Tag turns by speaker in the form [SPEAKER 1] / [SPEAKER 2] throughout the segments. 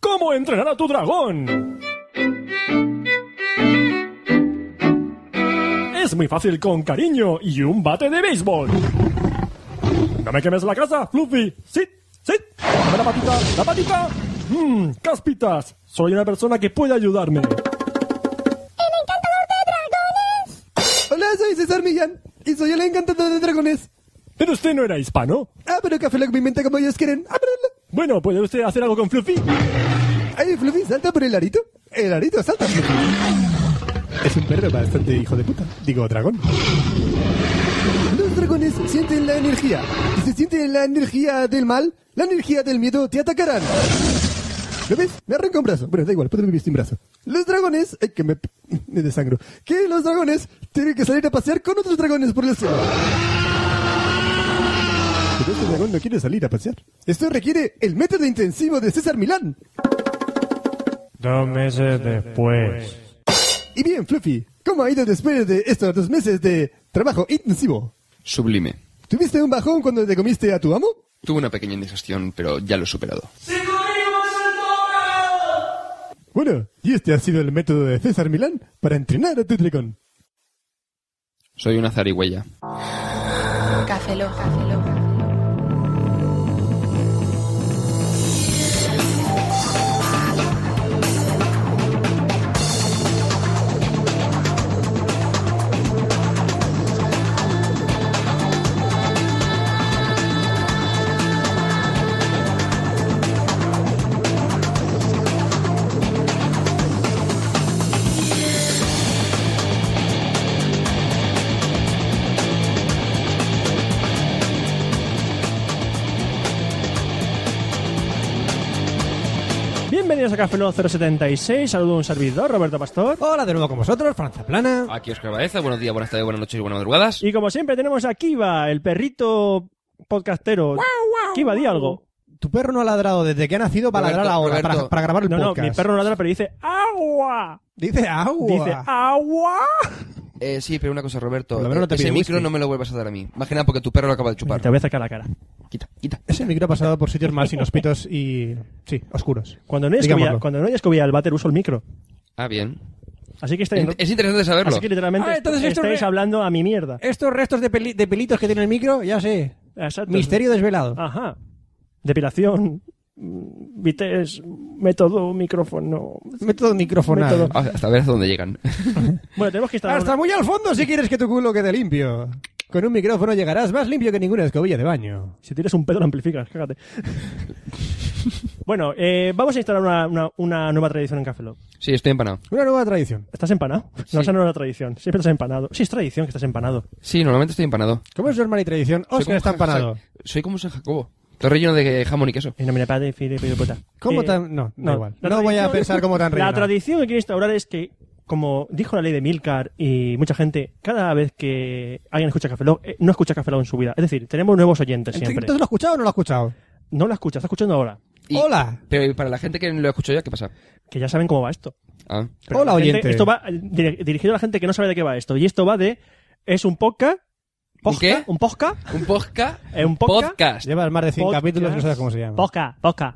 [SPEAKER 1] ¿Cómo entrenar a tu dragón? Es muy fácil con cariño y un bate de béisbol. No me quemes la casa, Fluffy. Sit, sit. Dame la patita, la patita. Mmm, caspitas. Soy una persona que puede ayudarme.
[SPEAKER 2] ¡El encantador de dragones!
[SPEAKER 3] Hola, soy César Millán y soy el encantador de dragones.
[SPEAKER 1] Pero usted no era hispano.
[SPEAKER 3] Ah, pero café lo que me inventa como ellos quieren. Ah, pero la-
[SPEAKER 1] Bueno, ¿puede usted hacer algo con Fluffy?
[SPEAKER 3] Ay, Fluffy, salta por el arito. El arito salta. Fluffy. Es un perro bastante hijo de puta. Digo, dragón. Los dragones sienten la energía. Y si sienten la energía del mal, la energía del miedo te atacarán. ¿Lo ves? Me arranca un brazo. Bueno, da igual, puedo vivir sin brazo. Los dragones... Ay, que me... Me desangro. Que los dragones tienen que salir a pasear con otros dragones por el cielo. Pero este dragón no quiere salir a pasear. Esto requiere el método intensivo de César Milán.
[SPEAKER 1] Dos meses después.
[SPEAKER 3] Y bien, Fluffy, ¿cómo ha ido después de estos dos meses de trabajo intensivo?
[SPEAKER 4] Sublime.
[SPEAKER 3] ¿Tuviste un bajón cuando te comiste a tu amo?
[SPEAKER 4] Tuve una pequeña indigestión, pero ya lo he superado.
[SPEAKER 3] Bueno, y este ha sido el método de César Milán para entrenar a tu dragón.
[SPEAKER 4] Soy una zarigüeya.
[SPEAKER 5] Café Lock. Café Lock.
[SPEAKER 1] Bienvenidos a Café Lock 076. Saludo a un servidor, Roberto Pastor.
[SPEAKER 6] Hola de nuevo con vosotros, Franza Plana.
[SPEAKER 4] Aquí Oscar Baeza, buenos días, buenas tardes, buenas noches y buenas madrugadas.
[SPEAKER 1] Y como siempre tenemos a Kiva, el perrito podcastero. Kiva, di algo.
[SPEAKER 6] Tu perro no ha ladrado desde que ha nacido para
[SPEAKER 7] Roberto,
[SPEAKER 6] ladrar ahora,
[SPEAKER 7] Roberto.
[SPEAKER 6] para, para grabar el
[SPEAKER 1] No, no,
[SPEAKER 6] podcast.
[SPEAKER 1] mi perro no ladra, pero dice agua.
[SPEAKER 6] Dice agua.
[SPEAKER 1] Dice "Ah". agua.
[SPEAKER 4] Eh, sí, pero una cosa, Roberto. eh,
[SPEAKER 6] Por lo menos no te
[SPEAKER 4] ese
[SPEAKER 6] pide
[SPEAKER 4] micro
[SPEAKER 6] whisky.
[SPEAKER 4] no me lo vuelvas a dar a mí. Más que nada porque tu perro lo acaba de chupar.
[SPEAKER 1] Te voy a acercar la cara.
[SPEAKER 4] Quita, quita.
[SPEAKER 6] Ese micro ha pasado por sitios más inhóspitos y... Sí, oscuros.
[SPEAKER 1] Cuando no hay
[SPEAKER 6] Digámoslo.
[SPEAKER 1] escobilla, cuando no hay escobilla del váter uso el micro.
[SPEAKER 4] Ah, bien.
[SPEAKER 1] Así que estáis,
[SPEAKER 4] Es es interesante saberlo.
[SPEAKER 1] así que literalmente
[SPEAKER 6] Ah, entonces esto
[SPEAKER 1] estáis
[SPEAKER 6] no es- Eh,
[SPEAKER 1] hablando a mi mierda.
[SPEAKER 6] Estos restos de, peli- de pelitos que tiene el micro, ya sé.
[SPEAKER 1] Exacto.
[SPEAKER 6] Misterio desvelado.
[SPEAKER 1] Ajá. Depilación. mm, Vites, método, micrófono.
[SPEAKER 6] Método microfonal.
[SPEAKER 1] Método.
[SPEAKER 4] Ah, Hasta ver hasta dónde llegan.
[SPEAKER 1] Bueno, tenemos que instalar.
[SPEAKER 6] Hasta
[SPEAKER 1] una-
[SPEAKER 6] muy al fondo si quieres que tu culo quede limpio. Con un micrófono llegarás más limpio que ninguna escobilla de baño.
[SPEAKER 1] Si tienes un pedo, lo amplificas, cágate. bueno, eh, vamos a instalar una, una- una nueva tradición en Café Lock.
[SPEAKER 4] sí, estoy empanado.
[SPEAKER 6] Una nueva tradición.
[SPEAKER 1] ¿Estás empanado? No, esa no es una tradición. Siempre estás empanado. Sí, es tradición que estás empanado.
[SPEAKER 4] Sí, normalmente estoy empanado.
[SPEAKER 6] Como es normal y tradición, Oscar está empanado.
[SPEAKER 4] Soy como San Jacobo. Todo relleno de jamón y queso.
[SPEAKER 1] En nombre de Padre, Hijo y de Puta.
[SPEAKER 6] ¿Cómo
[SPEAKER 1] Eh,
[SPEAKER 6] tan.? No, da igual.
[SPEAKER 1] la
[SPEAKER 6] No voy a
[SPEAKER 1] tradición-
[SPEAKER 6] pensar cómo tan
[SPEAKER 1] La
[SPEAKER 6] relleno.
[SPEAKER 1] tradición que quiero instaurar es que, como dijo la ley de Milcar y mucha gente, cada vez que alguien escucha Café Lock, eh, no escucha Café Lock en su vida. Es decir, tenemos nuevos oyentes siempre.
[SPEAKER 6] ¿Entonces lo has escuchado o no lo has escuchado?
[SPEAKER 1] No la escucha, está escuchando ahora.
[SPEAKER 4] Y-
[SPEAKER 6] Hola.
[SPEAKER 4] Pero ¿y para la gente que no lo escucho yo, ¿qué pasa?
[SPEAKER 1] Que ya saben cómo va esto.
[SPEAKER 4] Ah.
[SPEAKER 1] Pero
[SPEAKER 6] Hola,
[SPEAKER 1] la gente-
[SPEAKER 6] oyente.
[SPEAKER 1] esto va eh, dir- dirigido a la gente que no sabe de qué va esto. Y esto va de. Es un podcast.
[SPEAKER 4] ¿Un qué?
[SPEAKER 1] ¿Un posca?
[SPEAKER 4] ¿Un podcast?
[SPEAKER 1] Eh, un podcast.
[SPEAKER 6] Llevas más de 100
[SPEAKER 1] Podcast.
[SPEAKER 6] capítulos y no sabes cómo se llama.
[SPEAKER 1] Posca, posca.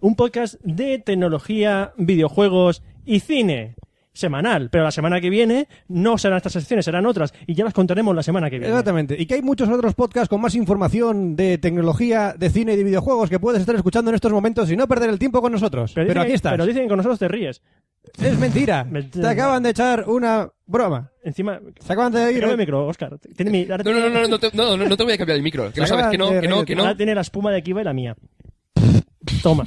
[SPEAKER 1] Un podcast de tecnología, videojuegos y cine. Semanal. Pero la semana que viene no serán estas secciones, serán otras. Y ya las contaremos la semana que viene.
[SPEAKER 6] Exactamente. Y que hay muchos otros podcasts con más información de tecnología, de cine y de videojuegos que puedes estar escuchando en estos momentos y no perder el tiempo con nosotros. Pero,
[SPEAKER 1] dicen
[SPEAKER 6] aquí
[SPEAKER 1] que-
[SPEAKER 6] estás.
[SPEAKER 1] Pero dicen que con nosotros te ríes.
[SPEAKER 6] Es mentira.
[SPEAKER 1] Mentira.
[SPEAKER 6] Te acaban de echar una broma.
[SPEAKER 1] Encima.
[SPEAKER 6] Se acaban de ir.
[SPEAKER 1] Tírame el micro, Oscar. Tiene mi- ahora
[SPEAKER 4] No, no,
[SPEAKER 1] tiene-
[SPEAKER 4] no, no, no, te, no, no, no te voy a cambiar el micro. Que no sabes que no, que no, que no.
[SPEAKER 1] Ahora tiene la espuma de Kiva y la mía. Toma.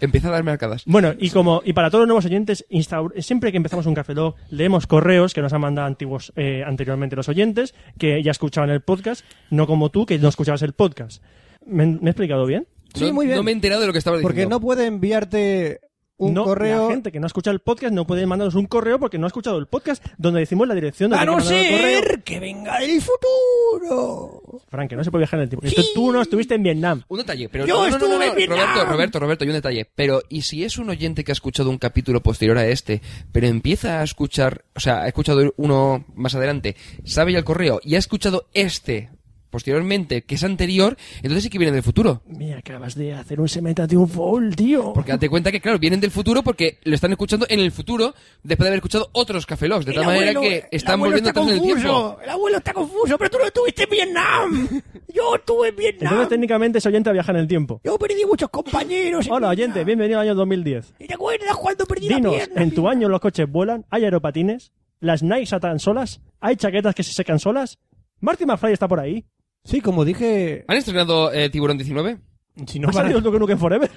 [SPEAKER 4] Empieza a darme arcadas.
[SPEAKER 1] Bueno, y como y para todos los nuevos oyentes, instaur- siempre que empezamos un café Lock, leemos correos que nos han mandado antiguos eh, anteriormente los oyentes, que ya escuchaban el podcast, no como tú, que no escuchabas el podcast. ¿Me, me he explicado bien?
[SPEAKER 6] Sí,
[SPEAKER 4] No-
[SPEAKER 6] muy bien.
[SPEAKER 4] No me he enterado de lo que estaba diciendo.
[SPEAKER 6] Porque no puede enviarte un
[SPEAKER 1] no,
[SPEAKER 6] correo.
[SPEAKER 1] La gente que no ha escuchado el podcast no puede mandarnos un correo porque no ha escuchado el podcast donde decimos la dirección de
[SPEAKER 6] A no
[SPEAKER 1] correo.
[SPEAKER 6] ser que venga el futuro.
[SPEAKER 1] Frank, que no se puede viajar en el tiempo. Esto- tú no estuviste en Vietnam.
[SPEAKER 4] Un detalle, pero
[SPEAKER 6] Yo
[SPEAKER 4] no, no, no,
[SPEAKER 6] estuve
[SPEAKER 4] no, no,
[SPEAKER 6] en Vietnam.
[SPEAKER 4] Roberto, Roberto, Roberto, y un detalle. Pero, ¿y si es un oyente que ha escuchado un capítulo posterior a este, pero empieza a escuchar, o sea, ha escuchado uno más adelante, sabe ya el correo, y ha escuchado este posteriormente, que es anterior, entonces sí que vienen del futuro.
[SPEAKER 1] Mira, acabas de hacer un semeta de un foul, tío.
[SPEAKER 4] Porque date cuenta que, claro, vienen del futuro porque lo están escuchando en el futuro después de haber escuchado otros Café Logs, De tal manera que están volviendo atrás en el tiempo.
[SPEAKER 1] El abuelo está confuso, pero tú no estuviste en Vietnam. Yo estuve en Vietnam. Entonces, técnicamente, ese oyente viaja en el tiempo.
[SPEAKER 7] Yo perdí muchos compañeros. en
[SPEAKER 1] Hola,
[SPEAKER 7] mi vida.
[SPEAKER 1] oyente, bienvenido al año 2010.
[SPEAKER 7] ¿Y te acuerdas cuando perdí
[SPEAKER 1] Dinos,
[SPEAKER 7] la pierna?
[SPEAKER 1] en tu año los coches vuelan, hay aeropatines, las Nike atan solas, hay chaquetas que se secan solas. Marty McFly está por ahí.
[SPEAKER 6] Sí, como dije...
[SPEAKER 4] ¿Han estrenado eh, Tiburón 19?
[SPEAKER 6] Si
[SPEAKER 1] No ha salido el Duke Nukem Forever.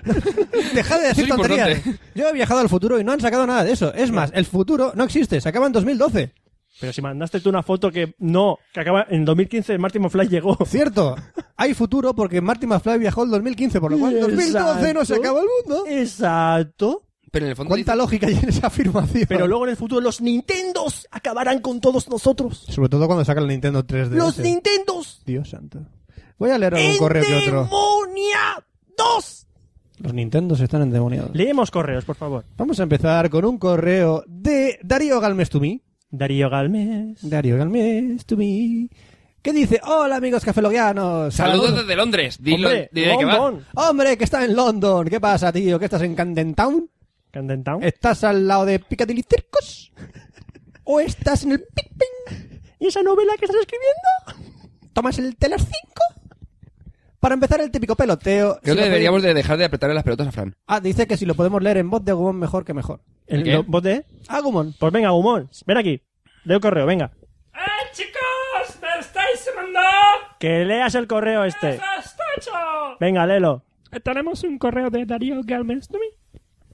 [SPEAKER 6] Deja de decir
[SPEAKER 4] Eso es
[SPEAKER 6] tonterías.
[SPEAKER 4] importante.
[SPEAKER 6] Yo he viajado al futuro y no han sacado nada de eso. Es más, el futuro no existe. Se acaba en 2012.
[SPEAKER 1] Pero si mandaste tú una foto que no, que acaba en 2015 Marty McFly llegó.
[SPEAKER 6] Cierto. Hay futuro porque Marty McFly viajó el 2015, por lo cual en 2012 no
[SPEAKER 1] Exacto.
[SPEAKER 6] se acaba el mundo.
[SPEAKER 1] Exacto.
[SPEAKER 4] Pero en el fondo.
[SPEAKER 6] ¿Cuánta lógica hay en esa afirmación?
[SPEAKER 1] Pero luego en el futuro los Nintendos acabarán con todos nosotros.
[SPEAKER 6] Sobre todo cuando sacan el Nintendo 3D.
[SPEAKER 1] Los
[SPEAKER 6] ese.
[SPEAKER 1] Nintendos.
[SPEAKER 6] Dios santo. Voy a leer algún correo que otro.
[SPEAKER 1] ¡Endemonia 2!
[SPEAKER 6] Los Nintendos están endemoniados.
[SPEAKER 1] Leemos correos, por favor.
[SPEAKER 6] Vamos a empezar con un correo de Darío Galmes to me.
[SPEAKER 1] Darío Galmes.
[SPEAKER 6] Darío Galmes to me. Que dice, hola amigos cafeloguianos.
[SPEAKER 4] Saludos desde Londres. Dilo,
[SPEAKER 1] Hombre,
[SPEAKER 4] dile que
[SPEAKER 1] Bon
[SPEAKER 4] va.
[SPEAKER 1] Bon.
[SPEAKER 6] Hombre, que está en London. ¿Qué pasa, tío? ¿Que estás en Camden Town?
[SPEAKER 1] Camden Town.
[SPEAKER 6] ¿Estás al lado de Piccadilly Circus? ¿O estás en el Big Bang?
[SPEAKER 1] ¿Y esa novela que estás escribiendo?
[SPEAKER 6] ¿Tomas el Telas 5? Para empezar, el típico peloteo.
[SPEAKER 4] Creo
[SPEAKER 6] Si
[SPEAKER 4] que
[SPEAKER 6] lo
[SPEAKER 4] deberíamos
[SPEAKER 6] podéis-
[SPEAKER 4] de dejar de apretarle las pelotas a Fran.
[SPEAKER 6] Ah, dice que si lo podemos leer en voz de Agumon, mejor que mejor.
[SPEAKER 1] ¿El
[SPEAKER 4] ¿Qué?
[SPEAKER 1] lo- ¿Vos de?
[SPEAKER 6] Agumon.
[SPEAKER 1] Pues venga, Humón, ven aquí. Leo correo, venga.
[SPEAKER 8] ¡Eh, chicos! ¡Me estáis mandando!
[SPEAKER 1] Que leas el correo este.
[SPEAKER 8] ¡Estacho!
[SPEAKER 1] Venga, léelo.
[SPEAKER 8] Tenemos un correo de Darío Galmes, ¿no?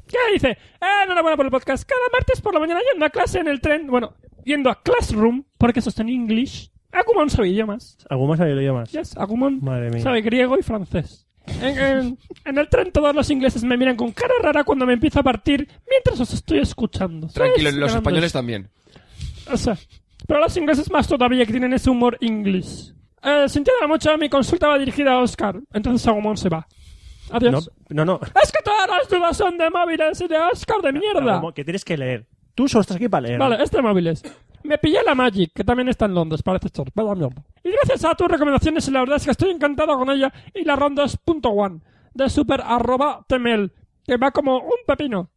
[SPEAKER 8] ¿Qué dice? Eh, enhorabuena por el podcast. Cada martes por la mañana yendo a clase en el tren. Bueno, yendo a Classroom, porque sostenía inglés. Agumon sabe idiomas.
[SPEAKER 1] Algunos había leído más.
[SPEAKER 8] Yes, Agumon
[SPEAKER 1] Madre mía.
[SPEAKER 8] sabe griego y francés. En, en- en el tren todos los ingleses me miran con cara rara cuando me empiezo a partir mientras os estoy escuchando.
[SPEAKER 4] Tranquilos,
[SPEAKER 8] Sois
[SPEAKER 4] los
[SPEAKER 8] grandes.
[SPEAKER 4] españoles también.
[SPEAKER 8] O sea, pero los ingleses más todavía que tienen ese humor inglés. Eh, sintiéndolo mucho, mi consulta va dirigida a Oscar. Entonces Agumon se va.
[SPEAKER 1] No,
[SPEAKER 8] Adiós.
[SPEAKER 1] no, no.
[SPEAKER 8] Es que todas las dudas son de móviles y de Oscar de mierda.
[SPEAKER 1] Agumon, Que tienes que leer. Tú solo estás aquí para leer.
[SPEAKER 8] Vale, este móvil es. Me pillé la Magic, que también está en Londres, parece ser. Vaya mierda. Y gracias a tus recomendaciones, la verdad es que estoy encantado con ella y la ronda es punto one, de super arroba temel, que va como un pepino.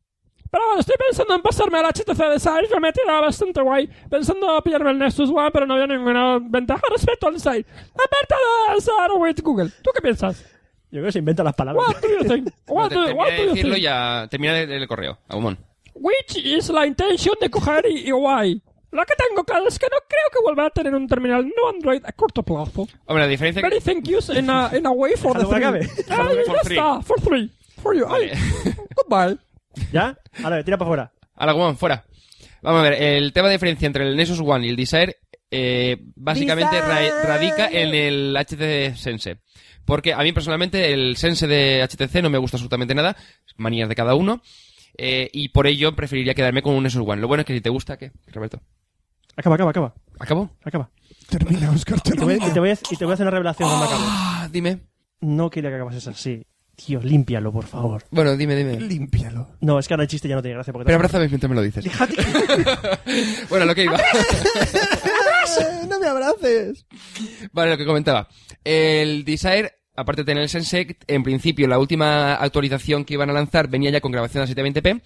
[SPEAKER 8] Pero bueno, estoy pensando en pasarme a la HTC de Side, que me tira bastante guay. Pensando en pillarme el Nexus One, pero no veo ninguna ventaja respecto al Side. Aparte de Sarowit Google. ¿Tú qué piensas?
[SPEAKER 1] Yo creo que se inventa las palabras.
[SPEAKER 8] What do you think?
[SPEAKER 4] No,
[SPEAKER 8] What
[SPEAKER 4] te-
[SPEAKER 8] do,
[SPEAKER 4] termina
[SPEAKER 8] what
[SPEAKER 4] de
[SPEAKER 8] do you
[SPEAKER 4] decirlo
[SPEAKER 8] think?
[SPEAKER 4] y ya. Termina de leer el correo. Agumón.
[SPEAKER 8] Which is la intención de coger y, y guay. Lo que tengo claro es que no creo que vuelva a tener un terminal no Android a corto plazo.
[SPEAKER 4] Hombre, la diferencia.
[SPEAKER 8] Very thank yous in a, in a way for the
[SPEAKER 1] Déjalo que
[SPEAKER 8] three.
[SPEAKER 1] acabe.
[SPEAKER 8] Ah,
[SPEAKER 4] Déjalo que-
[SPEAKER 8] ya
[SPEAKER 4] for
[SPEAKER 8] está, for three. For you. Ay, goodbye.
[SPEAKER 1] ¿Ya? Ahora, tira para afuera.
[SPEAKER 4] Al Agumón, fuera. Vamos a ver, el tema de diferencia entre el Nexus One y el Desire eh, básicamente ra- radica en el HTC Sense. Porque a mí personalmente el Sense de HTC no me gusta absolutamente nada, manías de cada uno. eh, y por ello preferiría quedarme con un Nexus One. Lo bueno es que si te gusta, ¿qué, Roberto?
[SPEAKER 1] Acaba, acaba, acaba.
[SPEAKER 4] ¿Acabó?
[SPEAKER 1] Acaba.
[SPEAKER 3] Termina, Oscar,
[SPEAKER 1] Y te voy,
[SPEAKER 3] termina.
[SPEAKER 1] y te voy a, y te voy a hacer una revelación cuando acabe.
[SPEAKER 4] Ah, dime.
[SPEAKER 1] No quería que acabases así. Tío, límpialo, por favor.
[SPEAKER 4] Bueno, dime, dime.
[SPEAKER 3] Límpialo.
[SPEAKER 1] No, es que ahora el chiste ya no tiene gracia porque...
[SPEAKER 4] Pero abrázame mientras me lo dices. bueno, lo que iba.
[SPEAKER 6] Eh, no me abraces.
[SPEAKER 4] Vale, lo que comentaba. El Desire, aparte de tener el Sensei, en principio la última actualización que iban a lanzar venía ya con grabación a 720p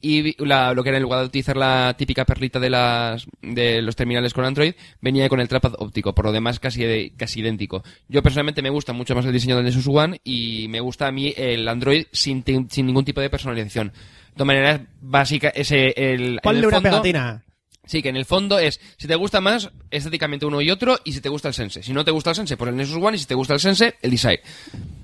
[SPEAKER 4] y vi- la- lo que era en lugar de utilizar la típica perlita de las de los terminales con Android venía con el trackpad óptico por lo demás casi de- casi idéntico yo personalmente me gusta mucho más el diseño del Nexus One y me gusta a mí el Android sin, ti- sin ningún tipo de personalización de todas maneras básica ese el en el
[SPEAKER 6] Ponle una
[SPEAKER 4] fondo-
[SPEAKER 6] pegatina.
[SPEAKER 4] Sí, que en el fondo es, si te gusta más estéticamente uno y otro, y si te gusta el Sense. Si no te gusta el Sense, por el Nexus One, y si te gusta el Sense, el Desire.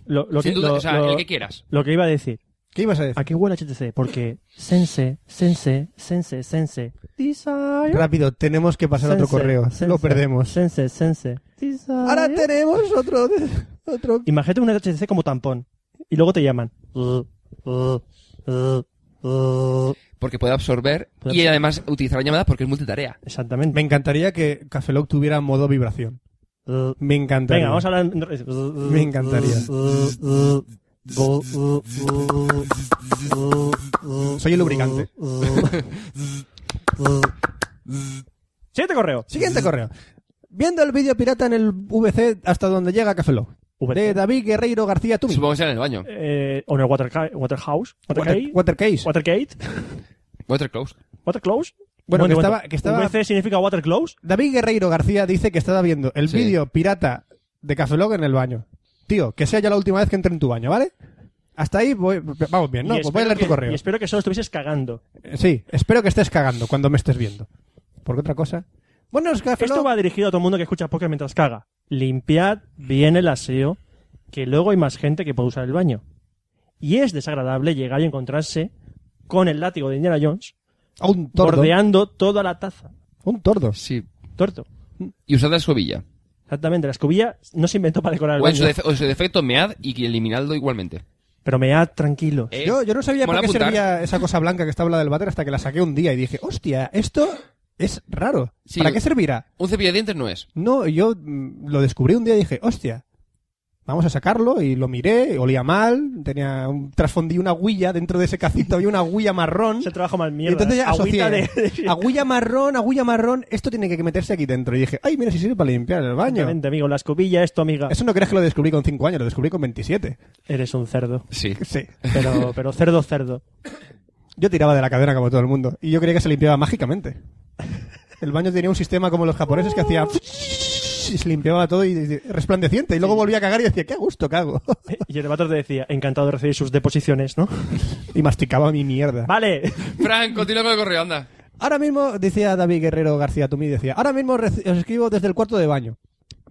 [SPEAKER 1] Lo, lo
[SPEAKER 4] Sin
[SPEAKER 1] que,
[SPEAKER 4] duda,
[SPEAKER 1] lo-
[SPEAKER 4] o sea,
[SPEAKER 1] lo-
[SPEAKER 4] el que quieras.
[SPEAKER 1] Lo que iba a decir.
[SPEAKER 6] ¿Qué ibas a decir?
[SPEAKER 1] ¿A qué huele HTC? Porque sense, sense, sense, sense. Desire.
[SPEAKER 6] ¿Eh? Rápido, tenemos que pasar a otro
[SPEAKER 1] Sense,
[SPEAKER 6] correo.
[SPEAKER 1] sense,
[SPEAKER 6] Lo perdemos.
[SPEAKER 1] Sense, sense. Desire.
[SPEAKER 6] Ahora tenemos otro. otro.
[SPEAKER 1] Imagínate un HTC como tampón. Y luego te llaman.
[SPEAKER 4] Porque puede absorber,
[SPEAKER 1] Puede
[SPEAKER 4] y
[SPEAKER 1] absorber.
[SPEAKER 4] además utilizar la llamada porque es multitarea.
[SPEAKER 1] Exactamente.
[SPEAKER 6] Me encantaría que Cafelog tuviera modo vibración. Me encantaría.
[SPEAKER 1] Venga, vamos a hablar. en-
[SPEAKER 6] Me encantaría. Soy el lubricante.
[SPEAKER 1] Siguiente correo.
[SPEAKER 6] Siguiente correo. Viendo el vídeo pirata en el VC hasta donde llega Café Lock.
[SPEAKER 1] VC.
[SPEAKER 6] De David Guerreiro García Tumi.
[SPEAKER 4] Supongo que será en el baño.
[SPEAKER 1] Eh, o en el Waterca- Waterhouse. Watergate.
[SPEAKER 6] Water- Watercase.
[SPEAKER 1] Watergate.
[SPEAKER 4] Waterclose.
[SPEAKER 1] Waterclose.
[SPEAKER 6] Bueno, que estaba- que estaba-
[SPEAKER 1] VC significa Waterclose.
[SPEAKER 6] David Guerreiro García dice que estaba viendo el
[SPEAKER 4] Sí.
[SPEAKER 6] vídeo pirata de Café Lock en el baño. Tío, que sea ya la última vez que entre en tu baño, ¿vale? Hasta ahí voy- vamos bien, ¿no?
[SPEAKER 1] Y
[SPEAKER 6] Pues voy
[SPEAKER 1] espero
[SPEAKER 6] a leer tu
[SPEAKER 1] que-
[SPEAKER 6] correo.
[SPEAKER 1] Y espero que solo estuvieses cagando.
[SPEAKER 6] Sí, espero que estés cagando cuando me estés viendo. Porque otra cosa. Bueno, es Café
[SPEAKER 1] Esto
[SPEAKER 6] Lock-
[SPEAKER 1] va dirigido a todo el mundo que escucha podcast mientras caga. Limpiad bien el aseo, que luego hay más gente que puede usar el baño. Y es desagradable llegar y encontrarse con el látigo de Indiana Jones
[SPEAKER 6] a Ah, un tordo.
[SPEAKER 1] bordeando toda la taza.
[SPEAKER 6] Un tordo.
[SPEAKER 4] Sí.
[SPEAKER 1] Torto.
[SPEAKER 4] Y usad la escobilla.
[SPEAKER 1] Exactamente, la escobilla no se inventó para decorar el
[SPEAKER 4] O en,
[SPEAKER 1] baño.
[SPEAKER 4] su defe- o en su defecto, mead y eliminadlo igualmente.
[SPEAKER 1] Pero mead tranquilo.
[SPEAKER 4] Eh,
[SPEAKER 6] Yo, yo no sabía
[SPEAKER 4] mola
[SPEAKER 6] para qué
[SPEAKER 4] apuntar.
[SPEAKER 6] servía esa cosa blanca que estaba la del váter hasta que la saqué un día y dije, hostia, esto es raro.
[SPEAKER 4] Sí.
[SPEAKER 6] ¿Para qué servirá?
[SPEAKER 4] Un cepillo de dientes no es.
[SPEAKER 6] No, yo mm, lo descubrí un día y dije, hostia, vamos a sacarlo y lo miré, olía mal, tenía un trasfondí una huilla, dentro de ese cacito había una huilla marrón.
[SPEAKER 1] Se trabaja mal
[SPEAKER 6] Y
[SPEAKER 1] mierda.
[SPEAKER 6] entonces ya
[SPEAKER 1] Agüita
[SPEAKER 6] asocié,
[SPEAKER 1] de-
[SPEAKER 6] agulla marrón, agulla marrón, esto tiene que meterse aquí dentro. Y dije, ay, mira si sirve para limpiar el baño.
[SPEAKER 1] Exactamente, amigo. La escobilla es tu amiga.
[SPEAKER 6] Eso no crees que lo descubrí con 5 años, lo descubrí con 27.
[SPEAKER 1] Eres un cerdo.
[SPEAKER 4] Sí.
[SPEAKER 6] Sí.
[SPEAKER 1] Pero, pero cerdo, cerdo.
[SPEAKER 6] Yo tiraba de la cadena como todo el mundo. Y yo creía que se limpiaba mágicamente. El baño tenía un sistema como los japoneses que hacía... Y se limpiaba todo y- y resplandeciente. Y luego volvía a cagar y decía, qué a gusto cago.
[SPEAKER 1] Y el vato te decía, encantado de recibir sus deposiciones, ¿no?
[SPEAKER 6] Y masticaba mi mierda.
[SPEAKER 1] Vale.
[SPEAKER 4] Fran, continúa con el correo, anda.
[SPEAKER 6] Ahora mismo, decía David Guerrero García Tumí, decía, ahora mismo reci- os escribo desde el cuarto de baño.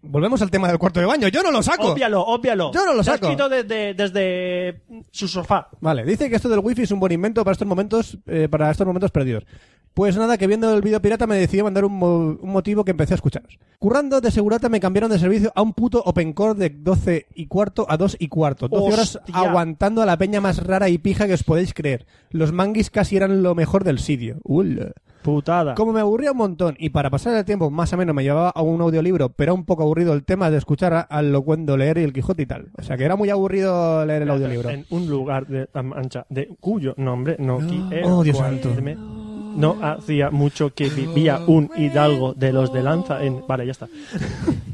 [SPEAKER 6] Volvemos al tema del cuarto de baño. Yo no lo saco.
[SPEAKER 1] Óbvialo, óbvialo.
[SPEAKER 6] Yo no lo
[SPEAKER 1] Te has
[SPEAKER 6] saco.
[SPEAKER 1] escrito desde, desde su sofá.
[SPEAKER 6] Vale, dice que esto del wifi es un buen invento para estos momentos, eh, para estos momentos perdidos. Pues nada, que viendo el vídeo pirata me decidí mandar un, mo- un motivo que empecé a escucharos. Currando de segurata me cambiaron de servicio a un puto open core de 12 y cuarto a 2 y cuarto. 12 horas
[SPEAKER 1] Hostia.
[SPEAKER 6] aguantando a la peña más rara y pija que os podéis creer. Los manguis casi eran lo mejor del sitio. Ula.
[SPEAKER 1] Putada.
[SPEAKER 6] Como me aburría un montón y para pasar el tiempo más o menos me llevaba a un audiolibro, pero era un poco aburrido el tema de escuchar a- al locuendo leer y el Quijote y tal. O sea que era muy aburrido leer el audiolibro.
[SPEAKER 1] En un lugar de la Mancha de cuyo nombre no quiero
[SPEAKER 6] oh, Dios
[SPEAKER 1] acordarme, No hacía mucho que vivía un hidalgo de los de lanza en... Vale, ya está.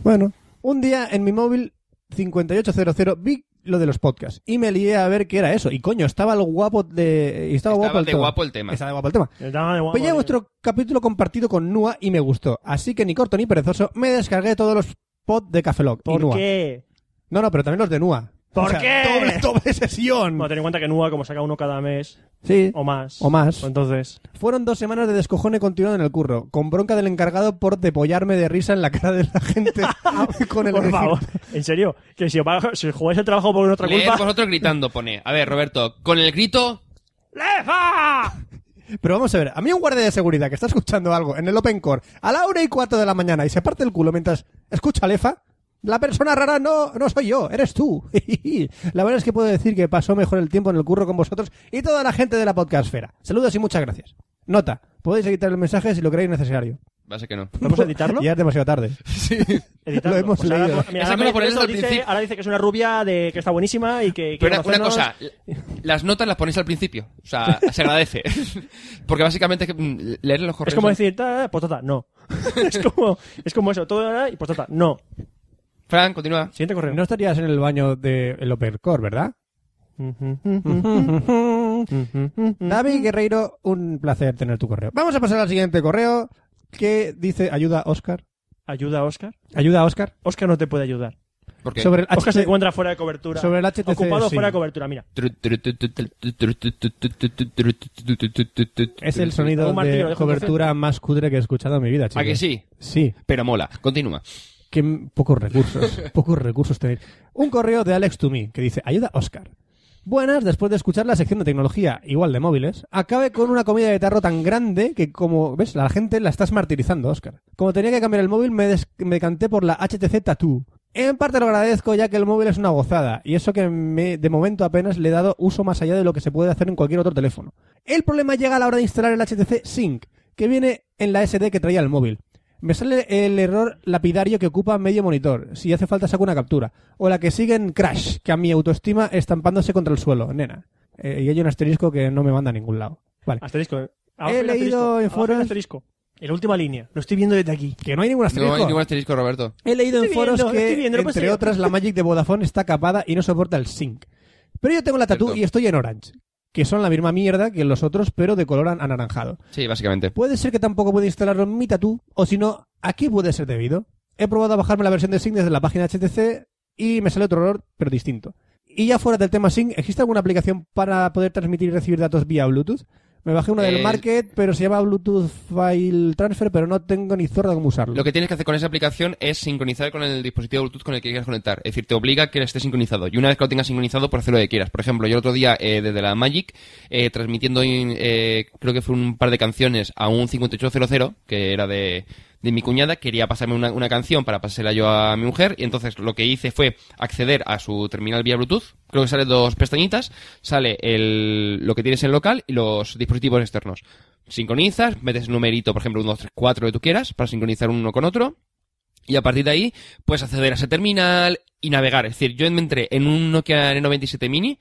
[SPEAKER 6] Bueno, un día en mi móvil 5800 vi lo de los podcasts y me lié a ver qué era eso. Y coño, estaba el guapo de. y
[SPEAKER 4] Estaba
[SPEAKER 6] Estaba, guapo el
[SPEAKER 4] de
[SPEAKER 6] tema.
[SPEAKER 4] guapo el tema.
[SPEAKER 6] Estaba guapo el tema. Veía
[SPEAKER 1] Oye,
[SPEAKER 6] Pues vuestro capítulo compartido con Nua y me gustó. Así que ni corto ni perezoso me descargué todos los pods de Cafeloc y
[SPEAKER 1] ¿Por
[SPEAKER 6] Nua.
[SPEAKER 1] qué?
[SPEAKER 6] No, no, pero también los de Nua.
[SPEAKER 1] ¿Por
[SPEAKER 6] O sea,
[SPEAKER 1] qué?
[SPEAKER 6] Doble, doble sesión.
[SPEAKER 1] Bueno, ten en cuenta que Nua, como saca uno cada mes
[SPEAKER 6] Sí.
[SPEAKER 1] o más.
[SPEAKER 6] O más.
[SPEAKER 1] pues Entonces,
[SPEAKER 6] Fueron dos semanas de descojone continuado en el curro, con bronca del encargado por depollarme de risa en la cara de la gente con el
[SPEAKER 1] por
[SPEAKER 6] ejército.
[SPEAKER 1] favor, en serio, que si, os va- si os jugáis el trabajo por nuestra
[SPEAKER 4] Leed
[SPEAKER 1] culpa...
[SPEAKER 4] vosotros gritando, pone. A ver, Roberto, con el grito.
[SPEAKER 6] Pero vamos a ver, a mí un guardia de seguridad que está escuchando algo en el Open Core a la hora y cuarto de la mañana y se parte el culo mientras escucha Lefa, la persona rara no, no soy yo, eres tú. la verdad es que puedo decir que pasó mejor el tiempo en el curro con vosotros y toda la gente de la podcastfera. Saludos y muchas gracias. Nota, podéis editar el mensaje si lo creéis necesario.
[SPEAKER 4] Va a ser que no.
[SPEAKER 1] ¿Vamos a editarlo?
[SPEAKER 6] ya es demasiado tarde.
[SPEAKER 1] Editarlo.
[SPEAKER 6] Lo hemos
[SPEAKER 1] Pues ahora-
[SPEAKER 6] leído.
[SPEAKER 1] mira,
[SPEAKER 4] Esa
[SPEAKER 1] ahora,
[SPEAKER 4] cosa
[SPEAKER 1] me-
[SPEAKER 4] ponerlo
[SPEAKER 1] eso
[SPEAKER 4] al
[SPEAKER 1] dice,
[SPEAKER 4] principio.
[SPEAKER 1] ahora dice que es una rubia de que está buenísima y que quiere
[SPEAKER 4] Pero una, una cosa,
[SPEAKER 1] conocernos.
[SPEAKER 4] las notas las ponéis al principio. O sea, se agradece. Porque básicamente es que, mm, leer los correos.
[SPEAKER 1] Es como decir, ta, ta, ta, postata, no. es, como, es como eso, todo era y postata, no.
[SPEAKER 4] Fran, continúa.
[SPEAKER 1] Siguiente correo.
[SPEAKER 6] No estarías en el baño del Open Core, ¿verdad?
[SPEAKER 1] Ujú, ujú, ujú, ujú.
[SPEAKER 6] David Guerreiro, un placer tener tu correo. Vamos a pasar al siguiente correo que dice ayuda Oscar.
[SPEAKER 1] ¿Ayuda a Oscar?
[SPEAKER 6] Ayuda Oscar.
[SPEAKER 1] Oscar no te puede ayudar.
[SPEAKER 4] Porque...
[SPEAKER 6] Sobre el
[SPEAKER 1] Oscar se
[SPEAKER 6] HTC
[SPEAKER 1] encuentra fuera de cobertura.
[SPEAKER 6] sobre el HTC,
[SPEAKER 1] Ocupado
[SPEAKER 6] sí.
[SPEAKER 1] fuera de cobertura, mira.
[SPEAKER 6] Es el sonido
[SPEAKER 1] Un martillo,
[SPEAKER 6] de
[SPEAKER 1] dejo
[SPEAKER 6] cobertura más cutre que he escuchado en mi vida, chicos.
[SPEAKER 4] ¿A que sí?
[SPEAKER 6] Sí,
[SPEAKER 4] Pero mola. Continúa.
[SPEAKER 6] que m- pocos recursos, pocos recursos tenéis. Un correo de Alex to me que dice, ayuda Oscar. Buenas, después de escuchar la sección de tecnología, igual de móviles, acabe con una comida de tarro tan grande que como, ves, la gente la estás martirizando, Oscar. Como tenía que cambiar el móvil, me, des- me decanté por la HTC Tattoo. En parte lo agradezco ya que el móvil es una gozada, y eso que me, de momento apenas le he dado uso más allá de lo que se puede hacer en cualquier otro teléfono. El problema llega a la hora de instalar el HTC Sync, que viene en la SD que traía el móvil. Me sale el error lapidario que ocupa medio monitor, si hace falta saco una captura. O la que sigue en Crash, que a mi autoestima estampándose contra el suelo, nena. Eh, y hay un asterisco que no me manda a ningún lado. Vale.
[SPEAKER 1] Asterisco. eh.
[SPEAKER 6] He
[SPEAKER 1] Abajo hay un
[SPEAKER 6] leído
[SPEAKER 1] asterisco.
[SPEAKER 6] en
[SPEAKER 1] Abajo hay un
[SPEAKER 6] foros-
[SPEAKER 1] asterisco. En la última línea. Lo estoy viendo desde aquí.
[SPEAKER 6] Que no hay ningún
[SPEAKER 4] No
[SPEAKER 6] asterisco.
[SPEAKER 4] hay ningún asterisco, Roberto.
[SPEAKER 6] He leído en
[SPEAKER 1] Estoy
[SPEAKER 6] foros
[SPEAKER 1] viendo,
[SPEAKER 6] que,
[SPEAKER 1] estoy viendo, no puede
[SPEAKER 6] entre
[SPEAKER 1] ser.
[SPEAKER 6] otras, la Magic de Vodafone está capada y no soporta el sync. Pero yo tengo la tatu
[SPEAKER 4] Cierto.
[SPEAKER 6] y estoy en Orange, que son la misma mierda que los otros, pero de color an- anaranjado.
[SPEAKER 4] Sí, básicamente.
[SPEAKER 6] Puede ser que tampoco pueda instalarlo en mi tatu, o si no, ¿a qué puede ser debido? He probado a bajarme la versión de Sync desde la página HTC y me sale otro error, pero distinto. Y ya fuera del tema Sync, ¿existe alguna aplicación para poder transmitir y recibir datos vía Bluetooth? Me bajé una del
[SPEAKER 4] Eh,
[SPEAKER 6] Market, pero se llama Bluetooth File Transfer, pero no tengo ni zorra cómo usarlo.
[SPEAKER 4] Lo que tienes que hacer con esa aplicación es sincronizar con el dispositivo Bluetooth con el que quieras conectar. Es decir, te obliga a que esté sincronizado. Y una vez que lo tengas sincronizado, por hacer lo que quieras. Por ejemplo, yo el otro día, eh, desde la Magic, eh, transmitiendo, in- eh, creo que fue un par de canciones a un 5800, que era de, de mi cuñada, quería pasarme una, una canción para pasársela yo a mi mujer. Y entonces lo que hice fue acceder a su terminal vía Bluetooth. Creo que sale dos pestañitas. Sale el, lo que tienes en local y los dispositivos externos sincronizas, metes el numerito, por ejemplo, 1, 2, 3, 4 que tú quieras, para sincronizar uno con otro. Y a partir de ahí, puedes acceder a ese terminal y navegar. Es decir, yo me entré en un Nokia N97 Mini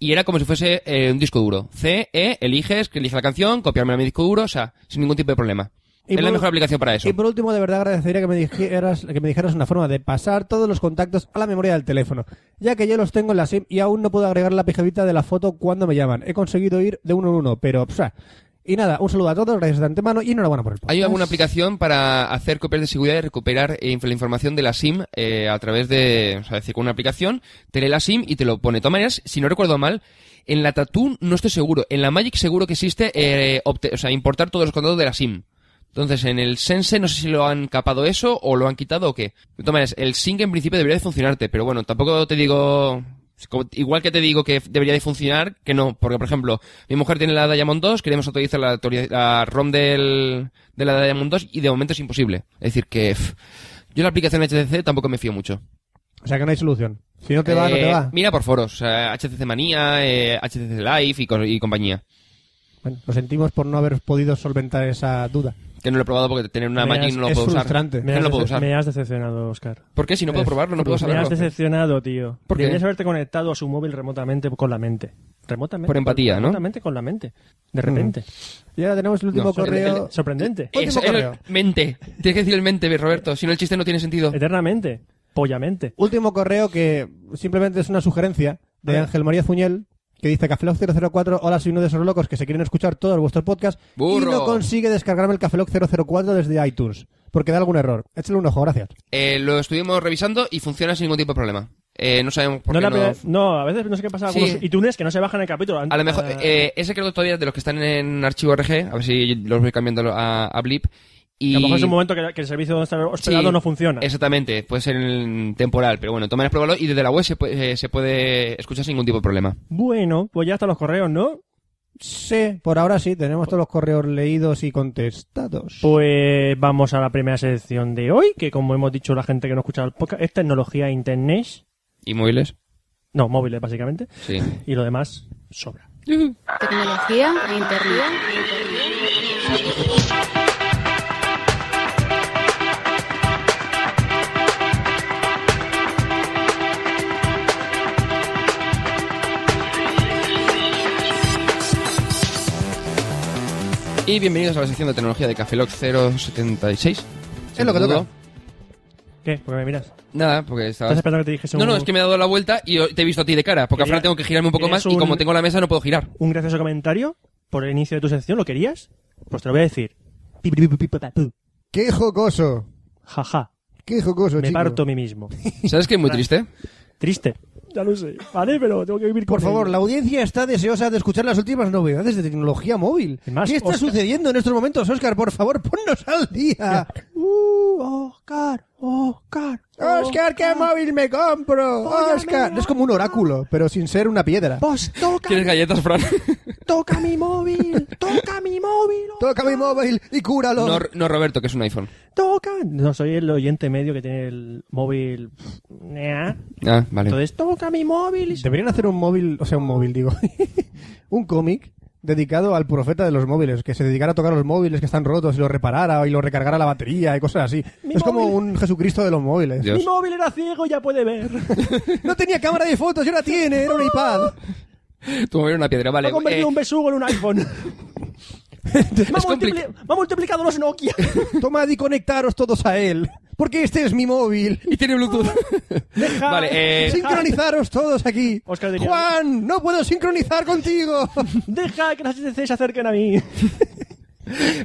[SPEAKER 4] y era como si fuese eh, un disco duro. C, E, eliges, que elige la canción, copiarme a mi disco duro, o sea, sin ningún tipo de problema.
[SPEAKER 6] Y
[SPEAKER 4] es la
[SPEAKER 6] por-
[SPEAKER 4] mejor aplicación para eso.
[SPEAKER 6] Y por último, de verdad agradecería que me, dijeras, que me dijeras una forma de pasar todos los contactos a la memoria del teléfono, ya que yo los tengo en la SIM y aún no puedo agregar la pijadita de la foto cuando me llaman. He conseguido ir de uno en uno, pero... psa. y nada, un saludo a todos, gracias de antemano y enhorabuena por el podcast.
[SPEAKER 4] Hay alguna aplicación para hacer copias de seguridad y recuperar eh, inf- la información de la SIM eh, a través de, o sea, es decir, con una aplicación, te lee la SIM y te lo pone. De todas maneras, si no recuerdo mal, en la Tattoo no estoy seguro. En la Magic seguro que existe eh, obte- o sea, importar todos los contactos de la SIM. Entonces, en el Sense no sé si lo han capado eso o lo han quitado o qué. De todas maneras, el Sync en principio debería de funcionarte, pero bueno, tampoco te digo... como- Igual que te digo que debería de funcionar, que no. Porque, por ejemplo, mi mujer tiene la Diamond 2, queremos actualizar la, teoría- la ROM del, de la Diamond 2 y de momento es imposible. Es decir, que... pff, yo la aplicación HTC tampoco me fío mucho.
[SPEAKER 6] O sea que no hay solución. Si no te va, no te
[SPEAKER 4] Eh,
[SPEAKER 6] va.
[SPEAKER 4] Mira por foros, o sea, HTC Manía, eh, HTC Live y, co- y compañía.
[SPEAKER 6] Bueno, lo sentimos por no haber podido solventar esa duda.
[SPEAKER 4] Que no lo he probado porque tener una
[SPEAKER 1] Me
[SPEAKER 4] Magic
[SPEAKER 1] has-
[SPEAKER 4] no lo
[SPEAKER 6] es
[SPEAKER 4] puedo usar.
[SPEAKER 6] frustrante.
[SPEAKER 4] Que no
[SPEAKER 1] has
[SPEAKER 4] lo puedo
[SPEAKER 1] dece-
[SPEAKER 4] usar.
[SPEAKER 1] me has decepcionado, Oscar.
[SPEAKER 4] ¿Por qué? Si no puedo
[SPEAKER 6] Es
[SPEAKER 4] probarlo, no puedo
[SPEAKER 1] Pues me
[SPEAKER 4] saberlo.
[SPEAKER 1] has decepcionado, tío.
[SPEAKER 4] ¿Por qué?
[SPEAKER 1] Deberías haberte conectado a su móvil remotamente con la mente. Remotamente.
[SPEAKER 4] Por empatía,
[SPEAKER 1] con-
[SPEAKER 4] ¿no? Mm.
[SPEAKER 1] Remotamente con la mente. De repente.
[SPEAKER 6] Y ahora tenemos el último
[SPEAKER 4] No,
[SPEAKER 6] correo.
[SPEAKER 4] el- el-
[SPEAKER 1] Sorprendente.
[SPEAKER 6] Eh, Último
[SPEAKER 4] el-
[SPEAKER 6] correo.
[SPEAKER 4] mente. Tienes que decir el mente, Roberto. Si no, el chiste no tiene sentido.
[SPEAKER 1] Eternamente. Pollamente.
[SPEAKER 6] Último correo que simplemente es una sugerencia de Ángel María Zuñel que dice Cafeloc 004, hola soy uno de esos locos que se quieren escuchar todos vuestros podcasts y
[SPEAKER 4] Burro.
[SPEAKER 6] no consigue descargarme el Cafeloc 004 desde iTunes porque da algún error. Échale un ojo, gracias.
[SPEAKER 4] Eh, lo estuvimos revisando y funciona sin ningún tipo de problema. Eh, no sabemos por
[SPEAKER 1] No,
[SPEAKER 4] qué
[SPEAKER 1] la
[SPEAKER 4] no...
[SPEAKER 1] pe- no, a veces no sé qué pasa con
[SPEAKER 4] Sí.
[SPEAKER 1] los iTunes que no se bajan el capítulo.
[SPEAKER 4] A lo mejor...
[SPEAKER 1] Ah,
[SPEAKER 4] eh, ese creo que todavía es de los que están en archivo RG. A ver si los voy cambiando a, a Blip. Y...
[SPEAKER 1] que a lo mejor es un momento que, que el servicio donde está hospedado
[SPEAKER 4] Sí,
[SPEAKER 1] no funciona.
[SPEAKER 4] Exactamente, puede ser en temporal, pero bueno, tomen probarlo y desde la web se puede, eh, se puede escuchar sin ningún tipo de problema.
[SPEAKER 1] Bueno, pues ya hasta los correos, ¿no?
[SPEAKER 6] Sí, por ahora sí, tenemos todos los correos leídos y contestados.
[SPEAKER 1] Pues vamos a la primera sección de hoy, que como hemos dicho la gente que no escucha el podcast, es tecnología e internet.
[SPEAKER 4] ¿Y móviles?
[SPEAKER 1] No, móviles, básicamente.
[SPEAKER 4] Sí.
[SPEAKER 1] Y lo demás sobra.
[SPEAKER 5] Tecnología, internet.
[SPEAKER 4] Y bienvenidos a la sección de tecnología de Cafeloc 076.
[SPEAKER 6] Es lo que toca.
[SPEAKER 1] ¿Qué? ¿Por qué me miras?
[SPEAKER 4] Nada, porque
[SPEAKER 1] ¿Estás
[SPEAKER 4] estabas...
[SPEAKER 1] esperando que te dijese
[SPEAKER 4] No,
[SPEAKER 1] un,
[SPEAKER 4] no, es que me he dado la vuelta y te he visto a ti de cara, porque al
[SPEAKER 1] Quería-
[SPEAKER 4] final tengo que girarme un poco
[SPEAKER 1] querías
[SPEAKER 4] más y como
[SPEAKER 1] un-
[SPEAKER 4] tengo la mesa no puedo girar.
[SPEAKER 1] un gracioso comentario por el inicio de tu sección? ¿Lo querías? Pues te lo voy a decir.
[SPEAKER 3] ¡Qué jocoso!
[SPEAKER 1] Jaja,
[SPEAKER 3] ¡Qué jocoso,
[SPEAKER 1] me
[SPEAKER 3] chico!
[SPEAKER 1] parto a mí mismo.
[SPEAKER 4] ¿Sabes qué es muy triste?
[SPEAKER 1] Triste. Ya lo sé. Vale, pero tengo que vivir con
[SPEAKER 6] Por favor,
[SPEAKER 1] ello.
[SPEAKER 6] la audiencia está deseosa de escuchar las últimas novedades de tecnología móvil.
[SPEAKER 1] Y más,
[SPEAKER 6] ¿Qué está
[SPEAKER 1] Óscar.
[SPEAKER 6] sucediendo en estos momentos, Oscar? Por favor, ponnos al día. Uh, Oscar, Oscar. Oscar, ¿qué móvil me compro? Oscar. Es como un oráculo, pero sin ser una piedra.
[SPEAKER 7] Vos, toca,
[SPEAKER 4] ¿Quieres galletas, Fran?
[SPEAKER 7] Pues toca mi móvil, toca mi móvil,
[SPEAKER 3] Toca mi móvil y cúralo.
[SPEAKER 4] No, no Roberto, que es un iPhone.
[SPEAKER 1] Toca. No soy el oyente medio que tiene el móvil. Nah.
[SPEAKER 4] Ah, vale.
[SPEAKER 1] Entonces, toca mi móvil. y-
[SPEAKER 6] Deberían hacer un móvil, o sea, un móvil, digo, un cómic dedicado al profeta de los móviles, que se dedicara a tocar los móviles que están rotos y los reparara y los recargara la batería y cosas así.
[SPEAKER 1] Mi
[SPEAKER 6] es como
[SPEAKER 1] móvil.
[SPEAKER 6] un Jesucristo de los móviles.
[SPEAKER 4] Dios.
[SPEAKER 1] Mi móvil era ciego, ya puede ver.
[SPEAKER 6] No tenía cámara de fotos, y ahora tiene, era un iPad.
[SPEAKER 4] Tú me una piedra,
[SPEAKER 1] Me
[SPEAKER 4] vale.
[SPEAKER 1] ha convertido
[SPEAKER 4] eh,
[SPEAKER 1] un besugo en un iPhone.
[SPEAKER 6] Me ha,
[SPEAKER 4] Es complicado.
[SPEAKER 6] multipli- me ha multiplicado los Nokia. Tomad y conectaros todos a él. Porque este es mi móvil.
[SPEAKER 4] Y tiene Bluetooth.
[SPEAKER 6] Dejad,
[SPEAKER 4] Vale, eh,
[SPEAKER 6] sincronizaros todos aquí.
[SPEAKER 1] Oscar diría-
[SPEAKER 6] Juan, no puedo sincronizar contigo.
[SPEAKER 1] Deja que las HTC se acerquen a mí.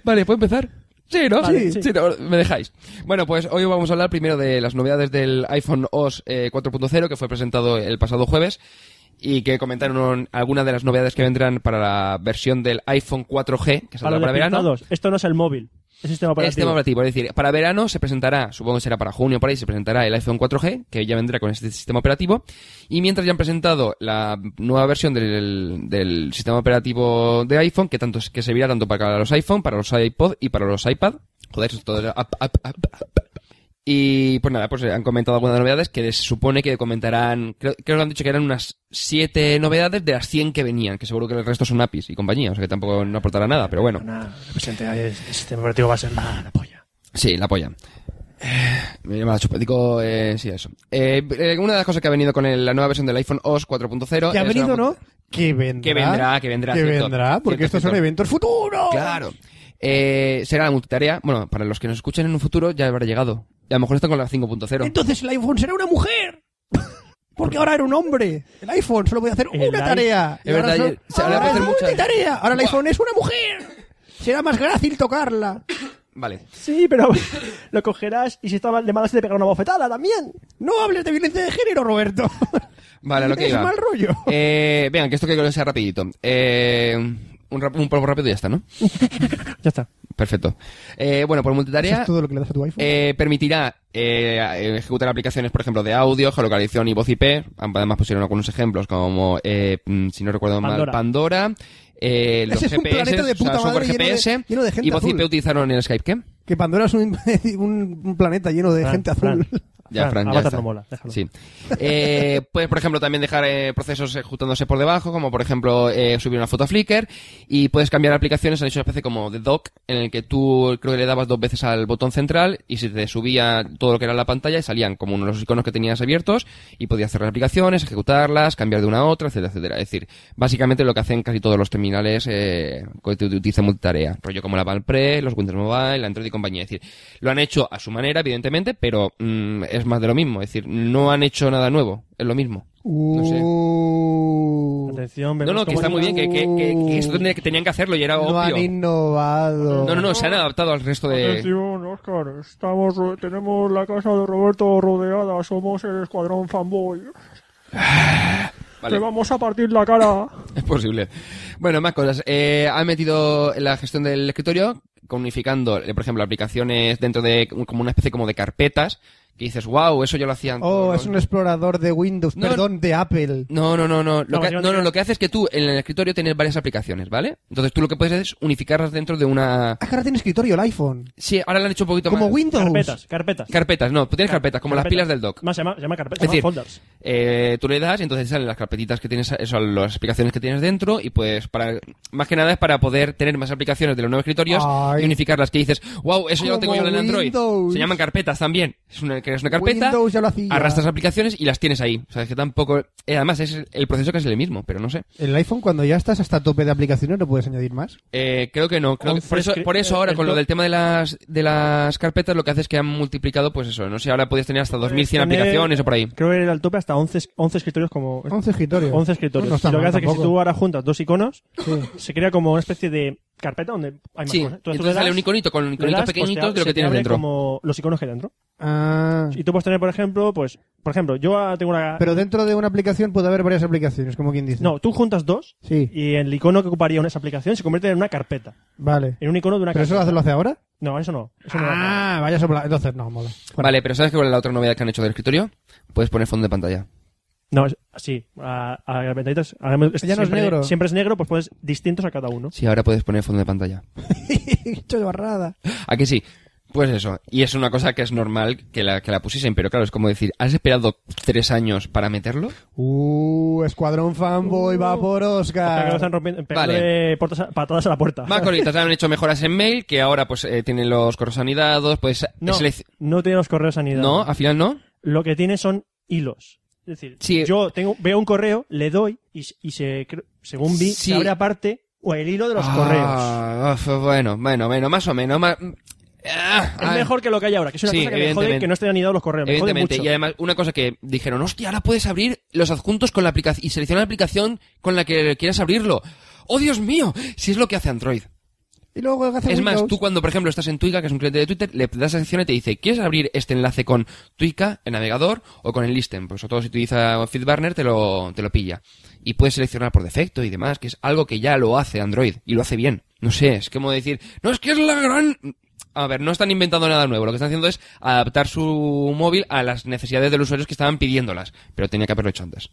[SPEAKER 4] Vale, ¿puedo empezar? Sí, ¿no?
[SPEAKER 1] Vale,
[SPEAKER 4] sí,
[SPEAKER 1] sí.
[SPEAKER 4] sí, no, me dejáis. Bueno, pues hoy vamos a hablar primero de las novedades del iPhone OS eh, 4.0 que fue presentado el pasado jueves y que comentaron algunas de las novedades que vendrán para la versión del iPhone 4G que
[SPEAKER 1] A
[SPEAKER 4] saldrá
[SPEAKER 1] los
[SPEAKER 4] para verano.
[SPEAKER 1] despistados, esto no es el móvil, es sistema operativo.
[SPEAKER 4] Este tema operativo, es decir, para verano se presentará, supongo que será para junio por ahí, se presentará el iPhone 4G, que ya vendrá con este sistema operativo. Y mientras ya han presentado la nueva versión del, del sistema operativo de iPhone, que tanto que servirá tanto para los iPhone, para los iPod y para los iPad. Joder, eso es todo. ap, ap, ap, ap. Y pues nada, pues han comentado algunas novedades que se supone que comentarán, creo, creo que han dicho que eran unas siete novedades de las 100 que venían, que seguro que el resto son APIs y compañía, o sea que tampoco no aportará nada, pero bueno.
[SPEAKER 1] Nah, el presente el sistema operativo Este, va a ser la, la polla.
[SPEAKER 4] Sí, la polla. Eh, Me llama la chupa. Digo, eh, sí, eso. Eh, eh, una de las cosas que ha venido con el- la nueva versión del iPhone OS 4.0.
[SPEAKER 6] ¿Que ha
[SPEAKER 4] es
[SPEAKER 6] venido,
[SPEAKER 4] una-
[SPEAKER 6] no? Que vendrá.
[SPEAKER 4] Que vendrá, que vendrá,
[SPEAKER 6] Que
[SPEAKER 4] cierto.
[SPEAKER 6] vendrá, porque
[SPEAKER 4] Cierto,
[SPEAKER 6] estos
[SPEAKER 4] cierto.
[SPEAKER 6] son eventos futuros.
[SPEAKER 4] Claro. Eh, será la multitarea. Bueno, para los que nos escuchen en un futuro ya habrá llegado. Y a lo mejor están con la 5.0.
[SPEAKER 6] Entonces el iPhone será una mujer. Porque ahora era un hombre. El iPhone solo podía hacer
[SPEAKER 1] El
[SPEAKER 6] una
[SPEAKER 1] i-
[SPEAKER 6] tarea.
[SPEAKER 4] Es
[SPEAKER 6] Y ahora
[SPEAKER 4] verdad,
[SPEAKER 6] son-
[SPEAKER 4] se- se
[SPEAKER 6] ahora
[SPEAKER 4] habrá que
[SPEAKER 6] es
[SPEAKER 4] hacer muchas.
[SPEAKER 6] multitarea. Ahora el iPhone es una mujer. Será más grácil tocarla.
[SPEAKER 4] Vale.
[SPEAKER 1] Sí, pero lo cogerás y si está mal de malas te pegará una bofetada también.
[SPEAKER 6] No hables de violencia de género, Roberto.
[SPEAKER 4] Vale, a lo que
[SPEAKER 6] es
[SPEAKER 4] iba.
[SPEAKER 6] mal rollo.
[SPEAKER 4] Eh, vean, que esto que sea rapidito. Eh, un, rap- un polvo rápido y ya está, ¿no?
[SPEAKER 1] Ya está.
[SPEAKER 4] Perfecto. Eh, bueno, por multitarea.
[SPEAKER 6] es todo lo que le das a tu iPhone?
[SPEAKER 4] Eh, permitirá eh, ejecutar aplicaciones, por ejemplo, de audio, geolocalización y voz IP. Además pusieron algunos ejemplos como, eh, mm, si no recuerdo mal,
[SPEAKER 1] Pandora.
[SPEAKER 4] Pandora, eh, los
[SPEAKER 6] Ese es un
[SPEAKER 4] GPS,
[SPEAKER 6] planeta de
[SPEAKER 4] o sea,
[SPEAKER 6] puta
[SPEAKER 4] software
[SPEAKER 6] madre lleno de-
[SPEAKER 4] GPS
[SPEAKER 6] lleno de gente
[SPEAKER 4] y voz
[SPEAKER 6] azul.
[SPEAKER 4] IP utilizaron en el Skype. ¿Qué?
[SPEAKER 6] Que Pandora es un, un- un planeta lleno de
[SPEAKER 1] Fran,
[SPEAKER 6] gente azul.
[SPEAKER 1] Fran.
[SPEAKER 4] Ya,
[SPEAKER 1] Fran,
[SPEAKER 4] Fran, ya
[SPEAKER 1] Avatar
[SPEAKER 4] está.
[SPEAKER 1] no mola, déjalo.
[SPEAKER 4] Sí. Eh, puedes, por ejemplo, también dejar eh, procesos ejecutándose por debajo, como por ejemplo eh, subir una foto a Flickr, y puedes cambiar aplicaciones, han hecho una especie como de dock, en el que tú creo que le dabas dos veces al botón central y se te subía todo lo que era la pantalla y salían como uno de los iconos que tenías abiertos y podías cerrar aplicaciones, ejecutarlas, cambiar de una a otra, etcétera, etcétera. Es decir, básicamente lo que hacen casi todos los terminales eh, que ut- utilizan multitarea, rollo como la Valpre, los Windows Mobile, Android y compañía. Es decir, lo han hecho a su manera, evidentemente, pero mm, es más de lo mismo. Es decir, no han hecho nada nuevo, es lo mismo. No sé.
[SPEAKER 6] Uh,
[SPEAKER 1] Atención,
[SPEAKER 4] No,
[SPEAKER 1] vemos
[SPEAKER 4] no, que
[SPEAKER 1] cómo
[SPEAKER 4] está muy bien, que, que- que- que esto tendría que- tenían que hacerlo y era
[SPEAKER 6] no han
[SPEAKER 4] obvio.
[SPEAKER 6] innovado.
[SPEAKER 4] No, no, no, se han adaptado al resto de...
[SPEAKER 8] Atención, Oscar, estamos, ro- tenemos la casa de Roberto rodeada, somos el escuadrón fanboy.
[SPEAKER 4] Vale.
[SPEAKER 8] Te vamos a partir la cara.
[SPEAKER 4] Es posible. Bueno, más cosas. Eh, han metido la gestión del escritorio, con unificando, eh, por ejemplo, aplicaciones dentro de un- como una especie como de carpetas, que dices, wow, eso ya lo hacían.
[SPEAKER 6] Oh,
[SPEAKER 4] todos".
[SPEAKER 6] es un explorador de Windows,
[SPEAKER 4] No,
[SPEAKER 6] perdón, de Apple.
[SPEAKER 4] No, no, no, no. Lo
[SPEAKER 1] No,
[SPEAKER 4] que,
[SPEAKER 1] yo
[SPEAKER 4] no, no,
[SPEAKER 1] digo-
[SPEAKER 4] lo que hace es que tú en el escritorio tienes varias aplicaciones, ¿vale? Entonces tú lo que puedes hacer es unificarlas dentro de una...
[SPEAKER 6] Ah, que ahora tiene escritorio el iPhone.
[SPEAKER 4] Sí, ahora lo han hecho un poquito
[SPEAKER 6] Como
[SPEAKER 4] más...
[SPEAKER 6] Windows.
[SPEAKER 1] Carpetas, carpetas.
[SPEAKER 4] Carpetas, no, tú tienes carpetas, como las
[SPEAKER 1] Carpetas.
[SPEAKER 4] pilas del dock.
[SPEAKER 1] Más se llama, se llama carpetas,
[SPEAKER 4] Es decir,
[SPEAKER 1] folders.
[SPEAKER 4] eh, tú le das y entonces salen las carpetitas que tienes, o sea, las aplicaciones que tienes dentro y pues para, más que nada es para poder tener más aplicaciones de los nuevos escritorios
[SPEAKER 6] Ay.
[SPEAKER 4] y unificarlas que dices, wow, eso ya lo tengo
[SPEAKER 6] Como
[SPEAKER 4] yo en Android.
[SPEAKER 6] Windows.
[SPEAKER 4] Se llaman carpetas también. Es una, creas una carpeta,
[SPEAKER 6] Windows ya lo hacía.
[SPEAKER 4] arrastras aplicaciones y las tienes ahí. O sea, es que tampoco, eh, además es el proceso que es el mismo, pero no sé.
[SPEAKER 6] El iPhone cuando ya estás hasta tope de aplicaciones no puedes añadir más.
[SPEAKER 4] Eh, creo que no. creo que-
[SPEAKER 1] Entonces,
[SPEAKER 4] por, eso,
[SPEAKER 1] que-
[SPEAKER 4] por eso ahora
[SPEAKER 1] el
[SPEAKER 4] con lo
[SPEAKER 1] doc-
[SPEAKER 4] del tema de las, de las carpetas lo que haces es que han multiplicado pues eso. No sé, ahora puedes tener hasta 2100
[SPEAKER 1] Tener-
[SPEAKER 4] aplicaciones o por ahí.
[SPEAKER 1] Creo que era al tope hasta 11, 11 escritorios como...
[SPEAKER 6] 11 escritorios.
[SPEAKER 1] 11 escritorios.
[SPEAKER 6] No está
[SPEAKER 1] Y lo que
[SPEAKER 6] mal
[SPEAKER 1] hace es que si
[SPEAKER 6] tampoco.
[SPEAKER 1] tú ahora juntas dos iconos,
[SPEAKER 6] Sí.
[SPEAKER 1] se crea como una especie de carpeta donde hay más
[SPEAKER 4] Sí,
[SPEAKER 1] cosas.
[SPEAKER 4] entonces sale un iconito con
[SPEAKER 1] le
[SPEAKER 4] iconitos
[SPEAKER 1] das, pues,
[SPEAKER 4] pequeñitos
[SPEAKER 1] te-
[SPEAKER 4] de
[SPEAKER 1] se
[SPEAKER 4] lo que
[SPEAKER 1] te
[SPEAKER 4] tienes
[SPEAKER 1] abre
[SPEAKER 4] dentro.
[SPEAKER 1] como los iconos que hay dentro.
[SPEAKER 6] Ah,
[SPEAKER 1] Y tú puedes tener, por ejemplo, pues... Por ejemplo, yo ahora tengo una...
[SPEAKER 6] pero dentro de una aplicación puede haber varias aplicaciones, como quien dice.
[SPEAKER 1] No, tú juntas dos
[SPEAKER 6] Sí,
[SPEAKER 1] y el icono que ocuparía una- esa aplicación se convierte en una carpeta.
[SPEAKER 6] vale.
[SPEAKER 1] En un icono de una
[SPEAKER 6] ¿Pero eso lo
[SPEAKER 1] carpeta.
[SPEAKER 6] hace, lo hace ahora?
[SPEAKER 1] No, eso no. Eso no lo hace.
[SPEAKER 6] Ah, vaya sopla- Entonces no, mola. Fuera.
[SPEAKER 4] Vale, pero ¿sabes cuál es la otra novedad que han hecho del escritorio? Puedes poner fondo de pantalla.
[SPEAKER 1] No, es- sí. A, a carpetitas. ahora mismo es-
[SPEAKER 6] Ya no es
[SPEAKER 1] siempre,
[SPEAKER 6] negro.
[SPEAKER 1] Siempre es negro, pues pones distintos a cada uno.
[SPEAKER 4] Sí, ahora puedes poner fondo de pantalla.
[SPEAKER 6] Hecho de barrada.
[SPEAKER 4] ¿A que sí? Pues eso. Y es una cosa que es normal que la, que la pusiesen, pero claro, es como decir, ¿has esperado tres años para meterlo?
[SPEAKER 6] Uh, Escuadrón Fanboy
[SPEAKER 1] Uh.
[SPEAKER 6] va por
[SPEAKER 1] Hasta que lo están
[SPEAKER 6] Oscar.
[SPEAKER 1] rompiendo, pegándole portas a- patadas a la puerta.
[SPEAKER 4] Más cositas, han hecho mejoras en mail, que ahora pues eh, tienen los correos anidados, pues...
[SPEAKER 1] No,
[SPEAKER 4] selec-
[SPEAKER 1] no tiene los correos sanidad.
[SPEAKER 4] No, al final no.
[SPEAKER 1] Lo que tiene son hilos. Es decir,
[SPEAKER 4] Sí.
[SPEAKER 1] yo tengo, veo un correo, le doy y, s- y se, cre- según vi,
[SPEAKER 4] Sí.
[SPEAKER 1] se abre aparte o el hilo de los correos.
[SPEAKER 4] Ah, uf, bueno, bueno, bueno, más o menos. más- Ah,
[SPEAKER 1] Es
[SPEAKER 4] ay.
[SPEAKER 1] mejor que lo que hay ahora, que es una
[SPEAKER 4] Sí,
[SPEAKER 1] cosa que me jode
[SPEAKER 4] evidentemente.
[SPEAKER 1] que no estén anidados los correos. Me jode
[SPEAKER 4] Evidentemente,
[SPEAKER 1] mucho.
[SPEAKER 4] y además una cosa que dijeron, hostia, ahora puedes abrir los adjuntos con la aplicación y seleccionar la aplicación con la que quieras abrirlo. ¡Oh, Dios mío! Si es lo que hace Android.
[SPEAKER 6] Y luego hace
[SPEAKER 4] Es más,
[SPEAKER 6] Windows.
[SPEAKER 4] tú cuando, por ejemplo, estás en Twika, que es un cliente de Twitter, le das a sección y te dice, ¿quieres abrir este enlace con Twika, el navegador, o con el Listen? Pues sobre todo si utiliza FeedBurner, te lo, te lo pilla. Y puedes seleccionar por defecto y demás, que es algo que ya lo hace Android, y lo hace bien. No sé, es como decir, no, es que es la gran... A ver, no están inventando nada nuevo, lo que están haciendo es adaptar su móvil a las necesidades de los usuarios que estaban pidiéndolas, pero tenía que haberlo hecho antes.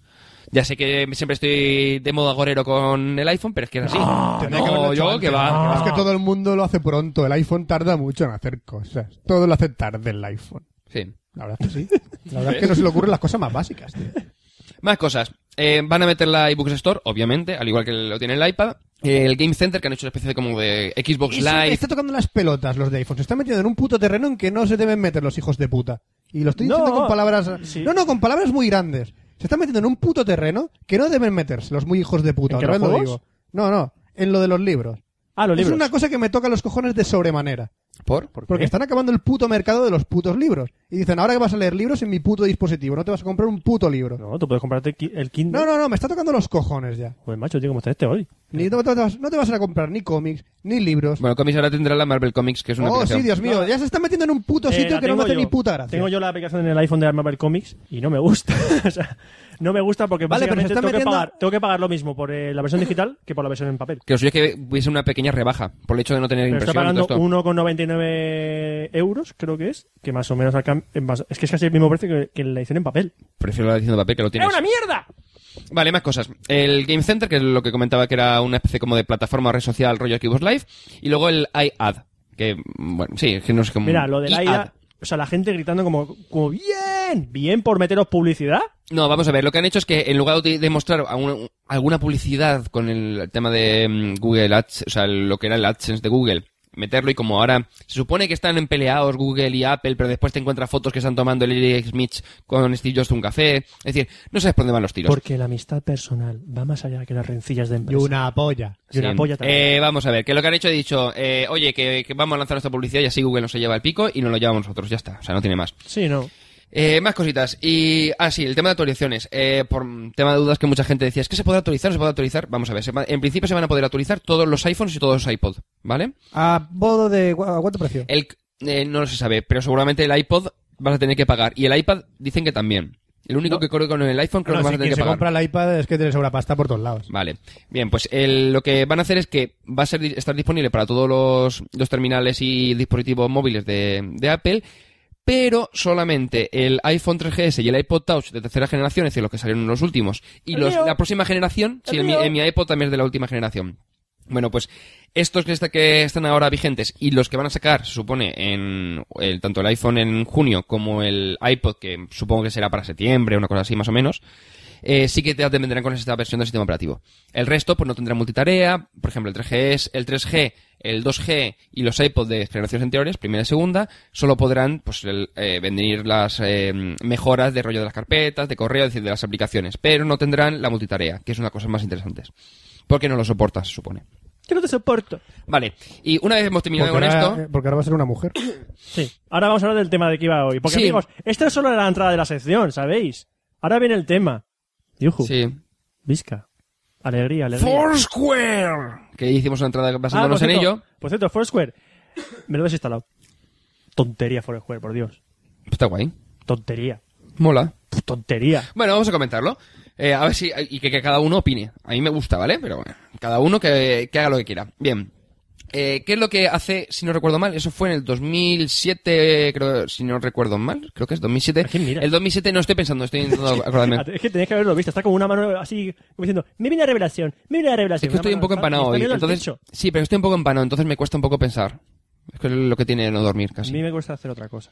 [SPEAKER 4] Ya sé que siempre estoy de modo agorero con el iPhone, pero es que es así.
[SPEAKER 3] Tendría que haberlo hecho
[SPEAKER 4] Ah, yo
[SPEAKER 3] antes.
[SPEAKER 4] que va.
[SPEAKER 3] Es
[SPEAKER 1] Ah.
[SPEAKER 3] que todo el mundo lo hace pronto. El iPhone tarda mucho en hacer cosas. Todo lo hace tarde el iPhone.
[SPEAKER 4] Sí.
[SPEAKER 3] La verdad es que sí. La verdad es que no se le ocurren las cosas más básicas, tío.
[SPEAKER 4] Más cosas. Eh, van a meter la iBooks Store, obviamente, al igual que lo tiene el iPad. Eh, el Game Center, que han hecho una especie de como de Xbox
[SPEAKER 1] Pues
[SPEAKER 3] Y siempre
[SPEAKER 4] Live.
[SPEAKER 3] Está tocando las pelotas los de iPhone. Se están metiendo en un puto terreno en que no se deben meter los hijos de puta. Y lo estoy diciendo
[SPEAKER 1] No,
[SPEAKER 3] con palabras.
[SPEAKER 1] sí.
[SPEAKER 3] No, no, con palabras muy grandes. Se están metiendo en un puto terreno que no deben meterse los muy hijos de puta.
[SPEAKER 1] ¿En qué,
[SPEAKER 3] otra vez lo
[SPEAKER 1] juegos?
[SPEAKER 3] digo. No, no. En lo de los libros.
[SPEAKER 1] Ah, los
[SPEAKER 3] es
[SPEAKER 1] libros.
[SPEAKER 3] una cosa que me toca los cojones de sobremanera.
[SPEAKER 4] ¿Por?
[SPEAKER 3] Porque están acabando el puto mercado de los putos libros. Y dicen, ahora que vas a leer libros en mi puto dispositivo, no te vas a comprar un puto libro.
[SPEAKER 1] No, tú puedes comprarte qui- el Kindle.
[SPEAKER 3] No, no, no, me está tocando los cojones ya.
[SPEAKER 1] Joder, macho, tío, ¿cómo está este hoy?
[SPEAKER 3] Ni, no, te vas, no te vas a comprar ni cómics, ni libros.
[SPEAKER 4] Bueno, Comics ahora tendrá la Marvel Comics, que es una
[SPEAKER 3] oh,
[SPEAKER 4] aplicación.
[SPEAKER 3] sí, Dios mío, ya se está metiendo en un puto
[SPEAKER 1] Eh,
[SPEAKER 3] sitio
[SPEAKER 1] la
[SPEAKER 3] que no
[SPEAKER 1] tengo
[SPEAKER 3] me hace
[SPEAKER 1] yo.
[SPEAKER 3] ni puta gracia.
[SPEAKER 1] Tengo yo la aplicación en el iPhone de Marvel Comics y no me gusta. o sea, no me gusta porque
[SPEAKER 3] Vale, pero se
[SPEAKER 1] básicamente
[SPEAKER 3] está
[SPEAKER 1] tengo,
[SPEAKER 3] metiendo-
[SPEAKER 1] que pagar, tengo que pagar lo mismo por eh, la versión digital que por la versión en papel.
[SPEAKER 4] Que lo suyo es que hubiese una pequeña rebaja por el hecho de no tener
[SPEAKER 1] Pero estoy
[SPEAKER 4] impresión.
[SPEAKER 1] pagando
[SPEAKER 4] todo esto.
[SPEAKER 1] 1,99 euros, creo que es, que más o menos al cam- en más- Es que es casi el mismo precio que, que la edición en papel.
[SPEAKER 4] Prefiero la edición de papel que lo tienes.
[SPEAKER 8] ¡Es una mierda!
[SPEAKER 4] Vale, más cosas. El Game Center, que es lo que comentaba que era una especie como de plataforma red social rollo Xbox Live. Y luego el iAd. Que, bueno, sí, es que no sé cómo.
[SPEAKER 1] Mira, lo del
[SPEAKER 4] iAd.
[SPEAKER 1] AIDA, o sea, la gente gritando como, como bien, bien por meteros publicidad.
[SPEAKER 4] No, vamos a ver, lo que han hecho es que en lugar de de mostrar a un- alguna publicidad con el tema de mm, Google Ads, o sea, lo que era el AdSense de Google, meterlo y como ahora se supone que están empeleados Google y Apple, pero después te encuentras fotos que están tomando el Eric Smith con Steve Jobs un café, es decir, no sabes por dónde van los tiros.
[SPEAKER 1] Porque la amistad personal va más allá que las rencillas de
[SPEAKER 3] Y
[SPEAKER 1] empresa.
[SPEAKER 3] una polla.
[SPEAKER 1] y una
[SPEAKER 4] Sí.
[SPEAKER 1] polla también.
[SPEAKER 4] Eh, vamos a ver, que lo que han hecho he dicho, eh, oye, que, que vamos a lanzar esta publicidad y así Google nos se lleva el pico y nos lo llevamos nosotros, ya está, o sea, no tiene más.
[SPEAKER 1] Sí, no.
[SPEAKER 4] Eh, más cositas. Y, ah, sí, el tema de actualizaciones. Eh, por mm, tema de dudas que mucha gente decía, ¿es que se podrá actualizar? ¿Se podrá actualizar? Vamos a ver, se va- en principio se van a poder actualizar todos los iPhones y todos los iPod, ¿vale?
[SPEAKER 3] A modo de. ¿A cuánto precio?
[SPEAKER 4] El, eh, no lo se sabe, pero seguramente el iPod vas a tener que pagar. Y el iPad dicen que también. El único que corre con el iPhone creo
[SPEAKER 3] No,
[SPEAKER 4] que vas
[SPEAKER 3] si
[SPEAKER 4] a tener
[SPEAKER 3] quien
[SPEAKER 4] que
[SPEAKER 3] se
[SPEAKER 4] pagar.
[SPEAKER 3] compra el iPad es que tiene sobra pasta por todos lados.
[SPEAKER 4] Vale. Bien, pues el- lo que van a hacer es que va a ser, di- estar disponible para todos los, los terminales y dispositivos móviles de, de Apple, pero solamente el iPhone 3GS y el iPod Touch de tercera generación, es decir, los que salieron los últimos, y los, la próxima generación, si mi, eh, mi iPod también es de la última generación. Bueno, pues estos que, está- que están ahora vigentes y los que van a sacar, se supone, en el, tanto el iPhone en junio como el iPod, que supongo que será para septiembre, una cosa así más o menos, eh, sí que te atenderán con esta versión del sistema operativo. El resto, pues no tendrá multitarea, por ejemplo, el 3GS, el 3G, el 2G y los iPod de generaciones anteriores, primera y segunda, solo podrán pues el, eh, venir las eh, mejoras de rollo de las carpetas, de correo, es decir, de las aplicaciones, pero no tendrán la multitarea, que es una cosa más interesante. Porque no lo soporta, se supone.
[SPEAKER 1] Que no te soporto.
[SPEAKER 4] Vale, y una vez hemos terminado con
[SPEAKER 3] ahora,
[SPEAKER 4] esto...
[SPEAKER 3] eh, porque ahora va a ser una mujer.
[SPEAKER 1] Sí. Ahora vamos a hablar del tema de que iba hoy. Porque,
[SPEAKER 4] Sí.
[SPEAKER 1] amigos, esta es solo la entrada de la sección, ¿sabéis? Ahora viene el tema. Yuju.
[SPEAKER 4] Sí.
[SPEAKER 1] Visca. Alegría, alegría.
[SPEAKER 4] Foursquare, que hicimos una entrada
[SPEAKER 1] Ah, por
[SPEAKER 4] basándonos en
[SPEAKER 1] cierto,
[SPEAKER 4] ello.
[SPEAKER 1] Por cierto, Foursquare. Me lo he desinstalado. Tontería Foursquare, por Dios.
[SPEAKER 4] Pues Está guay.
[SPEAKER 1] Tontería.
[SPEAKER 4] Mola.
[SPEAKER 1] Pff, tontería.
[SPEAKER 4] Bueno, vamos a comentarlo. Eh, a ver si. Y que, que cada uno opine. A mí me gusta, ¿vale? Pero bueno, cada uno que, que haga lo que quiera. Bien. Eh, ¿Qué es lo que hace, si no recuerdo mal? Eso fue en el 2007, creo, si no recuerdo mal. Creo que es 2007.
[SPEAKER 1] ¿A quién mira? Ah,
[SPEAKER 4] El 2007 no estoy pensando, estoy intentando acordarme.
[SPEAKER 1] Es que tenéis que haberlo visto. Está con una mano así, como diciendo, me viene la revelación, me viene la revelación.
[SPEAKER 4] Es que estoy un
[SPEAKER 1] Una
[SPEAKER 4] poco
[SPEAKER 1] mano alzada
[SPEAKER 4] empanado
[SPEAKER 1] y
[SPEAKER 4] hoy.
[SPEAKER 1] está viendo al
[SPEAKER 4] Entonces,
[SPEAKER 1] techo.
[SPEAKER 4] sí, pero estoy un poco empanado, entonces me cuesta un poco pensar. Es que es lo que tiene no dormir
[SPEAKER 1] A
[SPEAKER 4] casi.
[SPEAKER 1] mí me cuesta hacer otra cosa.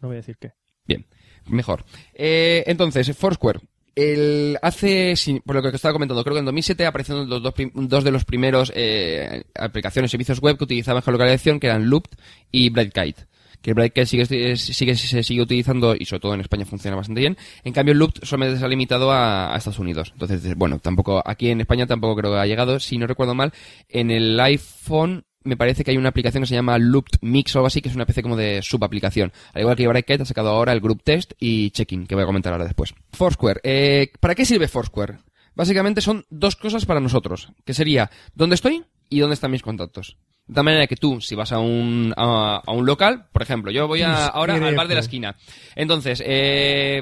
[SPEAKER 1] No voy a decir qué.
[SPEAKER 4] Bien, mejor. Eh, entonces, Foursquare. El hace, si- por lo que estaba comentando, creo que en 2007 aparecieron los dos, prim- dos de los primeros eh, aplicaciones, servicios web que utilizaban geolocalización, que eran Looped y Brightkite, que el Brightcast sigue, sigue, sigue- se sigue utilizando y sobre todo en España funciona bastante bien. En cambio, el Loop solamente se ha limitado a, a Estados Unidos. Entonces, dices, bueno, tampoco aquí en España tampoco creo que ha llegado. Si no recuerdo mal, en el iPhone me parece que hay una aplicación que se llama Looped Mix o algo así, que es una especie como de subaplicación. Al igual que Brightcat ha sacado ahora el Group Test y Checking, que voy a comentar ahora después. Foursquare. Eh, ¿Para qué sirve Foursquare? Básicamente son dos cosas para nosotros, que sería dónde estoy y dónde están mis contactos. De tal manera que tú, si vas a un, a, a un local, por ejemplo, yo voy a, ahora al bar de la esquina. Entonces, eh,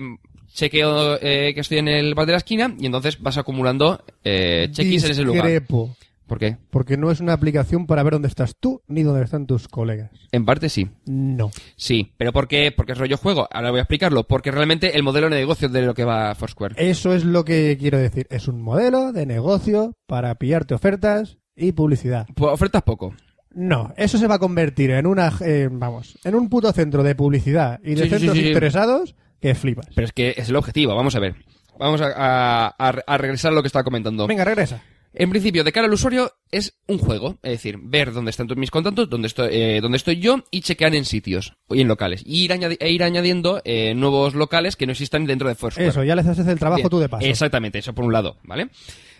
[SPEAKER 4] chequeo eh, que estoy en el bar de la esquina y entonces vas acumulando eh, check-ins en ese lugar.
[SPEAKER 6] Discrepo.
[SPEAKER 4] ¿Por qué?
[SPEAKER 6] Porque no es una aplicación para ver dónde estás tú ni dónde están tus colegas.
[SPEAKER 4] En parte sí.
[SPEAKER 6] No.
[SPEAKER 4] Sí, pero ¿por qué? Porque es rollo juego. Ahora voy a explicarlo. Porque realmente el modelo de negocio de lo que va Foursquare.
[SPEAKER 6] Eso es lo que quiero decir. Es un modelo de negocio para pillarte ofertas y publicidad.
[SPEAKER 4] Pues ofertas poco.
[SPEAKER 6] No, eso se va a convertir en una, eh, vamos, en un puto centro de publicidad y
[SPEAKER 4] Sí,
[SPEAKER 6] de
[SPEAKER 4] sí,
[SPEAKER 6] centros
[SPEAKER 4] sí, sí.
[SPEAKER 6] interesados que flipas.
[SPEAKER 4] Pero es que es el objetivo. Vamos a ver. Vamos a, a- a- a regresar a lo que estaba comentando.
[SPEAKER 6] Venga, regresa.
[SPEAKER 4] En principio, de cara al usuario, es un juego. Es decir, ver dónde están todos mis contactos, dónde estoy, eh, dónde estoy yo y chequear en sitios y en locales. Y ir añadi- e ir añadiendo eh, nuevos locales que no existan dentro de Foursquare.
[SPEAKER 6] Eso, ya les haces el trabajo
[SPEAKER 4] Bien,
[SPEAKER 6] tú de paso.
[SPEAKER 4] Exactamente, eso por un lado, ¿vale?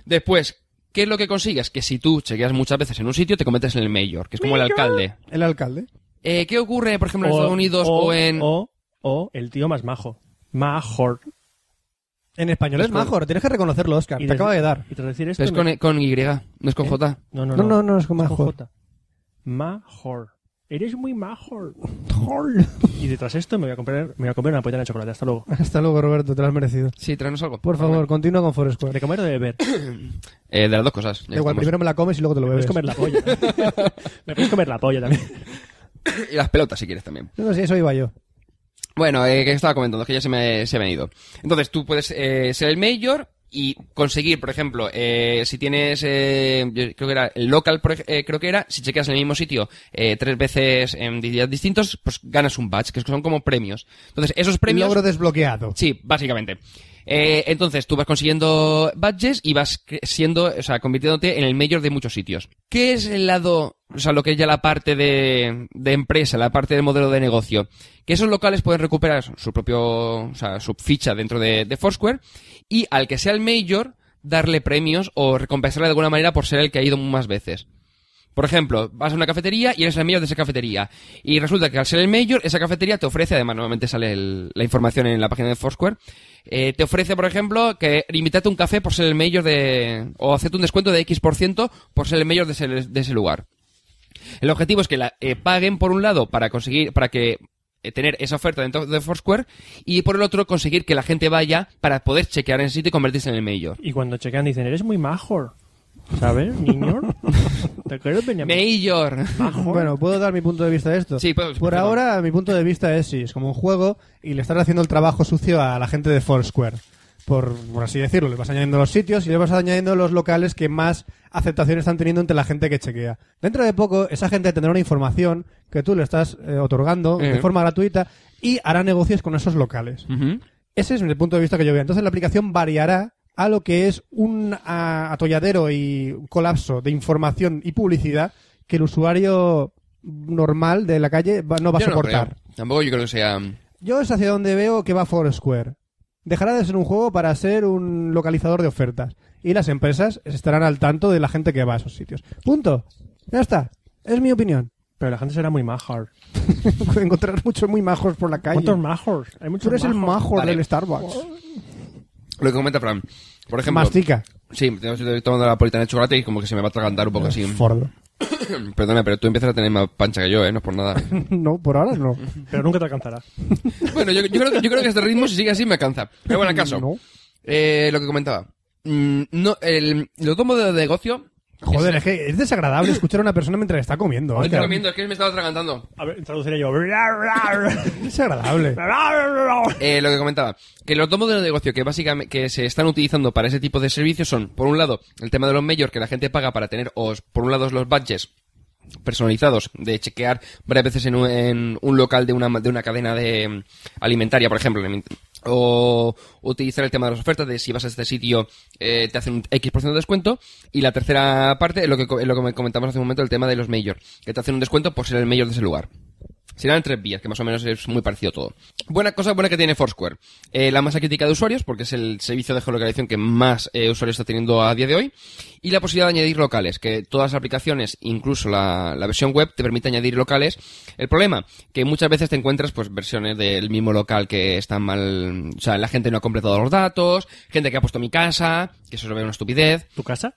[SPEAKER 4] Después, ¿qué es lo que consigues? Que si tú chequeas muchas veces en un sitio, te conviertes en el mayor, que es como el alcalde.
[SPEAKER 6] El alcalde.
[SPEAKER 4] Eh, ¿Qué ocurre, por ejemplo, en Estados Unidos o, en...
[SPEAKER 1] O, o el tío más majo. Major.
[SPEAKER 6] En español es major, tienes que reconocerlo, Oscar.
[SPEAKER 1] Y
[SPEAKER 6] Te
[SPEAKER 1] desde-
[SPEAKER 6] acaba de dar.
[SPEAKER 1] Y tras decir esto...
[SPEAKER 4] Es con, con Y, no es con
[SPEAKER 1] ¿Eh?
[SPEAKER 4] J.
[SPEAKER 1] No, no,
[SPEAKER 6] No,
[SPEAKER 1] no.
[SPEAKER 6] no, no, es con major.
[SPEAKER 1] J. Major. Eres muy major. Y detrás de esto me voy a comprar, me voy a comer una pollana de chocolate. Hasta luego.
[SPEAKER 6] Hasta luego, Roberto, te lo has merecido.
[SPEAKER 4] Sí, tráenos algo.
[SPEAKER 6] Por favor, continúa con
[SPEAKER 1] ¿De
[SPEAKER 6] Foursquare.
[SPEAKER 1] comer o de beber?
[SPEAKER 4] Eh, de las dos cosas. ya
[SPEAKER 6] Da igual,
[SPEAKER 4] estamos.
[SPEAKER 6] primero me la comes y luego te lo
[SPEAKER 1] Me
[SPEAKER 6] bebes.
[SPEAKER 1] puedes comer la polla. me puedes comer la polla también.
[SPEAKER 4] Y las pelotas, si quieres, también.
[SPEAKER 6] No sé, eso iba yo.
[SPEAKER 4] Bueno, eh, que estaba comentando, que ya se me, se me han ido. Entonces, tú puedes eh, ser el mayor y conseguir, por ejemplo, eh, si tienes, eh, yo creo que era el local, por ej- eh, creo que era, si chequeas en el mismo sitio eh, tres veces en días distintos, pues ganas un badge, que son como premios. Entonces, esos premios...
[SPEAKER 6] Logro desbloqueado.
[SPEAKER 4] Sí, básicamente. Eh, entonces, tú vas consiguiendo badges y vas cre- siendo, o sea, convirtiéndote en el mayor de muchos sitios. ¿Qué es el lado, o sea, lo que es ya la parte de, de empresa, la parte del modelo de negocio? Que esos locales pueden recuperar su propio, o sea, su ficha dentro de, de Foursquare y al que sea el mayor, darle premios o recompensarle de alguna manera por ser el que ha ido más veces. Por ejemplo, vas a una cafetería y eres el mayor de esa cafetería. Y resulta que al ser el mayor, esa cafetería te ofrece, además normalmente sale el- la información en la página de Foursquare, eh, te ofrece, por ejemplo, que invitarte a un café por ser el mayor de... o hacerte un descuento de X% por ciento por ser el mayor de ese, de ese lugar. El objetivo es que la, eh, paguen, por un lado, para conseguir, para que eh, tener esa oferta dentro de Foursquare y por el otro conseguir que la gente vaya para poder chequear en el sitio y convertirse en el mayor.
[SPEAKER 1] Y cuando chequean dicen, eres muy major. ¿Sabes, niño? ¿Te acuerdas, Benjamín?
[SPEAKER 4] Mayor.
[SPEAKER 1] Major.
[SPEAKER 6] Bueno, ¿puedo dar mi punto de vista de esto?
[SPEAKER 4] Sí, puedo,
[SPEAKER 6] Por
[SPEAKER 4] perdón.
[SPEAKER 6] ahora, mi punto de vista es sí, es como un juego y le estás haciendo el trabajo sucio a la gente de Foursquare. Por, por así decirlo, le vas añadiendo los sitios y le vas añadiendo los locales que más aceptación están teniendo entre la gente que chequea. Dentro de poco, esa gente tendrá una información que tú le estás eh, otorgando de
[SPEAKER 4] Eh.
[SPEAKER 6] forma gratuita y hará negocios con esos locales.
[SPEAKER 4] Ujú.
[SPEAKER 6] Ese es el punto de vista que yo veo. Entonces la aplicación variará a lo que es un ah, atolladero y colapso de información y publicidad que el usuario normal de la calle va- no va a
[SPEAKER 4] Yo no
[SPEAKER 6] soportar.
[SPEAKER 4] creo. Tampoco yo creo que sea...
[SPEAKER 6] yo es hacia donde veo que va Foursquare. Dejará de ser un juego para ser un localizador de ofertas. Y las empresas estarán al tanto de la gente que va a esos sitios. Punto. Ya está. Es mi opinión.
[SPEAKER 1] Pero la gente será muy major.
[SPEAKER 6] Encontrarás muchos muy majos por la calle.
[SPEAKER 1] ¿Cuántos majors? Hay muchos
[SPEAKER 6] eh, Tú eres el
[SPEAKER 1] majos.
[SPEAKER 6] majo
[SPEAKER 4] Vale.
[SPEAKER 6] del Starbucks.
[SPEAKER 4] Lo que comenta Fran. Por ejemplo,
[SPEAKER 6] Mastica.
[SPEAKER 4] sí, tengo- estoy tomando la politana de chocolate y como que se me va a atragantar un poco así.
[SPEAKER 6] Fordo.
[SPEAKER 4] Perdona, pero tú empiezas a tener más pancha que yo, ¿eh? No es por nada.
[SPEAKER 6] No, por ahora no.
[SPEAKER 1] Pero nunca te alcanzará.
[SPEAKER 4] bueno, yo, yo creo, que- yo creo que este ritmo, si sigue así, me alcanza. Pero bueno, acaso.
[SPEAKER 6] No.
[SPEAKER 4] Eh, lo que comentaba. Mm, no, el, los dos modelos de negocio.
[SPEAKER 6] Joder, es que es desagradable escuchar a una persona mientras está comiendo.
[SPEAKER 4] Ahora estoy
[SPEAKER 6] Oscar.
[SPEAKER 4] comiendo, es que me estaba atragantando.
[SPEAKER 1] A ver, traduciré yo.
[SPEAKER 6] Es desagradable.
[SPEAKER 4] Eh, lo que comentaba, que los dos modelos de negocio que básicamente que se están utilizando para ese tipo de servicios son, por un lado, el tema de los mayores que la gente paga para tener, os, por un lado, los badges personalizados de chequear varias veces en un, en un local de una, de una cadena de mm, alimentaria, por ejemplo. en- O utilizar el tema de las ofertas, de si vas a este sitio eh, te hacen un X% de descuento. Y la tercera parte es lo que, co- es lo que comentamos hace un momento, el tema de los mayores, que te hacen un descuento por ser el mayor de ese lugar. Serán tres vías, que más o menos es muy parecido todo. Buena cosa buena que tiene Foursquare. Eh, la masa crítica de usuarios, porque es el servicio de geolocalización que más eh, usuarios está teniendo a día de hoy. Y la posibilidad de añadir locales, que todas las aplicaciones, incluso la, la versión web, te permite añadir locales. El problema, que muchas veces te encuentras pues versiones del mismo local que están mal, o sea, la gente no ha completado los datos, gente que ha puesto mi casa, que eso es una estupidez.
[SPEAKER 1] ¿Tu casa?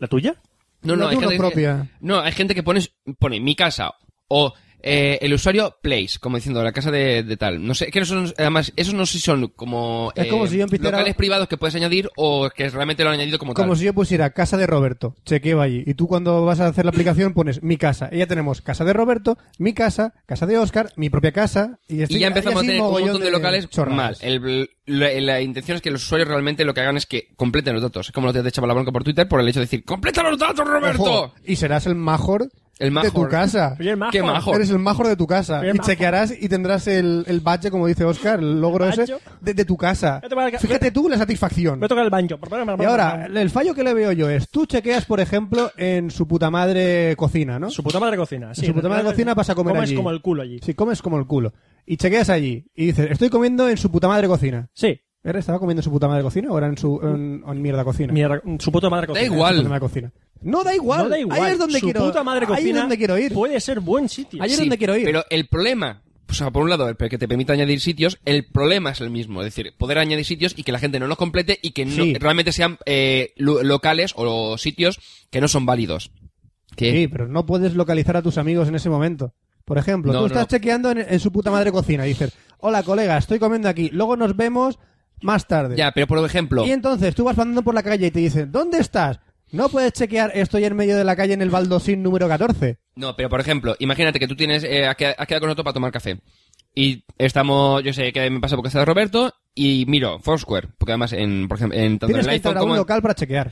[SPEAKER 1] ¿La tuya?
[SPEAKER 4] No, no,
[SPEAKER 6] No,
[SPEAKER 4] hay
[SPEAKER 6] tú no
[SPEAKER 4] gente, que-
[SPEAKER 6] propia.
[SPEAKER 4] no, hay gente que pone, pone mi casa o eh, el usuario place, como diciendo la casa de, de tal. No sé, que no son, además, esos no sé si son como, eh,
[SPEAKER 6] Es como si yo empezara-
[SPEAKER 4] locales privados que puedes añadir o que realmente lo han añadido como,
[SPEAKER 6] Como
[SPEAKER 4] tal.
[SPEAKER 6] si yo pusiera casa de Roberto, chequeo allí. Y tú cuando vas a hacer la aplicación pones mi casa. Y ya tenemos casa de Roberto, mi casa, casa de Oscar, mi propia casa. Y, así-
[SPEAKER 4] Y ya empezamos
[SPEAKER 6] así
[SPEAKER 4] a tener un
[SPEAKER 6] mogollón
[SPEAKER 4] montón de locales
[SPEAKER 6] chorradas.
[SPEAKER 4] mal. El- la, la intención es que los usuarios realmente lo que hagan es que completen los datos. Es como lo que te echaba la bronca por Twitter por el hecho de decir ¡Completa los datos, Roberto!
[SPEAKER 6] Ojo, y serás el major,
[SPEAKER 4] El
[SPEAKER 6] de tu
[SPEAKER 4] major.
[SPEAKER 6] casa.
[SPEAKER 1] Oye, majo.
[SPEAKER 4] ¡Qué majo!
[SPEAKER 6] Eres el major de tu casa.
[SPEAKER 1] Bien,
[SPEAKER 6] y
[SPEAKER 1] majo.
[SPEAKER 6] chequearás y tendrás el, el badge, como dice Oscar, el logro
[SPEAKER 1] ¿Badge?
[SPEAKER 6] ese, de, de tu casa.
[SPEAKER 1] Vete para el ca-
[SPEAKER 6] Fíjate tú la satisfacción.
[SPEAKER 1] Me toca el banjo.
[SPEAKER 6] Y ahora, el fallo que le veo yo es, tú chequeas, por ejemplo, en su puta madre cocina, ¿no?
[SPEAKER 1] Su puta madre cocina. Sí,
[SPEAKER 6] su puta madre cocina vas a comer
[SPEAKER 1] Comes
[SPEAKER 6] allí.
[SPEAKER 1] como el culo allí.
[SPEAKER 6] Si comes como el culo. Y chequeas allí y dices, estoy comiendo en su puta madre cocina.
[SPEAKER 1] Sí.
[SPEAKER 6] ¿Era- ¿Estaba comiendo en su puta madre cocina o era en su en, en mierda cocina?
[SPEAKER 1] Mierda, su puta madre cocina.
[SPEAKER 4] Da
[SPEAKER 6] En su
[SPEAKER 4] igual.
[SPEAKER 6] puta madre cocina. No da igual.
[SPEAKER 1] No da igual.
[SPEAKER 6] Ahí es donde
[SPEAKER 1] su
[SPEAKER 6] quiero
[SPEAKER 1] puta madre
[SPEAKER 6] Ahí es
[SPEAKER 1] cocina
[SPEAKER 6] donde quiero ir.
[SPEAKER 1] Puede ser buen sitio.
[SPEAKER 6] Ahí es donde quiero ir.
[SPEAKER 4] Pero el problema, o sea, por un lado, el que te permita añadir sitios, el problema es el mismo. Es decir, poder añadir sitios y que la gente no los complete y que no-
[SPEAKER 6] Sí.
[SPEAKER 4] realmente sean eh, lo- locales o sitios que no son válidos. Que
[SPEAKER 6] Sí, pero no puedes localizar a tus amigos en ese momento. Por ejemplo,
[SPEAKER 4] No,
[SPEAKER 6] tú
[SPEAKER 4] no,
[SPEAKER 6] estás
[SPEAKER 4] no.
[SPEAKER 6] chequeando en, en su puta madre cocina y dices, hola colega, estoy comiendo aquí, luego nos vemos más tarde.
[SPEAKER 4] Ya, pero por ejemplo,
[SPEAKER 6] Y entonces tú vas andando por la calle y te dicen, ¿dónde estás? No puedes chequear, estoy en medio de la calle en el baldosín número 14.
[SPEAKER 4] no, pero por ejemplo, imagínate que tú tienes, eh, has queda- has quedado con otro para tomar café. Y estamos, yo sé que me pasa por casa de Roberto y miro Foursquare, porque además en, por ejemplo, en tanto en
[SPEAKER 6] Tienes
[SPEAKER 4] el
[SPEAKER 6] que
[SPEAKER 4] iPhone
[SPEAKER 6] entrar a
[SPEAKER 4] como
[SPEAKER 6] un
[SPEAKER 4] en-
[SPEAKER 6] local para chequear.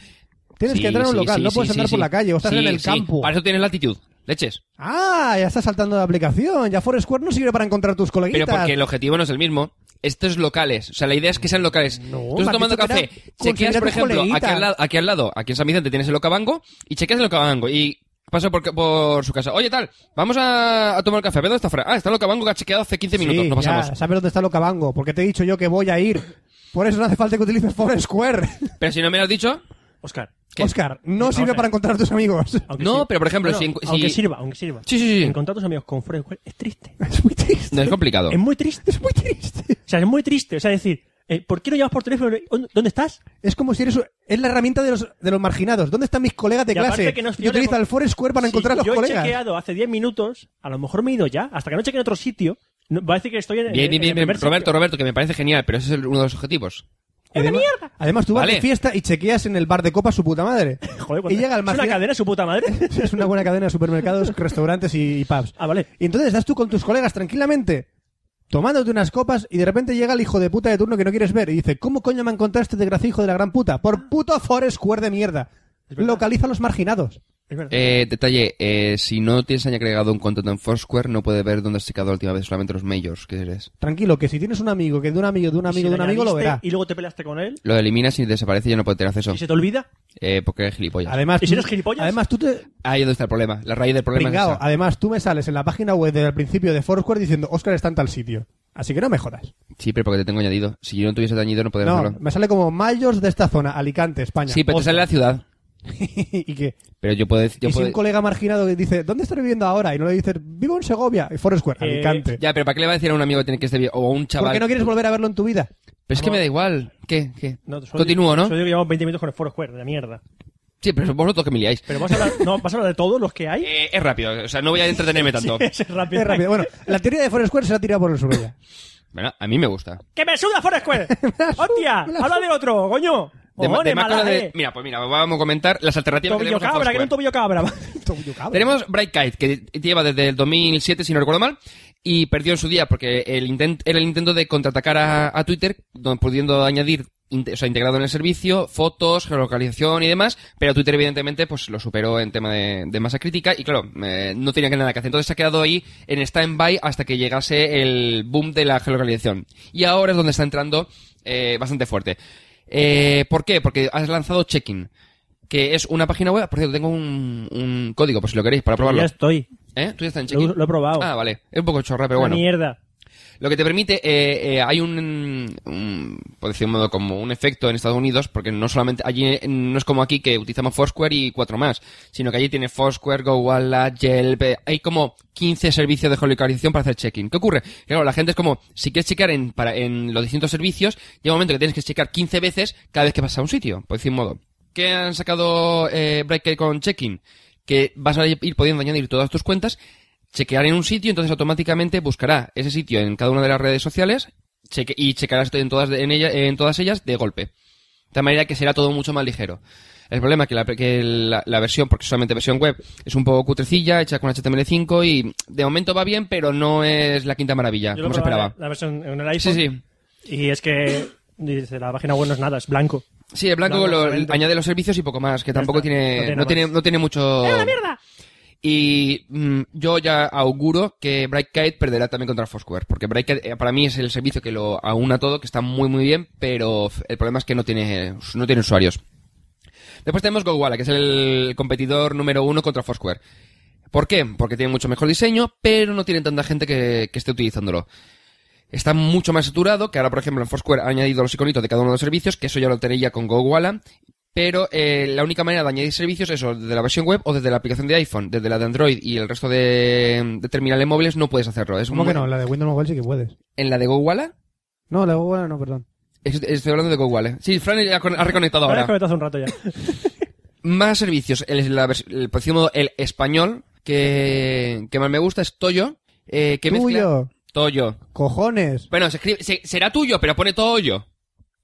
[SPEAKER 6] Tienes
[SPEAKER 4] Sí,
[SPEAKER 6] que entrar a un
[SPEAKER 4] sí,
[SPEAKER 6] local,
[SPEAKER 4] sí,
[SPEAKER 6] no
[SPEAKER 4] sí,
[SPEAKER 6] puedes
[SPEAKER 4] sí,
[SPEAKER 6] andar
[SPEAKER 4] sí.
[SPEAKER 6] por la calle o estás
[SPEAKER 4] Sí,
[SPEAKER 6] en el
[SPEAKER 4] sí.
[SPEAKER 6] campo.
[SPEAKER 4] Para eso tienes latitud, leches.
[SPEAKER 6] Ah, ya estás saltando de la aplicación. Ya Foursquare no sirve para encontrar tus coleguitas.
[SPEAKER 4] Pero porque el objetivo no es el mismo. Estos locales, o sea, la idea es que sean locales. Tú
[SPEAKER 6] me has
[SPEAKER 4] estás tomando
[SPEAKER 6] dicho que
[SPEAKER 4] café,
[SPEAKER 6] era conseguir
[SPEAKER 4] chequeas,
[SPEAKER 6] a
[SPEAKER 4] por
[SPEAKER 6] tus
[SPEAKER 4] ejemplo,
[SPEAKER 6] coleguitas.
[SPEAKER 4] aquí al, lado, aquí al lado, aquí en San Vicente tienes el Ocabango, y chequeas el Ocabango, y pasa por, por su casa. Oye, tal, vamos a, a tomar café, ¿Ve dónde está fuera? Ah, está el Ocabango que ha chequeado hace 15 minutos,
[SPEAKER 6] Sí,
[SPEAKER 4] no pasamos.
[SPEAKER 6] ya, sabes dónde está Locabango, porque te he dicho yo que voy a ir. Por eso no hace falta que utilices Foursquare.
[SPEAKER 4] Pero si no me lo has dicho,
[SPEAKER 1] Oscar.
[SPEAKER 4] ¿Qué? Ah,
[SPEAKER 6] Oscar, no
[SPEAKER 1] Vamos a
[SPEAKER 6] sirve
[SPEAKER 1] ver.
[SPEAKER 6] para encontrar a tus amigos.
[SPEAKER 1] aunque
[SPEAKER 4] No,
[SPEAKER 1] sirva-
[SPEAKER 4] pero, por ejemplo,
[SPEAKER 1] Bueno,
[SPEAKER 4] si en- si-
[SPEAKER 1] Aunque sirva, aunque sirva.
[SPEAKER 4] Sí, sí, sí.
[SPEAKER 1] Encontrar a tus amigos con Foursquare es triste.
[SPEAKER 6] Es muy triste.
[SPEAKER 4] no es complicado.
[SPEAKER 1] Es muy triste.
[SPEAKER 6] Es muy triste.
[SPEAKER 1] O sea, es muy triste. O sea, decir, eh, ¿por qué no llamas por teléfono? ¿Dónde estás?
[SPEAKER 6] Es como si eres. Es la herramienta de los, de los marginados. ¿Dónde están mis colegas de
[SPEAKER 1] Y aparte
[SPEAKER 6] clase?
[SPEAKER 1] que no es-
[SPEAKER 6] y
[SPEAKER 1] yo le-
[SPEAKER 6] utiliza el Foursquare para
[SPEAKER 1] Si
[SPEAKER 6] encontrar a los
[SPEAKER 1] yo he
[SPEAKER 6] colegas.
[SPEAKER 1] chequeado hace 10 minutos, a lo mejor me he ido ya. Hasta que no cheque en otro sitio, no, va a decir que estoy en,
[SPEAKER 4] Bien,
[SPEAKER 1] en-
[SPEAKER 4] bien,
[SPEAKER 1] en
[SPEAKER 4] bien,
[SPEAKER 1] el primer
[SPEAKER 4] bien. Roberto,
[SPEAKER 1] sitio.
[SPEAKER 4] Roberto, que me parece genial, pero ese es el- uno de los objetivos.
[SPEAKER 6] además, además, tú vas
[SPEAKER 4] Vale.
[SPEAKER 6] de fiesta y chequeas en el bar de copa su puta madre.
[SPEAKER 1] Joder,
[SPEAKER 6] y
[SPEAKER 1] cuando-
[SPEAKER 6] llega
[SPEAKER 1] ¿Es
[SPEAKER 6] el
[SPEAKER 1] una
[SPEAKER 6] marginado-
[SPEAKER 1] cadena su puta madre?
[SPEAKER 6] es una buena cadena de supermercados, restaurantes y, y pubs.
[SPEAKER 1] Ah, vale.
[SPEAKER 6] Y entonces estás tú con tus colegas tranquilamente, tomándote unas copas, y de repente llega el hijo de puta de turno que no quieres ver y dice, ¿cómo coño me encontraste de hijo de la gran puta? Por puto Foursquare de mierda. Localiza a los marginados.
[SPEAKER 1] Es verdad.
[SPEAKER 4] Eh, detalle, eh, si no tienes agregado un contrato en Foursquare, no puedes ver dónde has checado la última vez, solamente los majors que eres.
[SPEAKER 6] Tranquilo, que si tienes un amigo, que de un amigo, de un
[SPEAKER 1] Y si
[SPEAKER 6] amigo, de un
[SPEAKER 1] le
[SPEAKER 6] amigo, lo
[SPEAKER 1] añadiste
[SPEAKER 6] verá.
[SPEAKER 1] Y luego te peleaste con él.
[SPEAKER 4] Lo eliminas y desaparece y ya no puedes tener acceso.
[SPEAKER 1] Y se te olvida.
[SPEAKER 4] Eh, porque es gilipollas.
[SPEAKER 6] Además,
[SPEAKER 1] ¿Y si
[SPEAKER 6] tú-
[SPEAKER 1] eres gilipollas?
[SPEAKER 6] Además, tú te...
[SPEAKER 4] Ahí es donde está el problema. La raíz del problema
[SPEAKER 6] Pringao,
[SPEAKER 4] es esa.
[SPEAKER 6] además, tú me sales en la página web del principio de Foursquare diciendo, Oscar está en tal sitio. Así que no me jodas.
[SPEAKER 4] Sí, pero porque te tengo añadido. Si yo no tuviese añadido, no podría
[SPEAKER 6] No,
[SPEAKER 4] hacerlo.
[SPEAKER 6] me sale como Mayos de esta zona, Alicante, España.
[SPEAKER 4] Sí, pero te
[SPEAKER 6] Oscar.
[SPEAKER 4] sale la ciudad.
[SPEAKER 6] ¿Y qué?
[SPEAKER 4] Pero yo puedo decir... yo
[SPEAKER 6] y si
[SPEAKER 4] puedo-
[SPEAKER 6] un colega marginado que dice, ¿dónde estás viviendo ahora? Y no le dices, vivo en Segovia, y Foursquare,
[SPEAKER 1] Eh,
[SPEAKER 6] Alicante.
[SPEAKER 4] Ya, pero ¿para qué le va a decir a un amigo que tiene que estar bien? O a un chaval...
[SPEAKER 6] ¿Por qué no quieres volver a verlo en tu vida?
[SPEAKER 4] Pero es que me da igual. ¿Qué? ¿Qué?
[SPEAKER 1] No, solo
[SPEAKER 4] Continúo,
[SPEAKER 1] digo-
[SPEAKER 4] ¿no?
[SPEAKER 1] Solo digo que llevamos 20 minutos con el Foursquare, de la mierda.
[SPEAKER 4] Sí, pero vosotros que me liáis.
[SPEAKER 1] Pero vas a hablar, no, vas a hablar de todos los que hay.
[SPEAKER 4] Eh, es rápido. O sea, no voy a entretenerme tanto.
[SPEAKER 1] Ese es rápido.
[SPEAKER 6] Es rápido. Bueno, la teoría de Foursquare se ha tirado por el suelo ya.
[SPEAKER 4] Bueno, a mí me gusta.
[SPEAKER 1] ¡Que me suda Foursquare! ¡Hostia!
[SPEAKER 6] me la
[SPEAKER 1] ¡Habla de otro, coño!
[SPEAKER 4] De, ma-
[SPEAKER 1] Cojones,
[SPEAKER 4] de más
[SPEAKER 1] mala,
[SPEAKER 4] cosas de-
[SPEAKER 1] eh.
[SPEAKER 4] Mira, pues mira, vamos a comentar las alternativas que
[SPEAKER 1] Tobillo
[SPEAKER 4] tenemos a
[SPEAKER 1] cabra, que era un
[SPEAKER 4] Foursquare.
[SPEAKER 1] tobillo cabra.
[SPEAKER 4] Tenemos Bright Kite, que lleva desde el 2007, si no recuerdo mal, y perdió en su día porque el intent- era el intento de contraatacar a, a Twitter, donde pudiendo añadir, inte- o sea, integrado en el servicio, fotos, geolocalización y demás, pero Twitter evidentemente pues lo superó en tema de, de masa crítica y claro, eh, no tenía que nada que hacer. Entonces se ha quedado ahí en stand-by hasta que llegase el boom de la geolocalización. Y ahora es donde está entrando eh, bastante fuerte. Eh, ¿Por qué? Porque has lanzado Checking que es una página web. Por cierto, tengo un, un código, por si lo queréis, para probarlo.
[SPEAKER 1] Ya estoy.
[SPEAKER 4] ¿Eh? ¿Tú ya estás en
[SPEAKER 1] Lo,
[SPEAKER 4] check-in?
[SPEAKER 1] uso- lo he probado.
[SPEAKER 4] Ah, vale. Es un poco chorra, pero
[SPEAKER 1] Una
[SPEAKER 4] bueno.
[SPEAKER 1] mierda.
[SPEAKER 4] Lo que te permite, eh, eh, hay un, un- por decir un modo, como un efecto en Estados Unidos, porque no solamente, allí eh, no es como aquí que utilizamos Foursquare y cuatro más, sino que allí tiene Foursquare, GoWalla, Yelp, eh, hay como 15 servicios de geolocalización para hacer check-in. ¿Qué ocurre? Que, Claro, la gente es como, si quieres checar en, para, en los distintos servicios, llega un momento que tienes que checar 15 veces cada vez que vas a un sitio, por decir un modo. ¿Qué han sacado eh, Breaker con check-in? Que vas a ir pudiendo añadir todas tus cuentas chequear en un sitio, entonces automáticamente buscará ese sitio en cada una de las redes sociales cheque- y checarás en todas, de- en, ella- en todas ellas de golpe. De tal manera que será todo mucho más ligero. El problema es que, la, que la, la versión, porque solamente versión web, es un poco cutrecilla, hecha con HTML5 y de momento va bien, pero no es la quinta maravilla,
[SPEAKER 1] Yo lo
[SPEAKER 4] como se
[SPEAKER 1] probaba
[SPEAKER 4] esperaba.
[SPEAKER 1] La, la versión en el
[SPEAKER 4] Sí,
[SPEAKER 1] iPhone.
[SPEAKER 4] sí.
[SPEAKER 1] Y es que dice, la página web no es nada, es blanco.
[SPEAKER 4] Sí, el blanco
[SPEAKER 1] Blanco,
[SPEAKER 4] lo-
[SPEAKER 1] solamente.
[SPEAKER 4] añade los servicios y poco más, que
[SPEAKER 1] Ya
[SPEAKER 4] tampoco
[SPEAKER 1] está, no
[SPEAKER 4] tiene,
[SPEAKER 1] tiene
[SPEAKER 4] no
[SPEAKER 1] nada
[SPEAKER 4] tiene,
[SPEAKER 1] más.
[SPEAKER 4] no tiene mucho... Y mm, yo ya auguro que Brightkite perderá también contra Foursquare, porque Brightkite eh, para mí es el servicio que lo aúna todo, que está muy muy bien, pero f- el problema es que no tiene, no tiene usuarios. Después tenemos GoWalla, que es el competidor número uno contra Foursquare. ¿Por qué? Porque tiene mucho mejor diseño, pero no tiene tanta gente que, que esté utilizándolo. Está mucho más saturado, que ahora, por ejemplo, en Foursquare ha añadido los iconitos de cada uno de los servicios, que eso ya lo tenía con GoWalla, pero eh, la única manera de añadir servicios es o desde la versión web o desde la aplicación de iPhone, desde la de Android y el resto de, de terminales móviles no puedes hacerlo. Es
[SPEAKER 6] ¿Cómo
[SPEAKER 4] muy-
[SPEAKER 6] que no? La de Windows Mobile sí que puedes.
[SPEAKER 4] ¿En la de GoWalla?
[SPEAKER 6] No, la de Google no, perdón.
[SPEAKER 4] Es- Estoy hablando de GoWalla. Sí, Fran ya con- ha reconectado
[SPEAKER 1] Ahora
[SPEAKER 4] ahora.
[SPEAKER 1] he conectado hace un rato ya.
[SPEAKER 4] más servicios. El, la vers- el, por decir un modo, el español que, que más me gusta es Toyo. Eh, que mezcla...
[SPEAKER 6] Tuyo.
[SPEAKER 4] Toyo.
[SPEAKER 6] Cojones.
[SPEAKER 4] Bueno, se escribe, se- será tuyo, pero pone Toyo.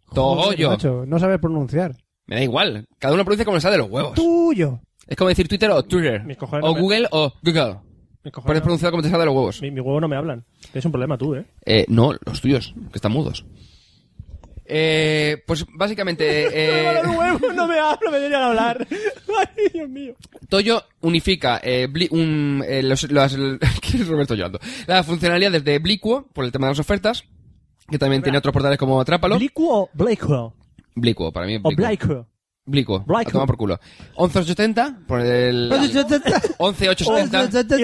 [SPEAKER 6] Joder,
[SPEAKER 4] Toyo.
[SPEAKER 6] macho, no sabes pronunciar.
[SPEAKER 4] Me da igual. Cada uno produce como le sale de los huevos.
[SPEAKER 6] Tuyo.
[SPEAKER 4] Es como decir Twitter o Twitter.
[SPEAKER 1] Mis cojones
[SPEAKER 4] O
[SPEAKER 1] no me-
[SPEAKER 4] Google o Google.
[SPEAKER 1] Mis cojones
[SPEAKER 4] Pones
[SPEAKER 1] no-
[SPEAKER 4] pronunciado como te sale de los huevos.
[SPEAKER 1] mi, mi huevo no me hablan. Es un problema tú, ¿eh?
[SPEAKER 4] Eh, no, los tuyos, que están mudos. Eh, pues básicamente... eh,
[SPEAKER 1] huevo no me hablo, me deberían hablar. Ay, Dios mío.
[SPEAKER 4] Toyo unifica eh, Bli- un, eh, los, las- ¿qué es Roberto llorando? La funcionalidad desde Bliquo, por el tema de las ofertas, que también tiene otros portales como Atrápalo.
[SPEAKER 1] ¿Blicuo o Blakewell?
[SPEAKER 4] Bliquo, para mí es
[SPEAKER 1] O
[SPEAKER 4] Bliquo.
[SPEAKER 1] Blakewell.
[SPEAKER 4] Bliquo, a
[SPEAKER 1] Bliquo.
[SPEAKER 4] tomar por culo. 11870, por el...
[SPEAKER 1] Pues,
[SPEAKER 4] 11870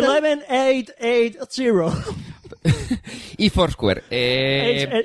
[SPEAKER 1] 11880.
[SPEAKER 4] y Foursquare. Eh,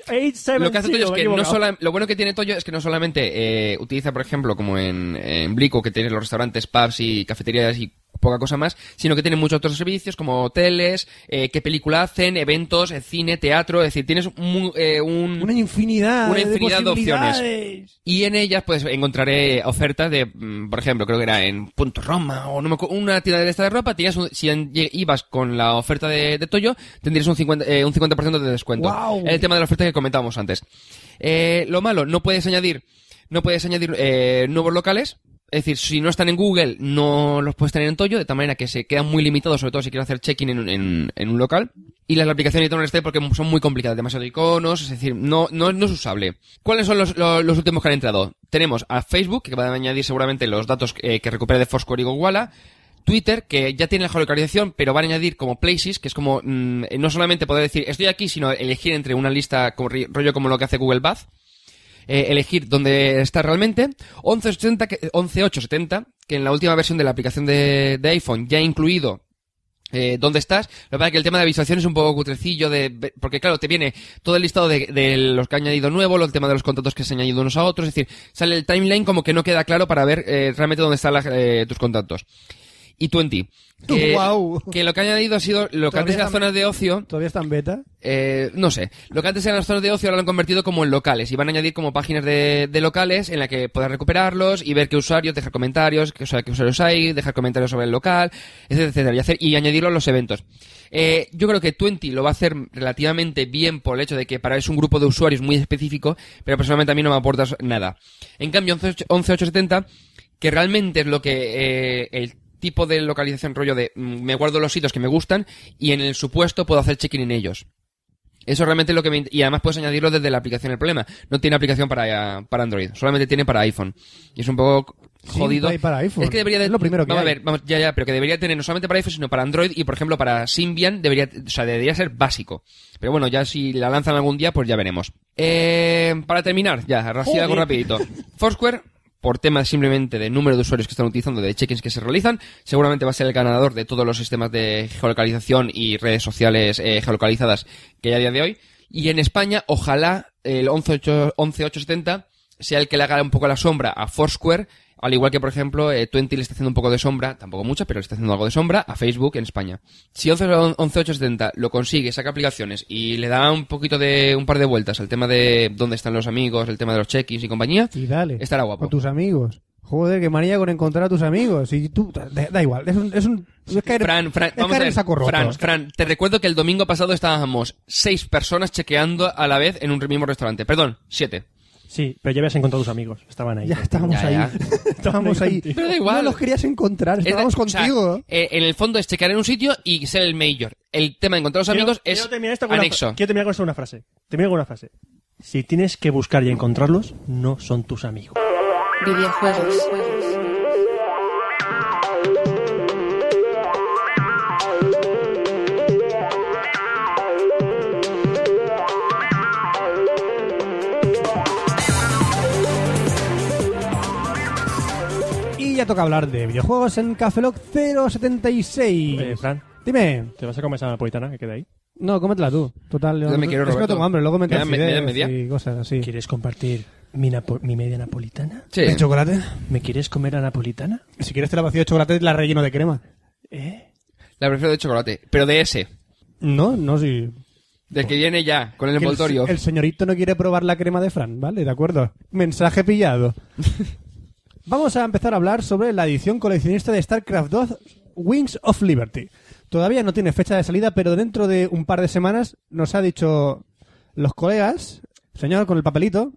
[SPEAKER 4] lo que hace Toyo es que no sola- lo bueno que tiene Toyo es que no solamente eh, utiliza, por ejemplo, como en, en Blico, que tiene los restaurantes, pubs y cafeterías y poca cosa más, sino que tiene muchos otros servicios como hoteles, eh, qué película hacen, eventos, eh, cine, teatro, es decir, tienes mu- eh, un...
[SPEAKER 6] Una infinidad.
[SPEAKER 4] Una infinidad de
[SPEAKER 6] de, posibilidades.
[SPEAKER 4] y en ellas pues encontraré ofertas de, mm, por ejemplo, creo que era en Punto Roma o no me acu- una tienda de esta de ropa, tenías un- si en- lle- ibas con la oferta de, de Toyo, tendrías un 50%, eh, un 50 de descuento.
[SPEAKER 6] ¡Guau!
[SPEAKER 4] El tema de la oferta que comentábamos antes. Eh, lo malo, no puedes añadir, no puedes añadir eh, nuevos locales. Es decir, si no están en Google, no los puedes tener en Toyo, de tal manera que se quedan muy limitados, sobre todo si quieres hacer check-in en, un- en- en un local. Y las aplicaciones de Toner porque son muy complicadas, demasiado iconos, es decir, no, no, no es usable. ¿Cuáles son los, los- los últimos que han entrado? Tenemos a Facebook, que van a añadir seguramente los datos eh, que recupere de Foursquare y Gowalla. Twitter, que ya tiene la geolocalización, pero van a añadir como places, que es como mm, no solamente poder decir estoy aquí, sino elegir entre una lista como ri- rollo como lo que hace Google Bath, eh, elegir dónde está realmente. 1180, que, 11870, que en la última versión de la aplicación de, de iPhone ya ha incluido eh, dónde estás. Lo que pasa es que el tema de visualización es un poco cutrecillo, de, porque claro, te viene todo el listado de, de los que ha añadido nuevo, lo- el tema de los contactos que se han añadido unos a otros, es decir, sale el timeline como que no queda claro para ver eh, realmente dónde están las, eh, tus contactos. Y 20. Que,
[SPEAKER 6] Guau.
[SPEAKER 4] que lo que ha añadido ha sido lo que antes
[SPEAKER 6] Todavía
[SPEAKER 4] era
[SPEAKER 6] está-
[SPEAKER 4] zonas de ocio,
[SPEAKER 6] Todavía está en beta.
[SPEAKER 4] eh, no sé. Lo que antes eran las zonas de ocio ahora lo han convertido como en locales. Y van a añadir como páginas de, de locales en la que puedas recuperarlos y ver qué usuarios, dejar comentarios, qué, o sea, qué usuarios hay, dejar comentarios sobre el local, etcétera, etcétera. Y, hacer, y añadirlo a los eventos. Eh, yo creo que Twenty lo va a hacer relativamente bien por el hecho de que para es un grupo de usuarios muy específico, pero personalmente a mí no me aporta nada. En cambio, 11 11870, que realmente es lo que eh, el tipo de localización rollo de mm, me guardo los sitios que me gustan y en el supuesto puedo hacer check-in en ellos. Eso realmente es lo que me... int- Y además puedes añadirlo desde la aplicación. El problema, no tiene aplicación para, para Android. Solamente tiene para iPhone. Y es un poco jodido.
[SPEAKER 6] hay para iPhone.
[SPEAKER 4] Es que debería de...
[SPEAKER 6] Es lo primero que
[SPEAKER 4] Vamos a
[SPEAKER 6] hay.
[SPEAKER 4] ver, vamos, ya, ya. Pero que debería tener no solamente para iPhone, sino para Android. Y, por ejemplo, para Symbian debería... O sea, debería ser básico. Pero bueno, ya si la lanzan algún día, pues ya veremos. Eh, para terminar, ya, así algo rapidito. Foursquare... por temas simplemente de número de usuarios que están utilizando, de check-ins que se realizan, seguramente va a ser el ganador de todos los sistemas de geolocalización y redes sociales eh, geolocalizadas que hay a día de hoy. Y en España, ojalá el 11870 sea el que le haga un poco la sombra a Foursquare, al igual que, por ejemplo, eh, Twenty le está haciendo un poco de sombra, tampoco mucha, pero le está haciendo algo de sombra a Facebook en España. Si 11 11870 lo consigue, saca aplicaciones y le da un poquito de, un par de vueltas al tema de dónde están los amigos, el tema de los check-ins y compañía,
[SPEAKER 6] Y dale.
[SPEAKER 4] estará guapo.
[SPEAKER 6] Con tus amigos. Joder, que manía con encontrar a tus amigos. Y tú, da, da igual. Es un. Es un es caer,
[SPEAKER 4] Fran, Fran,
[SPEAKER 6] es
[SPEAKER 4] vamos a
[SPEAKER 6] caer en
[SPEAKER 4] ver.
[SPEAKER 6] saco roto.
[SPEAKER 4] Fran, Fran, te recuerdo que el domingo pasado estábamos seis personas chequeando a la vez en un mismo restaurante. Perdón, siete.
[SPEAKER 1] Sí, pero ya habías encontrado a tus amigos. Estaban ahí.
[SPEAKER 6] Ya estábamos
[SPEAKER 4] Ya,
[SPEAKER 6] ahí.
[SPEAKER 4] ya.
[SPEAKER 6] Estábamos ahí.
[SPEAKER 4] Pero da igual.
[SPEAKER 6] No los querías encontrar.
[SPEAKER 4] Es de-
[SPEAKER 6] Estábamos
[SPEAKER 4] o sea,
[SPEAKER 6] contigo.
[SPEAKER 4] eh, en el fondo es chequear en un sitio y ser el mayor. El tema de encontrar a los
[SPEAKER 1] Quiero-
[SPEAKER 4] amigos
[SPEAKER 1] quiero
[SPEAKER 4] es
[SPEAKER 1] terminar esto con una
[SPEAKER 4] anexo.
[SPEAKER 1] fra- quiero terminar con esto con una frase. Termino con una frase. Si tienes que buscar y encontrarlos, no son tus amigos.
[SPEAKER 5] videojuegos,
[SPEAKER 6] Y ya toca hablar de videojuegos en Cafeloc 076.
[SPEAKER 1] Eh, Fran,
[SPEAKER 6] Dime.
[SPEAKER 1] ¿te vas a comer esa napolitana que queda ahí?
[SPEAKER 6] No, cómetela tú. Total.
[SPEAKER 4] Yo me quiero,
[SPEAKER 6] es que no
[SPEAKER 4] Roberto.
[SPEAKER 6] tengo hambre. Luego me
[SPEAKER 4] Me da-
[SPEAKER 6] encantan
[SPEAKER 4] me- me da media.
[SPEAKER 6] ideas y cosas así.
[SPEAKER 1] ¿Quieres compartir mi, napo- mi media napolitana?
[SPEAKER 4] Sí.
[SPEAKER 6] ¿El chocolate?
[SPEAKER 1] ¿Me quieres comer la napolitana?
[SPEAKER 6] Si quieres te la vacío de chocolate y la relleno de crema.
[SPEAKER 1] ¿Eh?
[SPEAKER 4] La prefiero de chocolate, pero de ese.
[SPEAKER 6] No, no, sí.
[SPEAKER 4] Del que viene ya, con el
[SPEAKER 6] Que
[SPEAKER 4] envoltorio.
[SPEAKER 6] El, el señorito no quiere probar la crema de Fran, ¿vale? De acuerdo. Mensaje pillado. Vamos a empezar a hablar sobre la edición coleccionista de StarCraft 2 Wings of Liberty. Todavía no tiene fecha de salida, pero dentro de un par de semanas nos ha dicho los colegas, señor con el papelito,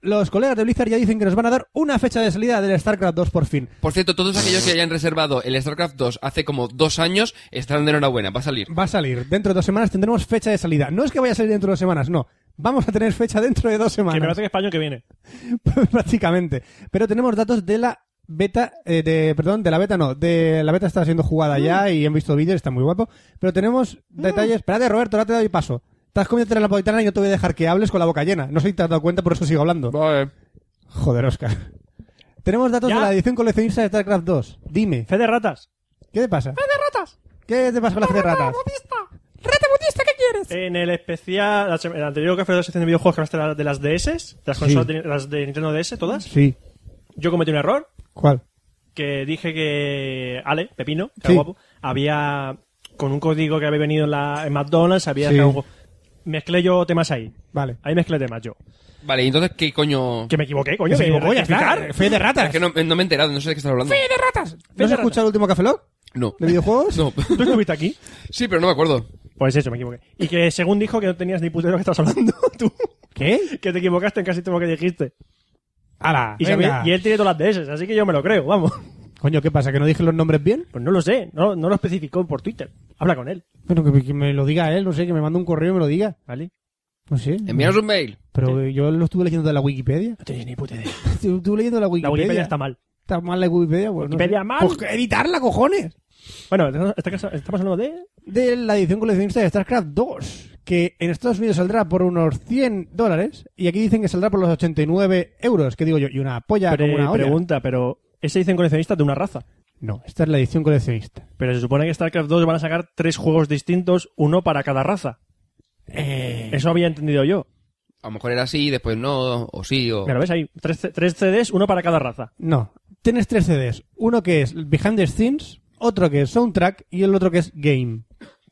[SPEAKER 6] los colegas de Blizzard ya dicen que nos van a dar una fecha de salida del StarCraft 2 por fin.
[SPEAKER 4] Por cierto, todos aquellos que hayan reservado el StarCraft 2 hace como dos años estarán de enhorabuena, va a salir.
[SPEAKER 6] Va a salir. Dentro de dos semanas tendremos fecha de salida. No es que vaya a salir dentro de dos semanas, no. Vamos a tener fecha dentro de dos semanas.
[SPEAKER 1] Que me parece que es para el año que viene.
[SPEAKER 6] prácticamente. Pero tenemos datos de la beta, eh, de, perdón, de la beta no, de la beta está siendo jugada
[SPEAKER 1] Mm.
[SPEAKER 6] ya y han visto vídeos, está muy guapo. Pero tenemos detalles. Espérate, Roberto, ahora te doy paso. Estás comiendo la napolitana y yo te voy a dejar que hables con la boca llena. No sé si te has dado cuenta, por eso sigo hablando.
[SPEAKER 4] Vale.
[SPEAKER 6] Joder, Oscar. Tenemos datos
[SPEAKER 1] ¿Ya?
[SPEAKER 6] de la edición coleccionista de StarCraft 2. Dime,
[SPEAKER 1] Fe de ratas.
[SPEAKER 6] ¿qué te pasa?
[SPEAKER 7] ¡Rata de ratas!
[SPEAKER 6] ¿Qué te pasa con las de
[SPEAKER 7] ¡Rata
[SPEAKER 6] ratas?
[SPEAKER 7] budista! ¡Rata budista, qué quieres!
[SPEAKER 1] En el especial, la sem- el anterior café de la sección de videojuegos que hablaste de la- de las DS, de las consolas de, las de Nintendo DS, todas,
[SPEAKER 6] Sí.
[SPEAKER 1] yo cometí un error
[SPEAKER 6] ¿Cuál?
[SPEAKER 1] que dije que Ale, Pepino, que era
[SPEAKER 6] Sí.
[SPEAKER 1] guapo, había con un código que había venido en, la, en McDonald's, había
[SPEAKER 6] Sí.
[SPEAKER 1] dejado un go- mezclé yo temas ahí.
[SPEAKER 6] Vale.
[SPEAKER 1] Ahí mezclé temas yo.
[SPEAKER 4] Vale, ¿y entonces, ¿qué coño?
[SPEAKER 1] Que me equivoqué, coño.
[SPEAKER 6] Se
[SPEAKER 1] me
[SPEAKER 6] equivocó, ya está.
[SPEAKER 1] rectificar.
[SPEAKER 6] Fe de
[SPEAKER 4] Es
[SPEAKER 6] ratas.
[SPEAKER 4] que no, no me he enterado, no sé de qué estás hablando.
[SPEAKER 7] ¡Fe de ratas!
[SPEAKER 6] ¿No has escuchado el último Café Lock?
[SPEAKER 4] No.
[SPEAKER 6] ¿De videojuegos?
[SPEAKER 4] No.
[SPEAKER 1] ¿Tú estuviste aquí?
[SPEAKER 4] Sí, pero no me acuerdo.
[SPEAKER 1] Pues eso, me equivoqué. Y que según dijo que no tenías ni putero que estás hablando tú.
[SPEAKER 6] ¿Qué?
[SPEAKER 1] Que te equivocaste en casi todo lo que dijiste.
[SPEAKER 6] ¡Hala!
[SPEAKER 1] Y,
[SPEAKER 6] venga.
[SPEAKER 1] sabía- y él tiene todas las DS, así que yo me lo creo, vamos.
[SPEAKER 6] Coño, ¿qué pasa? ¿Que no dije los nombres bien?
[SPEAKER 1] Pues no lo sé, no, no lo especificó por Twitter. Habla con él,
[SPEAKER 6] Bueno, que, que me lo diga él, no sé, que me mande un correo y me lo diga.
[SPEAKER 1] ¿vale?
[SPEAKER 6] No sé.
[SPEAKER 4] Envíanos un mail.
[SPEAKER 6] Pero eh, yo lo estuve leyendo de la Wikipedia.
[SPEAKER 1] No tenéis ni puta idea.
[SPEAKER 6] Estuve estuve leyendo de la Wikipedia.
[SPEAKER 1] La Wikipedia está mal.
[SPEAKER 6] ¿Está mal la Wikipedia. Pues, no sé.
[SPEAKER 1] Wikipedia mal.
[SPEAKER 6] Pues editarla, cojones.
[SPEAKER 1] Bueno, este esta casa- estamos hablando de...
[SPEAKER 6] De la edición coleccionista de StarCraft 2, que en Estados Unidos saldrá por unos 100 dólares y aquí dicen que saldrá por los 89 euros, que digo yo, y una polla
[SPEAKER 1] Pre-
[SPEAKER 6] Ah, como una olla.
[SPEAKER 1] pregunta, pero... Ese dicen coleccionistas de una raza.
[SPEAKER 6] No, esta es la edición coleccionista.
[SPEAKER 1] Pero se supone que StarCraft 2 van a sacar tres juegos distintos, uno para cada raza.
[SPEAKER 6] Eh.
[SPEAKER 1] Eso había entendido yo.
[SPEAKER 4] A lo mejor era así, después no, o sí, o...
[SPEAKER 1] Mira, ¿ves ahí? Tres, C- tres CDs, uno para cada raza.
[SPEAKER 6] No, tienes tres CDs. Uno que es Behind the Scenes, otro que es Soundtrack y el otro que es Game.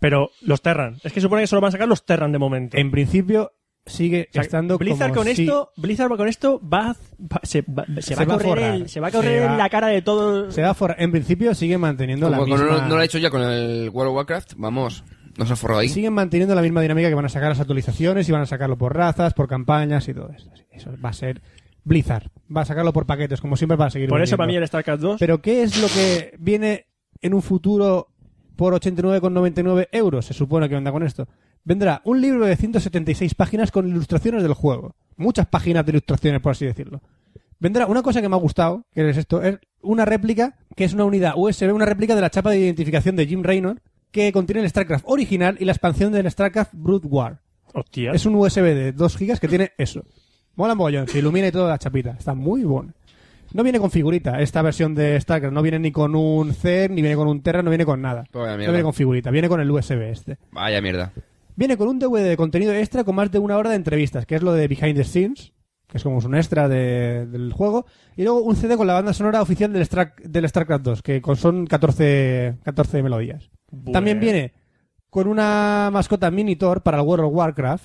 [SPEAKER 1] Pero los Terran. Es que supone que solo van a sacar los Terran de momento.
[SPEAKER 6] En principio sigue
[SPEAKER 1] O sea,
[SPEAKER 6] estando
[SPEAKER 1] Blizzard
[SPEAKER 6] como
[SPEAKER 1] con
[SPEAKER 6] si-
[SPEAKER 1] esto, Blizzard con esto va, a- va- se, va, se va
[SPEAKER 6] va a
[SPEAKER 1] a correr,
[SPEAKER 6] forrar.
[SPEAKER 1] el- se va a
[SPEAKER 6] Se
[SPEAKER 1] correr
[SPEAKER 6] va-
[SPEAKER 1] en la cara de todo.
[SPEAKER 6] se va a forrar. En principio sigue manteniendo la
[SPEAKER 4] Como
[SPEAKER 6] misma
[SPEAKER 4] con- no, no lo he hecho ya con el World of Warcraft, vamos, nos ha forrado ahí.
[SPEAKER 6] siguen manteniendo la misma dinámica que van a sacar las actualizaciones y van a sacarlo por razas, por campañas y todo esto. Eso va a ser Blizzard. Va a sacarlo por paquetes como siempre para seguir
[SPEAKER 1] Por eso
[SPEAKER 6] vendiendo.
[SPEAKER 1] para mí el StarCraft 2
[SPEAKER 6] Pero ¿qué es lo que viene en un futuro por 89,99 euros? Se supone que anda con esto. Vendrá un libro de 176 páginas con ilustraciones del juego. Muchas páginas de ilustraciones, por así decirlo. Vendrá una cosa que me ha gustado, que es esto, es una réplica, que es una unidad USB, una réplica de la chapa de identificación de Jim Raynor, que contiene el StarCraft original y la expansión del StarCraft Brood War.
[SPEAKER 1] Hostia.
[SPEAKER 6] Es un USB de 2 gigas que tiene eso. Mola mogollón, se ilumina y toda la chapita. Está muy bueno. No viene con figurita esta versión de StarCraft. No viene ni con un C, ni viene con un Terra, no viene con nada.
[SPEAKER 4] Pues vaya
[SPEAKER 6] no
[SPEAKER 4] mierda.
[SPEAKER 6] viene con figurita, viene con el USB este.
[SPEAKER 4] Vaya mierda.
[SPEAKER 6] Viene con un DVD de contenido extra con más de una hora de entrevistas, que es lo de Behind the Scenes, que es como un extra de- del juego. Y luego un CD con la banda sonora oficial del, Star- del StarCraft 2, que con- son 14, 14 melodías.
[SPEAKER 1] Pues
[SPEAKER 6] También viene con una mascota Minitor para el World of Warcraft.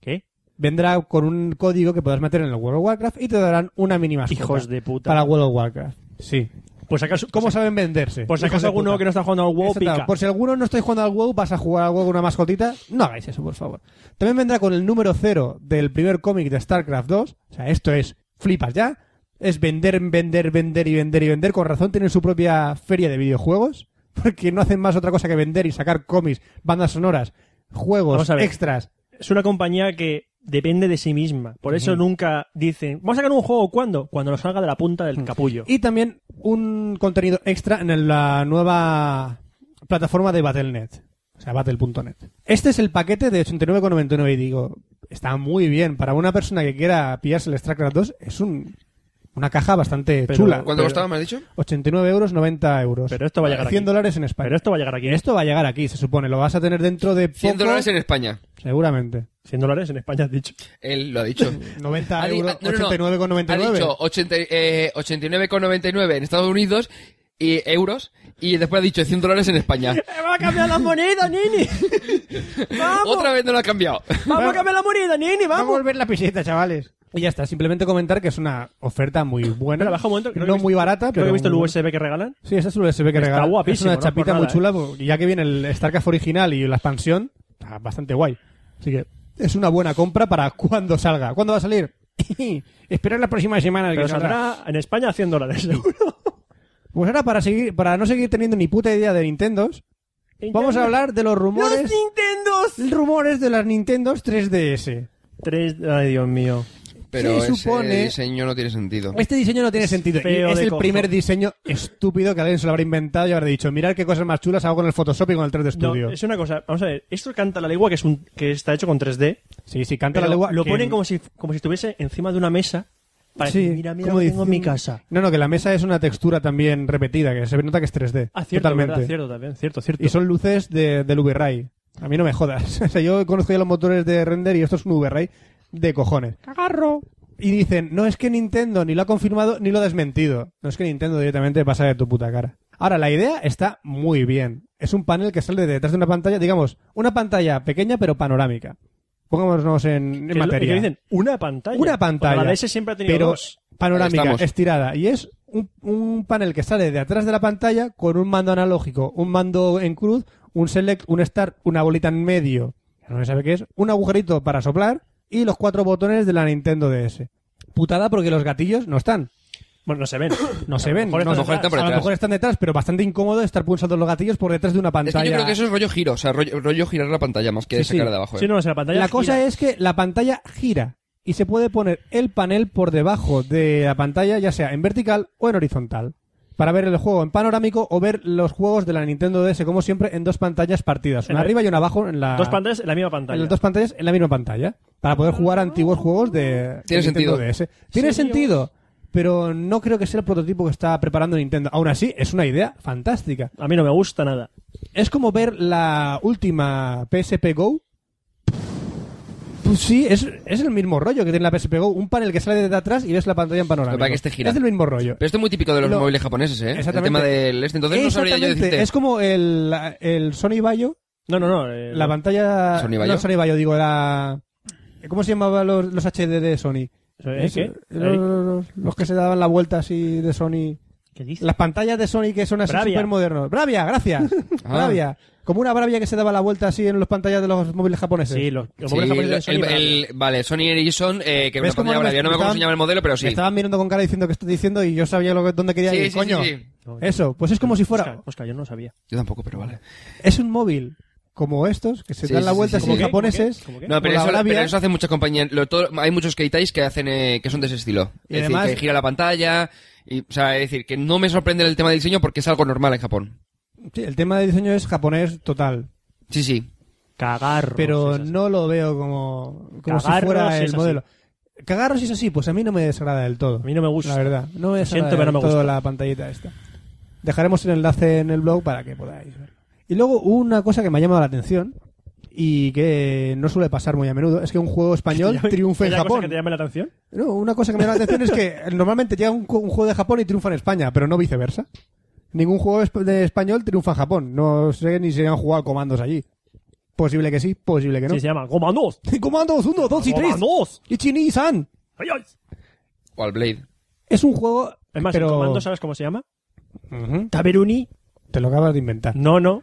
[SPEAKER 1] ¿Qué?
[SPEAKER 6] Vendrá con un código que podrás meter en el World of Warcraft y te darán una mini mascota.
[SPEAKER 1] Hijos de puta.
[SPEAKER 6] Para World of Warcraft. Sí.
[SPEAKER 1] Pues acaso,
[SPEAKER 6] ¿Cómo saben venderse?
[SPEAKER 1] Por si
[SPEAKER 6] hijos
[SPEAKER 1] acaso
[SPEAKER 6] de
[SPEAKER 1] alguno
[SPEAKER 6] puta?
[SPEAKER 1] que no está jugando al WoW
[SPEAKER 6] Exacto.
[SPEAKER 1] pica.
[SPEAKER 6] Por si alguno no estáis jugando al WoW, vas a jugar al WoW con una mascotita, no hagáis eso, por favor. También vendrá con el número cero del primer cómic de StarCraft 2. O sea, esto es flipas ya. Es vender, vender, vender y vender y vender. Con razón tienen su propia feria de videojuegos. Porque no hacen más otra cosa que vender y sacar cómics, bandas sonoras, juegos,
[SPEAKER 1] Vamos a ver.
[SPEAKER 6] extras.
[SPEAKER 1] Es una compañía que depende de sí misma. Por eso nunca dicen, vamos a sacar un juego ¿cuándo? Cuando nos salga de la punta del capullo.
[SPEAKER 6] Y también un contenido extra en la nueva plataforma de Battle.net. O sea, battle.net. Este es el paquete de 89,99 y digo, está muy bien. Para una persona que quiera pillarse el StarCraft 2 es un, una caja bastante
[SPEAKER 1] Pero-
[SPEAKER 6] chula.
[SPEAKER 4] ¿Cuánto
[SPEAKER 1] Pero-
[SPEAKER 4] costaba, me has dicho?
[SPEAKER 6] 89 euros, 90 euros.
[SPEAKER 1] Pero esto va a llegar
[SPEAKER 6] 100
[SPEAKER 1] aquí.
[SPEAKER 6] dólares en España.
[SPEAKER 1] Pero esto va a llegar aquí. ¿eh?
[SPEAKER 6] Esto va a llegar aquí, se supone. Lo vas a tener dentro de poco,
[SPEAKER 4] 100 dólares en España.
[SPEAKER 6] seguramente.
[SPEAKER 1] 100 dólares en España, has dicho.
[SPEAKER 4] Él lo ha dicho.
[SPEAKER 6] 90
[SPEAKER 4] Ha di-
[SPEAKER 6] euros,
[SPEAKER 4] ah, no, no, no.
[SPEAKER 6] 89,99.
[SPEAKER 4] Ha dicho 80, eh, 89,99 en Estados Unidos y euros y después ha dicho 100 dólares en España.
[SPEAKER 1] ¡Va a cambiar la moneda, Nini! ¡Vamos!
[SPEAKER 4] Otra vez no lo ha cambiado.
[SPEAKER 1] ¡Vamos a cambiar la moneda, Nini!
[SPEAKER 6] Vamos a
[SPEAKER 1] ¡Vamos!
[SPEAKER 6] volver la piseta, chavales. Y ya está, simplemente comentar que es una oferta muy buena.
[SPEAKER 1] Espera, baja un momento, creo que
[SPEAKER 6] no
[SPEAKER 1] he visto-
[SPEAKER 6] muy barata,
[SPEAKER 1] Creo
[SPEAKER 6] pero.
[SPEAKER 1] que he visto el
[SPEAKER 6] muy-
[SPEAKER 1] USB que regalan.
[SPEAKER 6] Sí, ese es el USB que
[SPEAKER 1] Está
[SPEAKER 6] regala. Es
[SPEAKER 1] guapísimo,
[SPEAKER 6] una
[SPEAKER 1] no
[SPEAKER 6] chapita
[SPEAKER 1] por nada, ¿eh?
[SPEAKER 6] muy chula, porque ya que viene el StarCraft original y la expansión, está bastante guay. Así que es una buena compra para cuando salga. ¿Cuándo va a salir? Esperar la próxima semana.
[SPEAKER 1] Pero
[SPEAKER 6] que saldrá.
[SPEAKER 1] saldrá en España a 100 dólares, seguro.
[SPEAKER 6] Pues ahora, para, seguir, para no seguir teniendo ni puta idea de Nintendos, vamos a hablar de los rumores.
[SPEAKER 1] Nintendos!
[SPEAKER 6] rumores de las Nintendos 3DS.
[SPEAKER 1] Tres... Ay, Dios mío.
[SPEAKER 4] Pero
[SPEAKER 6] Sí,
[SPEAKER 4] ese
[SPEAKER 6] supone-
[SPEAKER 4] diseño no tiene sentido.
[SPEAKER 6] Este diseño no tiene sentido. Y
[SPEAKER 1] feo
[SPEAKER 6] es
[SPEAKER 1] de
[SPEAKER 6] el
[SPEAKER 1] cojo.
[SPEAKER 6] primer diseño estúpido que alguien se lo habrá inventado y habrá dicho, mirad qué cosas más chulas hago con el Photoshop y con el 3D
[SPEAKER 1] No,
[SPEAKER 6] Studio.
[SPEAKER 1] es una cosa. Vamos a ver. Esto canta la legua que, es un, que está hecho con 3D.
[SPEAKER 6] Sí, sí, canta
[SPEAKER 1] Pero
[SPEAKER 6] la legua.
[SPEAKER 1] lo
[SPEAKER 6] que-
[SPEAKER 1] ponen como si, como si estuviese encima de una mesa. Para
[SPEAKER 6] Sí,
[SPEAKER 1] decir, mira, mira,
[SPEAKER 6] como
[SPEAKER 1] lo tengo en mi
[SPEAKER 6] diciendo-
[SPEAKER 1] casa.
[SPEAKER 6] No, no, que la mesa es una textura también repetida, que se nota que es 3D.
[SPEAKER 1] Ah, cierto,
[SPEAKER 6] totalmente.
[SPEAKER 1] ¿verdad? cierto, también, cierto, cierto.
[SPEAKER 6] Y son luces de, del V-Ray. A mí no me jodas. O sea, yo conozco ya los motores de render y esto es un V-Ray de cojones.
[SPEAKER 8] ¡Cagarro!
[SPEAKER 6] Y dicen, no es que Nintendo ni lo ha confirmado ni lo ha desmentido. No es que Nintendo directamente pasa de tu puta cara. Ahora, la idea está muy bien. Es un panel que sale de detrás de una pantalla, digamos, una pantalla pequeña pero panorámica. Pongámonos en,
[SPEAKER 1] Que
[SPEAKER 6] en
[SPEAKER 1] es lo-
[SPEAKER 6] materia.
[SPEAKER 1] que dicen una pantalla.
[SPEAKER 6] Una pantalla.
[SPEAKER 1] Porque La DS siempre ha tenido
[SPEAKER 6] pero
[SPEAKER 1] dos.
[SPEAKER 4] Ahí
[SPEAKER 6] panorámica,
[SPEAKER 4] estamos.
[SPEAKER 6] estirada. Y es un, un panel que sale de atrás de la pantalla con un mando analógico, un mando en cruz, un select, un start, una bolita en medio, que no se sabe qué es, un agujerito para soplar y los cuatro botones de la Nintendo DS. Putada porque los gatillos no están.
[SPEAKER 1] Bueno, no se ven.
[SPEAKER 6] No se ven.
[SPEAKER 1] mejor
[SPEAKER 6] no-
[SPEAKER 1] están
[SPEAKER 6] a
[SPEAKER 4] detrás. están por
[SPEAKER 6] lo
[SPEAKER 4] detrás.
[SPEAKER 6] mejor están detrás, pero bastante incómodo estar pulsando los gatillos por detrás de una
[SPEAKER 4] Es que
[SPEAKER 6] pantalla.
[SPEAKER 4] yo creo que eso es rollo giro, o sea, rollo, rollo girar la pantalla más que
[SPEAKER 6] Sí, sí.
[SPEAKER 4] sacarla de abajo. ¿eh?
[SPEAKER 1] Sí, no, o sea, la pantalla.
[SPEAKER 6] La cosa
[SPEAKER 1] gira.
[SPEAKER 6] es que la pantalla gira y se puede poner el panel por debajo de la pantalla, ya sea en vertical o en horizontal, para ver el juego en panorámico o ver los juegos de la Nintendo DS, como siempre, en dos pantallas partidas, una
[SPEAKER 1] En la-
[SPEAKER 6] arriba y una abajo en la...
[SPEAKER 1] Dos pantallas en la misma
[SPEAKER 6] en
[SPEAKER 1] pantalla.
[SPEAKER 6] las dos pantallas en la misma pantalla, para poder jugar antiguos juegos de,
[SPEAKER 4] Tiene
[SPEAKER 6] de
[SPEAKER 4] sentido.
[SPEAKER 6] Nintendo DS. Tiene
[SPEAKER 1] Sí,
[SPEAKER 6] sentido, pero no creo que sea el prototipo que está preparando Nintendo. Aún así, es una idea fantástica.
[SPEAKER 1] A mí no me gusta nada.
[SPEAKER 6] Es como ver la última PSP Go. Pues sí, es, es el mismo rollo que tiene la PSP Go. Un panel que sale desde atrás y ves la pantalla en panorama.
[SPEAKER 4] Lo que pasa que este gira.
[SPEAKER 6] Es el mismo rollo.
[SPEAKER 4] Pero esto es muy típico de los
[SPEAKER 6] Lo-
[SPEAKER 4] móviles japoneses, ¿eh? El
[SPEAKER 6] Exactamente.
[SPEAKER 4] tema del este. Entonces no sabría yo
[SPEAKER 6] Exactamente.
[SPEAKER 4] decirte.
[SPEAKER 6] Es como el, el Sony Bayo.
[SPEAKER 1] No, no, no. eh,
[SPEAKER 6] La pantalla...
[SPEAKER 4] ¿Sony Vaio?
[SPEAKER 6] No, Sony Vaio, digo, la... ¿Cómo se llamaban los, los HD de Sony?
[SPEAKER 1] ¿Eh,
[SPEAKER 6] Es-
[SPEAKER 1] qué?
[SPEAKER 6] Los,
[SPEAKER 1] ¿Eh?
[SPEAKER 6] los- los que se daban la vuelta así de Sony.
[SPEAKER 1] ¿Qué dices?
[SPEAKER 6] Las pantallas de Sony que son así
[SPEAKER 1] Bravia.
[SPEAKER 6] súper modernos. Bravia, gracias.
[SPEAKER 4] Ah.
[SPEAKER 6] Bravia. Como una Bravia que se daba la vuelta así en las pantallas de los móviles japoneses.
[SPEAKER 1] Sí, los, los
[SPEAKER 4] Sí,
[SPEAKER 1] móviles
[SPEAKER 4] el-
[SPEAKER 1] japoneses son
[SPEAKER 4] el-
[SPEAKER 1] hiperrápidos.
[SPEAKER 4] el- vale, Sony Ericsson, eh, que
[SPEAKER 6] ¿Ves
[SPEAKER 4] una
[SPEAKER 6] cómo
[SPEAKER 4] pantalla
[SPEAKER 6] no
[SPEAKER 4] maravilla.
[SPEAKER 6] me-
[SPEAKER 4] No me acuerdo
[SPEAKER 6] estaban-
[SPEAKER 4] cómo se llama el modelo, pero sí.
[SPEAKER 6] Me estaban mirando con cara diciendo que estoy diciendo y yo sabía lo que, dónde quería
[SPEAKER 4] Sí,
[SPEAKER 6] ir,
[SPEAKER 4] sí, sí,
[SPEAKER 6] coño.
[SPEAKER 4] sí.
[SPEAKER 6] Eso, pues es como si
[SPEAKER 1] Oscar,
[SPEAKER 6] fuera...
[SPEAKER 1] Oscar, yo no lo sabía.
[SPEAKER 4] Yo tampoco, pero vale.
[SPEAKER 6] Es un móvil como estos, que se
[SPEAKER 4] Sí,
[SPEAKER 6] dan la
[SPEAKER 4] sí,
[SPEAKER 6] vuelta
[SPEAKER 4] sí,
[SPEAKER 6] así
[SPEAKER 4] sí.
[SPEAKER 1] ¿Cómo qué?
[SPEAKER 6] japoneses.
[SPEAKER 1] ¿Cómo qué?
[SPEAKER 4] No, pero
[SPEAKER 6] como la
[SPEAKER 4] eso,
[SPEAKER 6] Bravia.
[SPEAKER 4] pero eso hace muchas compañías. lo- todo- hay muchos keitais que hacen eh, que son de ese estilo.
[SPEAKER 6] Y
[SPEAKER 4] es
[SPEAKER 6] además-
[SPEAKER 4] decir, que gira la pantalla. Y, o sea, es decir, que no me sorprende el tema del diseño porque es algo normal en Japón.
[SPEAKER 6] Sí, el tema de diseño es japonés total,
[SPEAKER 4] Sí, sí.
[SPEAKER 1] Cagar.
[SPEAKER 6] pero no lo veo como, como si
[SPEAKER 1] Cagarros
[SPEAKER 6] fuera
[SPEAKER 1] es
[SPEAKER 6] el
[SPEAKER 1] así.
[SPEAKER 6] modelo. Cagaros es así, pues a mí no me desagrada del todo.
[SPEAKER 1] A mí no me gusta.
[SPEAKER 6] La verdad, no me
[SPEAKER 1] Lo siento,
[SPEAKER 6] desagrada
[SPEAKER 1] pero no
[SPEAKER 6] del
[SPEAKER 1] me
[SPEAKER 6] todo
[SPEAKER 1] gusta.
[SPEAKER 6] la pantallita esta. Dejaremos el enlace en el blog para que podáis ver. Y luego una cosa que me ha llamado la atención y que no suele pasar muy a menudo es que un juego español triunfa en
[SPEAKER 1] ¿Hay alguna cosa que
[SPEAKER 6] Japón.
[SPEAKER 1] te llame la atención?
[SPEAKER 6] No, una cosa que me llama la atención es que normalmente llega un, co- un juego de Japón y triunfa en España, pero no viceversa. Ningún juego esp- de español triunfa en Japón. No sé ni si han jugado comandos allí. Posible que sí, posible que no.
[SPEAKER 1] Sí, se llama Gomandos.
[SPEAKER 6] Comandos 1, 2 y 3.
[SPEAKER 1] Gomandos.
[SPEAKER 6] Y Chini-san.
[SPEAKER 1] Ay, ay.
[SPEAKER 4] O al Blade.
[SPEAKER 6] Es un juego.
[SPEAKER 1] Es más,
[SPEAKER 6] pero...
[SPEAKER 1] el comando, ¿sabes cómo se llama?
[SPEAKER 6] Ujú.
[SPEAKER 1] Taberuni.
[SPEAKER 6] Te lo acabas de inventar.
[SPEAKER 1] No, no.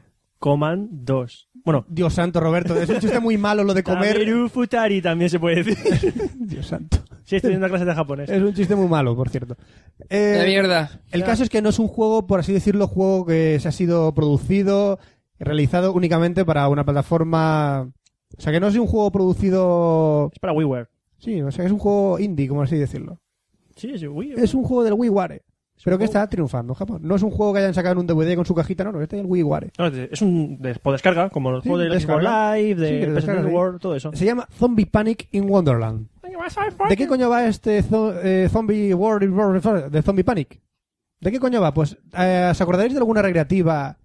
[SPEAKER 1] Comandos. Bueno,
[SPEAKER 6] Dios santo, Roberto. Es un chiste muy malo lo de comer.
[SPEAKER 1] Taberu Futari también se puede decir.
[SPEAKER 6] Dios santo.
[SPEAKER 1] sí, estoy en una clase de japonés.
[SPEAKER 6] Es un chiste muy malo, por cierto. Eh,
[SPEAKER 4] La mierda.
[SPEAKER 6] El caso es que no es un juego, por así decirlo, juego que se ha sido producido, realizado únicamente para una plataforma. O sea, que no es un juego producido.
[SPEAKER 1] Es para WiiWare.
[SPEAKER 6] Sí, o sea, que es un juego indie, como así decirlo.
[SPEAKER 1] Sí, es Wii.
[SPEAKER 6] Es un juego del WiiWare. Pero que
[SPEAKER 1] juego-
[SPEAKER 6] está triunfando en Japón. No es un juego que hayan sacado en un DVD con su cajita, no, no, este es el WiiWare.
[SPEAKER 1] No, es un de, por descarga, como los
[SPEAKER 6] Sí,
[SPEAKER 1] juegos de Xbox
[SPEAKER 6] descarga.
[SPEAKER 1] Live, de
[SPEAKER 6] Sí, que lo
[SPEAKER 1] PlayStation
[SPEAKER 6] descargas ahí.
[SPEAKER 1] Network, todo eso.
[SPEAKER 6] Se llama Zombie Panic in Wonderland. ¿De qué coño va este zo- eh, Zombie World World- de Zombie Panic? ¿De qué coño va? Pues, eh, ¿os acordaréis de alguna recreativa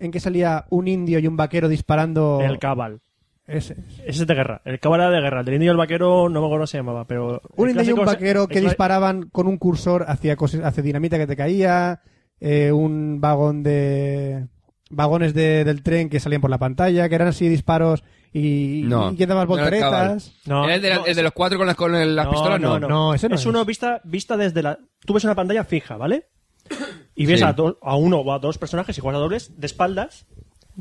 [SPEAKER 6] en que salía un indio y un vaquero disparando?
[SPEAKER 1] El Cabal.
[SPEAKER 6] Ese.
[SPEAKER 1] Ese es de guerra. El Cabal era de guerra. El del indio y el vaquero, no me acuerdo cómo se llamaba, pero...
[SPEAKER 6] Un
[SPEAKER 1] el
[SPEAKER 6] indio y un
[SPEAKER 1] clásico-
[SPEAKER 6] vaquero
[SPEAKER 1] el
[SPEAKER 6] que
[SPEAKER 1] cla-
[SPEAKER 6] disparaban con un cursor hacia, cosas- hacia dinamita que te caía, eh, un vagón de vagones de- del tren que salían por la pantalla, que eran así disparos y,
[SPEAKER 4] No,
[SPEAKER 6] y que daban
[SPEAKER 4] no era el Cabal.
[SPEAKER 6] volteretas.
[SPEAKER 1] No,
[SPEAKER 4] ¿Era el de, la-
[SPEAKER 1] no,
[SPEAKER 4] el de los cuatro con las, con el- las pistolas? No,
[SPEAKER 6] No, ese no
[SPEAKER 1] es,
[SPEAKER 6] es.
[SPEAKER 1] uno vista, vista desde la. Tú ves una pantalla fija, ¿vale? Y ves
[SPEAKER 4] Sí.
[SPEAKER 1] a, do- a uno o a dos personajes y jugadores de espaldas. ah,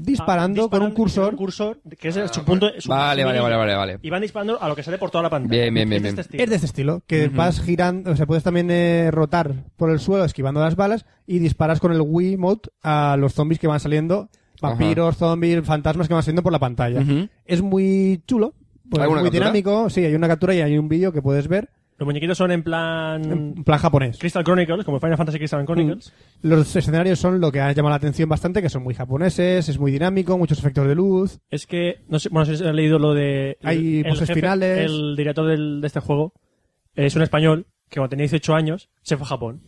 [SPEAKER 6] disparando, con un cursor.
[SPEAKER 1] cursor, que es su punto. su-
[SPEAKER 4] Ah, Vale,
[SPEAKER 1] su
[SPEAKER 4] vale, vale,
[SPEAKER 1] mínimo.
[SPEAKER 4] vale, vale.
[SPEAKER 1] Y van disparando a lo que sale por toda la pantalla.
[SPEAKER 4] Bien, bien, bien,
[SPEAKER 1] Es de
[SPEAKER 4] bien.
[SPEAKER 1] este estilo.
[SPEAKER 6] Es de ese estilo, que vas girando, o sea, puedes también eh, rotar por el suelo esquivando las balas y disparas con el Wii Mode a los zombies que van saliendo, vampiros, zombies, fantasmas que van saliendo por la pantalla.
[SPEAKER 4] Ujú.
[SPEAKER 6] Es muy chulo, pues, es
[SPEAKER 4] ¿Alguna
[SPEAKER 6] muy
[SPEAKER 4] captura?
[SPEAKER 6] dinámico, sí, hay una captura y hay un vídeo que puedes ver
[SPEAKER 1] Los muñequitos son en
[SPEAKER 6] en
[SPEAKER 1] plan.
[SPEAKER 6] plan japonés.
[SPEAKER 1] Crystal Chronicles, como Final Fantasy
[SPEAKER 4] Mm.
[SPEAKER 1] Crystal Chronicles.
[SPEAKER 6] Los escenarios son lo que ha llamado la atención bastante, que son muy japoneses, es muy dinámico, muchos efectos de luz.
[SPEAKER 1] Es que. No sé, bueno, no sé si han leído lo de. el-
[SPEAKER 6] Hay
[SPEAKER 1] el
[SPEAKER 6] voces
[SPEAKER 1] jefe-
[SPEAKER 6] finales.
[SPEAKER 1] El director del- de este juego es un español que cuando tenía 18 años se fue a Japón.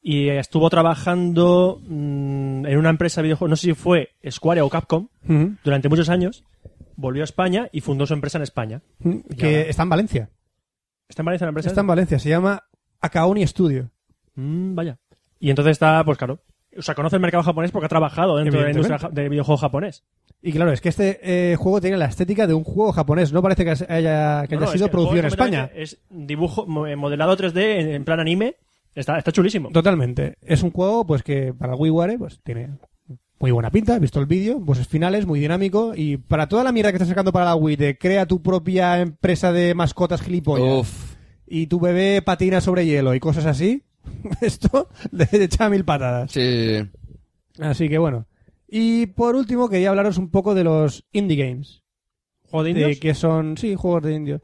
[SPEAKER 1] Y estuvo trabajando mm, en una empresa de videojuegos, no sé si fue Square o Capcom, durante muchos años, volvió a España y fundó su empresa en España.
[SPEAKER 6] Que está en Valencia.
[SPEAKER 1] ¿Está en Valencia la empresa?
[SPEAKER 6] Está en Valencia, se llama Akaoni Studio.
[SPEAKER 1] Mm, vaya. Y entonces está, pues claro. O sea, conoce el mercado japonés porque ha trabajado dentro de la industria ja- de videojuego japonés.
[SPEAKER 6] Y claro, es que este eh, juego tiene la estética de un juego japonés. No parece que haya, que
[SPEAKER 1] No,
[SPEAKER 6] haya
[SPEAKER 1] no, es que
[SPEAKER 6] sido
[SPEAKER 1] el
[SPEAKER 6] producido en
[SPEAKER 1] juego es
[SPEAKER 6] España.
[SPEAKER 1] completamente- Es dibujo, mo- eh, modelado 3D en, en plan anime. Está, está chulísimo.
[SPEAKER 6] Totalmente. Es un juego pues que para el WiiWare pues, tiene muy buena pinta. He visto el vídeo, pues es finales, muy dinámico. Y para toda la mierda que estás sacando para la Wii, de crea tu propia empresa de mascotas gilipollas
[SPEAKER 4] Uf.
[SPEAKER 6] y tu bebé patina sobre hielo y cosas así, esto le echa mil patadas.
[SPEAKER 4] Sí, sí, sí.
[SPEAKER 6] Así que bueno. Y por último, quería hablaros un poco de los indie games.
[SPEAKER 1] Juego de
[SPEAKER 6] de
[SPEAKER 1] indios.
[SPEAKER 6] qué son, sí, juegos de indios.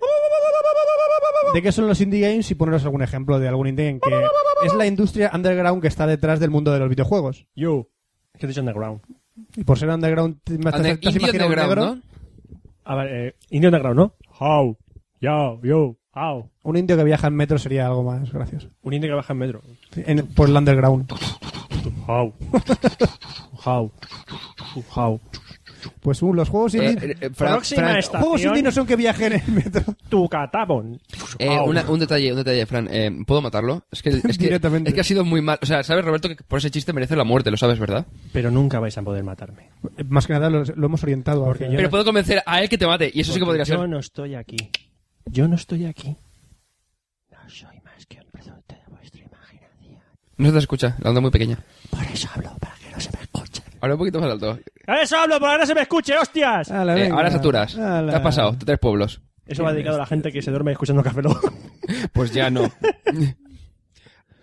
[SPEAKER 6] ¿De qué son los indie games? Y poneros algún ejemplo de algún indie game que es la industria underground que está detrás del mundo de los videojuegos.
[SPEAKER 1] Yo. Es que te he dicho underground.
[SPEAKER 6] Y por ser underground, te, te-
[SPEAKER 4] Ande-
[SPEAKER 6] te- te has
[SPEAKER 4] Indio
[SPEAKER 6] imaginado un
[SPEAKER 4] Underground,
[SPEAKER 6] negro,
[SPEAKER 4] ¿no?
[SPEAKER 1] A ver, eh, indio underground, ¿no? How. Yo, yo, how.
[SPEAKER 6] un indio que viaja en metro sería algo más gracioso.
[SPEAKER 1] Un indio que baja en metro.
[SPEAKER 6] En- por el underground.
[SPEAKER 1] How. how. How.
[SPEAKER 6] Pues uh, los juegos
[SPEAKER 4] Eh,
[SPEAKER 6] indie...
[SPEAKER 4] eh, eh, Fran-
[SPEAKER 1] Próxima
[SPEAKER 4] Fran-
[SPEAKER 1] esta.
[SPEAKER 6] Juegos
[SPEAKER 1] estación.
[SPEAKER 6] indie no son que viajen en metro
[SPEAKER 1] Tu catabón.
[SPEAKER 4] Eh,
[SPEAKER 1] Au.
[SPEAKER 4] una- un detalle, un detalle, Fran. Eh, ¿Puedo matarlo? Es que, es, que,
[SPEAKER 6] Directamente.
[SPEAKER 4] es que ha sido muy mal. O sea, ¿sabes, Roberto, que por ese chiste merece la muerte? Lo sabes, ¿verdad?
[SPEAKER 1] Pero nunca vais a poder matarme.
[SPEAKER 6] Más que nada los- lo, hemos orientado.
[SPEAKER 1] Porque
[SPEAKER 6] hacia-
[SPEAKER 1] yo-
[SPEAKER 4] Pero puedo convencer a él que te mate. Y eso sí que
[SPEAKER 1] Porque
[SPEAKER 4] podría
[SPEAKER 1] yo
[SPEAKER 4] ser.
[SPEAKER 1] no estoy aquí. Yo no estoy aquí.
[SPEAKER 7] No soy más que un producto de vuestra imaginación.
[SPEAKER 4] No se te escucha, la onda es muy pequeña.
[SPEAKER 7] Por eso hablo, para que no se me escuche.
[SPEAKER 4] Ahora un poquito más alto.
[SPEAKER 1] ¡A eso hablo! ¡Para que no se me escuche, hostias!
[SPEAKER 6] Ala,
[SPEAKER 4] Eh,
[SPEAKER 6] Ah, venga.
[SPEAKER 4] ahora saturas.
[SPEAKER 6] Ala.
[SPEAKER 4] Te has pasado, tres pueblos.
[SPEAKER 1] Eso va dedicado a la gente que se duerme escuchando Café Lock.
[SPEAKER 4] Pues ya no.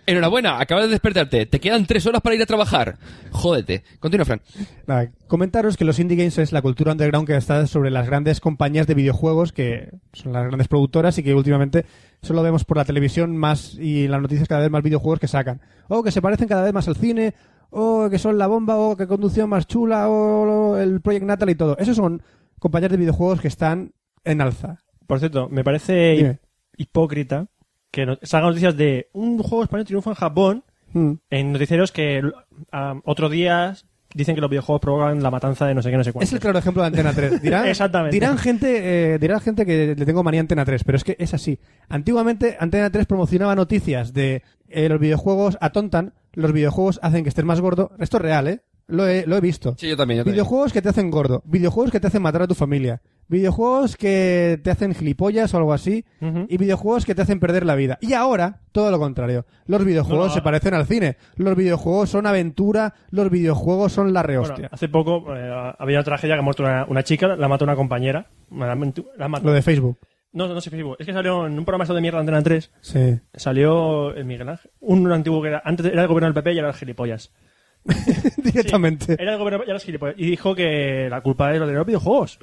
[SPEAKER 4] Enhorabuena, acabas de despertarte. Te quedan tres horas para ir a trabajar. Jódete. Continúa, Fran.
[SPEAKER 6] Nada, comentaros que los indie games es la cultura underground que está sobre las grandes compañías de videojuegos que son las grandes productoras y que últimamente solo vemos por la televisión más y en las noticias cada vez más videojuegos que sacan. O que se parecen cada vez más al cine, o que son la bomba, o que conducción más chula, o el Project Natal y todo. Esos son compañías de videojuegos que están en alza.
[SPEAKER 1] Por cierto, me parece
[SPEAKER 6] Dime.
[SPEAKER 1] hi- hipócrita que no- salgan noticias de un juego español triunfa en Japón
[SPEAKER 6] Hmm.
[SPEAKER 1] en noticieros que otros otro día dicen que los videojuegos provocan la matanza de no sé qué, no sé cuánto.
[SPEAKER 6] Es el claro ejemplo de Antena 3. Dirán,
[SPEAKER 1] Exactamente.
[SPEAKER 6] Dirán gente, eh, dirá gente que le tengo manía a Antena 3, pero es que es así. Antiguamente Antena 3 promocionaba noticias de eh, los videojuegos atontan, los videojuegos hacen que estés más gordo. Esto es real, ¿eh? Lo he, lo he visto.
[SPEAKER 4] Sí, yo también, yo también.
[SPEAKER 6] videojuegos que te hacen gordo, videojuegos que te hacen matar a tu familia, videojuegos que te hacen gilipollas o algo así,
[SPEAKER 1] Ujú.
[SPEAKER 6] y videojuegos que te hacen perder la vida. Y ahora, todo lo contrario. Los videojuegos
[SPEAKER 1] No, no.
[SPEAKER 6] se parecen al cine, los videojuegos son aventura, los videojuegos son la
[SPEAKER 1] Bueno,
[SPEAKER 6] rehostia.
[SPEAKER 1] hace poco eh, había una tragedia que ha muerto una, una chica, la mató una compañera. La, mató- la mató.
[SPEAKER 6] Lo de Facebook.
[SPEAKER 1] No, no, no sé, Facebook. Es que salió en un programa eso de mierda de Antena 3.
[SPEAKER 6] Sí.
[SPEAKER 1] Salió el Miguel Ángel. Un antiguo que era, antes era el gobierno del PP y era el gilipollas.
[SPEAKER 6] Directamente.
[SPEAKER 1] Era el gobierno y era el gilipollas. Y dijo que la culpa era de los videojuegos.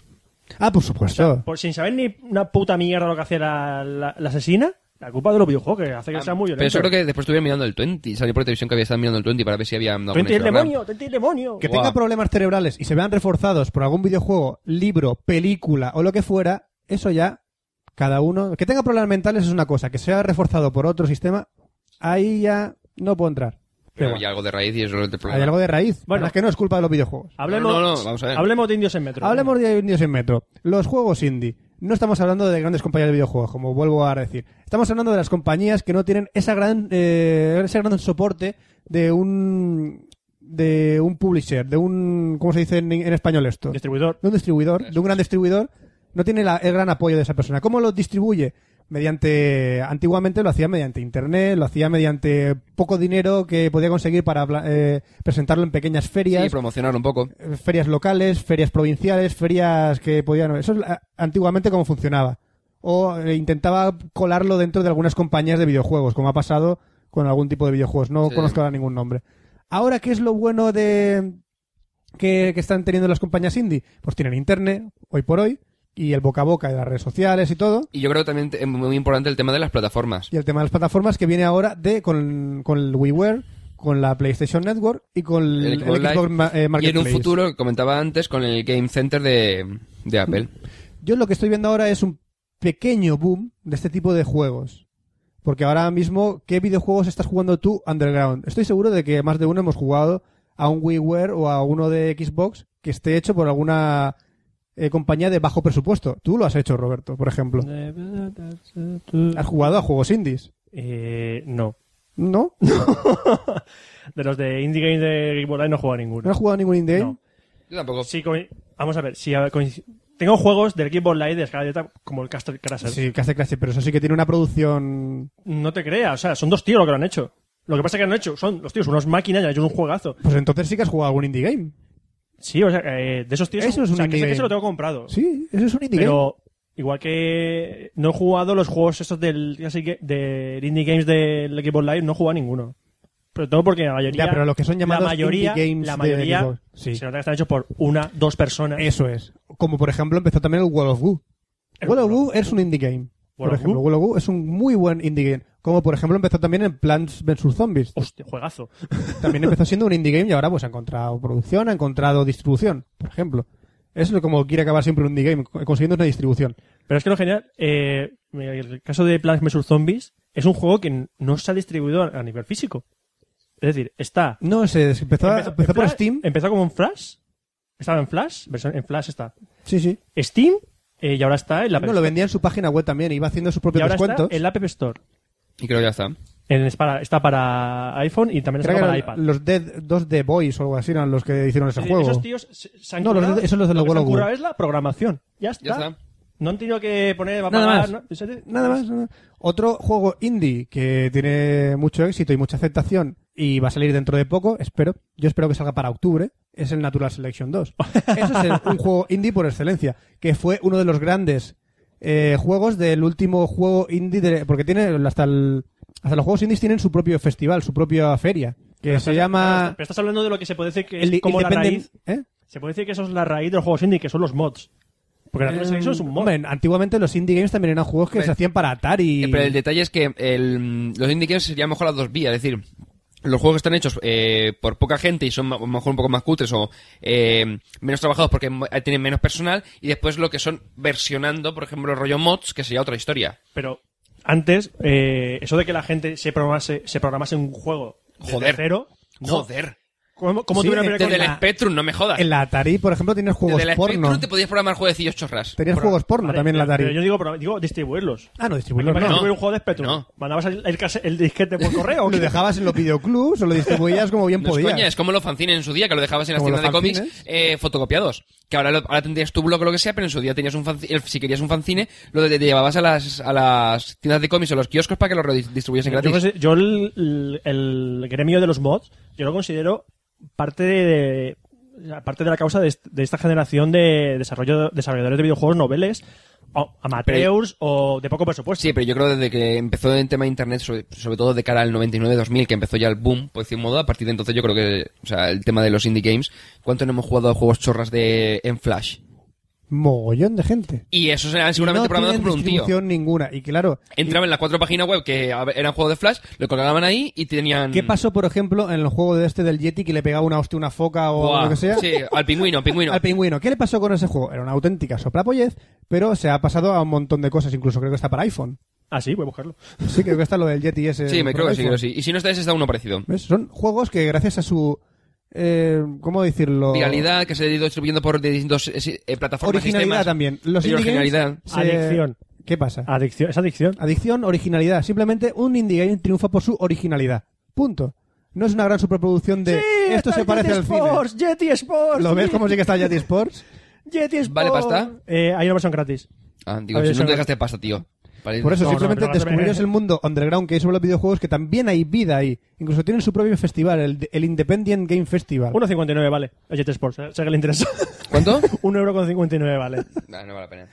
[SPEAKER 6] Ah, por supuesto.
[SPEAKER 1] Por sin saber ni una puta mierda lo que hacía la, la- la asesina, la culpa de los videojuegos, que hace que sea muy violento.
[SPEAKER 4] Ah, Pero yo creo que después estuvieron mirando el 20. Salió por televisión que había estado mirando el 20 para ver si había... alguna
[SPEAKER 1] ¡Twenty el
[SPEAKER 4] misión,
[SPEAKER 1] demonio! ¡Twenty el demonio!
[SPEAKER 6] que
[SPEAKER 4] Guau.
[SPEAKER 6] tenga problemas cerebrales y se vean reforzados por algún videojuego, libro, película o lo que fuera, eso ya, cada uno. Que tenga problemas mentales es una cosa, que sea reforzado por otro sistema, ahí ya no puedo entrar.
[SPEAKER 4] Pero
[SPEAKER 6] Da
[SPEAKER 4] hay
[SPEAKER 6] igual.
[SPEAKER 4] algo de raíz y eso es el problema.
[SPEAKER 6] Hay algo de raíz.
[SPEAKER 1] Bueno.
[SPEAKER 6] Bueno, es que no es culpa de los videojuegos.
[SPEAKER 1] Hablemos,
[SPEAKER 4] No, no, no, vamos a ver.
[SPEAKER 1] hablemos de indios en metro.
[SPEAKER 6] Hablemos de indios en metro. Los juegos indie. No estamos hablando de grandes compañías de videojuegos, como vuelvo a decir. Estamos hablando de las compañías que no tienen esa gran, eh, ese gran soporte de un de un publisher, de un ¿cómo se dice en, en español esto?
[SPEAKER 1] Distribuidor.
[SPEAKER 6] de un distribuidor, de un gran distribuidor, no tiene la- el gran apoyo de esa persona. ¿Cómo lo distribuye? Mediante, antiguamente lo hacía mediante internet, lo hacía mediante poco dinero que podía conseguir para habla- eh, presentarlo en pequeñas ferias
[SPEAKER 4] Sí, promocionarlo un poco.
[SPEAKER 6] eh, ferias locales, ferias provinciales, ferias que podían... Eso es la- antiguamente cómo funcionaba. O eh, intentaba colarlo dentro de algunas compañías de videojuegos, como ha pasado con algún tipo de videojuegos. No
[SPEAKER 4] Sí.
[SPEAKER 6] conozco ahora ningún nombre. Ahora, ¿qué es lo bueno de que, que están teniendo las compañías indie? Pues tienen internet, hoy por hoy, y el boca a boca de las redes sociales y todo.
[SPEAKER 4] Y yo creo que también es muy importante el tema de las plataformas.
[SPEAKER 6] Y el tema de las plataformas que viene ahora de con, con el WiiWare, con la PlayStation Network y con el,
[SPEAKER 4] El Xbox
[SPEAKER 6] el
[SPEAKER 4] Live.
[SPEAKER 6] Xbox Ma-
[SPEAKER 4] Y
[SPEAKER 6] eh,
[SPEAKER 4] en un
[SPEAKER 6] Marketplace.
[SPEAKER 4] futuro, comentaba antes, con el Game Center de, de Apple.
[SPEAKER 6] Yo lo que estoy viendo ahora es un pequeño boom de este tipo de juegos. Porque ahora mismo, ¿qué videojuegos estás jugando tú underground? Estoy seguro de que más de uno hemos jugado a un WiiWare o a uno de Xbox que esté hecho por alguna eh, compañía de bajo presupuesto. Tú lo has hecho, Roberto, por ejemplo. Has jugado a juegos indies,
[SPEAKER 1] Eh, no.
[SPEAKER 6] ¿no?
[SPEAKER 1] De los de Indie Games de Game Boy Live no he jugado a ninguno.
[SPEAKER 6] No has jugado a ningún indie.
[SPEAKER 1] No.
[SPEAKER 6] game?
[SPEAKER 4] Yo tampoco.
[SPEAKER 1] Sí, co- vamos a ver, si a- coinc- tengo juegos del Game Boy Live de escala directa como el Castle Crashers.
[SPEAKER 6] Sí, Castle Crash, pero eso sí que tiene una producción...
[SPEAKER 1] No te creas, o sea, son dos tíos lo que lo han hecho. Lo que pasa es que lo han hecho, son los tíos, unos máquinas y han hecho un juegazo.
[SPEAKER 6] Pues entonces sí que has jugado a algún indie game.
[SPEAKER 1] Sí, o sea, eh, de esos tíos.
[SPEAKER 6] Eso es
[SPEAKER 1] o sea,
[SPEAKER 6] un
[SPEAKER 1] que sé
[SPEAKER 6] indie
[SPEAKER 1] que se lo
[SPEAKER 6] game.
[SPEAKER 1] tengo comprado.
[SPEAKER 6] Sí, eso es un indie game.
[SPEAKER 1] pero igual que no he jugado los juegos estos del, ya sé que- del Indie Games del Game Boy Live, no he jugado a ninguno. Pero todo porque la mayoría.
[SPEAKER 6] Ya, pero los que son llamados
[SPEAKER 1] la mayoría,
[SPEAKER 6] indie games
[SPEAKER 1] la
[SPEAKER 6] de
[SPEAKER 1] mayoría
[SPEAKER 6] Xbox, sí. Eh,
[SPEAKER 1] se nota que están hechos por una, dos personas.
[SPEAKER 6] Eso es. Como por ejemplo empezó también el Wall of Goo.
[SPEAKER 1] El
[SPEAKER 6] Wall of
[SPEAKER 1] World of
[SPEAKER 6] Goo es un indie game.
[SPEAKER 1] World
[SPEAKER 6] por
[SPEAKER 1] of
[SPEAKER 6] ejemplo,
[SPEAKER 1] Goo.
[SPEAKER 6] Wall of Goo es un muy buen indie game. Como por ejemplo empezó también en Plants vs Zombies.
[SPEAKER 1] Hostia, juegazo.
[SPEAKER 6] También empezó siendo un indie game y ahora pues ha encontrado producción, ha encontrado distribución, por ejemplo. Es lo como quiere acabar siempre un indie game, co- consiguiendo una distribución.
[SPEAKER 1] Pero es que lo genial, eh, el caso de Plants vs. Zombies es un juego que no se ha distribuido a nivel físico. Es decir, está.
[SPEAKER 6] No sé, es- empezó, empezó,
[SPEAKER 1] en
[SPEAKER 6] por
[SPEAKER 1] Flash-
[SPEAKER 6] Steam.
[SPEAKER 1] Empezó eh, como en Flash. Estaba en Flash. versión- En Flash está.
[SPEAKER 6] Sí, sí.
[SPEAKER 1] Steam. eh, y ahora está en la App
[SPEAKER 6] No, lo
[SPEAKER 1] Store.
[SPEAKER 6] vendía en su página web también, iba haciendo sus
[SPEAKER 1] Y
[SPEAKER 6] propios
[SPEAKER 1] ahora
[SPEAKER 6] descuentos.
[SPEAKER 1] está en la App Store.
[SPEAKER 4] Y creo que ya está.
[SPEAKER 1] En- es para- está para iPhone y también está
[SPEAKER 6] Creo que
[SPEAKER 1] para
[SPEAKER 6] eran
[SPEAKER 1] iPad.
[SPEAKER 6] los Dead, dos de Boys o algo así eran los que hicieron ese
[SPEAKER 1] Es decir,
[SPEAKER 6] juego.
[SPEAKER 1] Esos tíos se, se han
[SPEAKER 6] No, los
[SPEAKER 1] currado-
[SPEAKER 6] de- esos los de
[SPEAKER 1] lo
[SPEAKER 6] los
[SPEAKER 1] que se han
[SPEAKER 6] Wallowwood.
[SPEAKER 1] currado es la programación. Ya está.
[SPEAKER 4] Ya está.
[SPEAKER 1] No han tenido que poner... va a
[SPEAKER 6] Nada
[SPEAKER 1] pagar,
[SPEAKER 6] más.
[SPEAKER 1] ¿no? Fíjate.
[SPEAKER 6] Nada más, nada más. Otro juego indie que tiene mucho éxito y mucha aceptación y va a salir dentro de poco, espero. Yo espero que salga para octubre. Es el Natural Selection 2. Eso es el- un juego indie por excelencia, que fue uno de los grandes eh, juegos del último juego indie, de- porque tiene hasta el- hasta los juegos indies tienen su propio festival, su propia feria, que se llama
[SPEAKER 1] Pero estás hablando de lo que se puede decir que es
[SPEAKER 6] el
[SPEAKER 1] como la
[SPEAKER 6] Independent-
[SPEAKER 1] raíz...
[SPEAKER 6] ¿eh?
[SPEAKER 1] Se puede decir que eso es la raíz de los juegos indie, que son los mods. Porque la
[SPEAKER 6] Eh,
[SPEAKER 1] Selection es un mod.
[SPEAKER 6] hombre, antiguamente los indie games también eran juegos que
[SPEAKER 4] Pero-
[SPEAKER 6] se hacían para Atari.
[SPEAKER 4] Eh, Pero el detalle es que el, mm, los indie games serían mejor las dos vías, es decir, los juegos que están hechos eh, por poca gente y son ma- mejor un poco más cutres o eh, menos trabajados porque mo- eh, tienen menos personal y después lo que son versionando, por ejemplo, rollo mods, que sería otra historia.
[SPEAKER 1] Pero antes, eh, eso de que la gente se programase, se programase un juego desde
[SPEAKER 4] Joder.
[SPEAKER 1] cero. no.
[SPEAKER 4] Joder.
[SPEAKER 1] ¿Cómo, cómo
[SPEAKER 6] Sí,
[SPEAKER 1] tuvieron que ver
[SPEAKER 4] Desde
[SPEAKER 1] con
[SPEAKER 4] el
[SPEAKER 1] la-
[SPEAKER 4] Spectrum, no me jodas.
[SPEAKER 6] En la Atari, por ejemplo, tienes juegos
[SPEAKER 4] Desde el
[SPEAKER 6] porno.
[SPEAKER 4] Spectrum te podías programar jueguecillos chorras.
[SPEAKER 6] Tenías juegos porno
[SPEAKER 1] Vale,
[SPEAKER 6] también en la
[SPEAKER 1] pero- pero Yo
[SPEAKER 6] Atari.
[SPEAKER 1] digo, pro- digo distribuirlos.
[SPEAKER 6] Ah, no,
[SPEAKER 1] Porque
[SPEAKER 6] distribuirlos
[SPEAKER 1] para que
[SPEAKER 6] no.
[SPEAKER 1] tuviera un juego de Spectrum.
[SPEAKER 4] No.
[SPEAKER 1] ¿Mandabas el, el case- el disquete por correo? o
[SPEAKER 6] Lo
[SPEAKER 1] qué?
[SPEAKER 6] dejabas en los videoclubs o lo distribuías como bien
[SPEAKER 4] No es
[SPEAKER 6] podías.
[SPEAKER 4] coña, es como los fanzines en su día, que lo dejabas en las
[SPEAKER 6] Como
[SPEAKER 4] tiendas de
[SPEAKER 6] los
[SPEAKER 4] cómics
[SPEAKER 6] fanzines.
[SPEAKER 4] eh, fotocopiados. Que ahora, lo- ahora tendrías tu blog o lo que sea, pero en su día tenías un fanzine, el- si querías un fanzine, lo de- te llevabas a las, a las tiendas de cómics o los kioscos para que lo redis- distribuyesen
[SPEAKER 1] Yo,
[SPEAKER 4] gratis.
[SPEAKER 1] consi- yo el, el- el gremio de los mods, yo lo considero parte de, de- parte de la causa de, est- de esta generación de desarrollo, desarrolladores de videojuegos noveles, o amateurs o de poco presupuesto.
[SPEAKER 4] Sí, pero yo creo desde que empezó el tema de internet, sobre, sobre todo de cara al 99-2000, que empezó ya el boom, por decir un modo, a partir de entonces yo creo que, o sea, el tema de los indie games, ¿cuánto no hemos jugado a juegos chorras de, en Flash?
[SPEAKER 6] Mogollón de gente.
[SPEAKER 4] Y esos eran seguramente
[SPEAKER 6] no
[SPEAKER 4] programados
[SPEAKER 6] tienen
[SPEAKER 4] por un tío.
[SPEAKER 6] distribución ninguna. Y claro,
[SPEAKER 4] Entraban en las cuatro páginas web que a ver, eran juegos de Flash, lo colgaban ahí y tenían...
[SPEAKER 6] ¿qué pasó, por ejemplo, en el juego de este del Yeti que le pegaba una hostia, una foca o
[SPEAKER 4] Buah,
[SPEAKER 6] lo que sea?
[SPEAKER 4] Sí, al pingüino, pingüino.
[SPEAKER 6] Al pingüino. ¿Qué le pasó con ese juego? Era una auténtica soplapollez, pero se ha pasado a un montón de cosas. Incluso creo que está para iPhone.
[SPEAKER 1] Ah, sí, voy a buscarlo.
[SPEAKER 6] Sí, creo que está lo del Yeti ese.
[SPEAKER 4] Sí, me creo
[SPEAKER 6] para
[SPEAKER 4] que sí, creo
[SPEAKER 6] iPhone.
[SPEAKER 4] que sí. Y si no estáis, está uno parecido.
[SPEAKER 6] ¿Ves? Son juegos que gracias a su... eh, ¿Cómo decirlo?
[SPEAKER 4] Viralidad que se ha ido distribuyendo por distintos eh, eh, plataformas.
[SPEAKER 6] Originalidad
[SPEAKER 4] sistemas.
[SPEAKER 6] también. Los
[SPEAKER 4] Y
[SPEAKER 6] indie games
[SPEAKER 4] originalidad.
[SPEAKER 6] se-
[SPEAKER 1] Adicción.
[SPEAKER 6] ¿Qué pasa?
[SPEAKER 1] Adicción, es adicción.
[SPEAKER 6] Adicción, originalidad. Simplemente un indie game triunfa por su originalidad. Punto. No es una gran superproducción de esto se parece al
[SPEAKER 1] Sports, Yeti
[SPEAKER 6] cine.
[SPEAKER 1] Sports.
[SPEAKER 6] ¿Lo ves como sí que está Yeti Sports?
[SPEAKER 1] Yeti Sports.
[SPEAKER 4] ¿Vale pasta?
[SPEAKER 1] Eh, hay una versión gratis.
[SPEAKER 4] Ah, digo,
[SPEAKER 1] A ver,
[SPEAKER 4] si no
[SPEAKER 1] eso-
[SPEAKER 4] te dejaste pasta, tío. Vale.
[SPEAKER 6] Por eso,
[SPEAKER 1] No, no,
[SPEAKER 6] simplemente
[SPEAKER 1] pero-
[SPEAKER 6] descubriros el mundo underground que hay sobre los videojuegos, que también hay vida ahí. Incluso tienen su propio festival, el, el Independent Game Festival.
[SPEAKER 1] 1,59 vale. El Yeti Sports, eh, sé que le interesa.
[SPEAKER 4] ¿Cuánto?
[SPEAKER 1] 1,59 vale.
[SPEAKER 4] Ah, no vale la pena.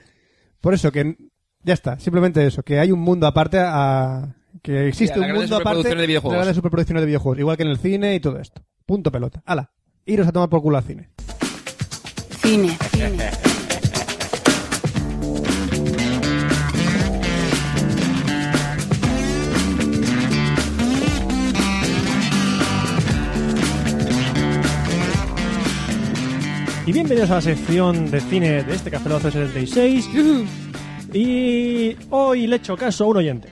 [SPEAKER 6] Por eso, que ya está, simplemente eso, que hay un mundo aparte a... Que existe
[SPEAKER 4] Sí, a las
[SPEAKER 6] un
[SPEAKER 4] grandes
[SPEAKER 6] mundo aparte
[SPEAKER 4] superproducciones de videojuegos.
[SPEAKER 6] las grandes superproducciones de videojuegos, igual que en el cine y todo esto. Punto pelota. Ala, iros a tomar por culo al cine.
[SPEAKER 5] Cine. Cine.
[SPEAKER 1] Y bienvenidos a la sección de cine de este Café 1276. y hoy le he hecho caso a un oyente.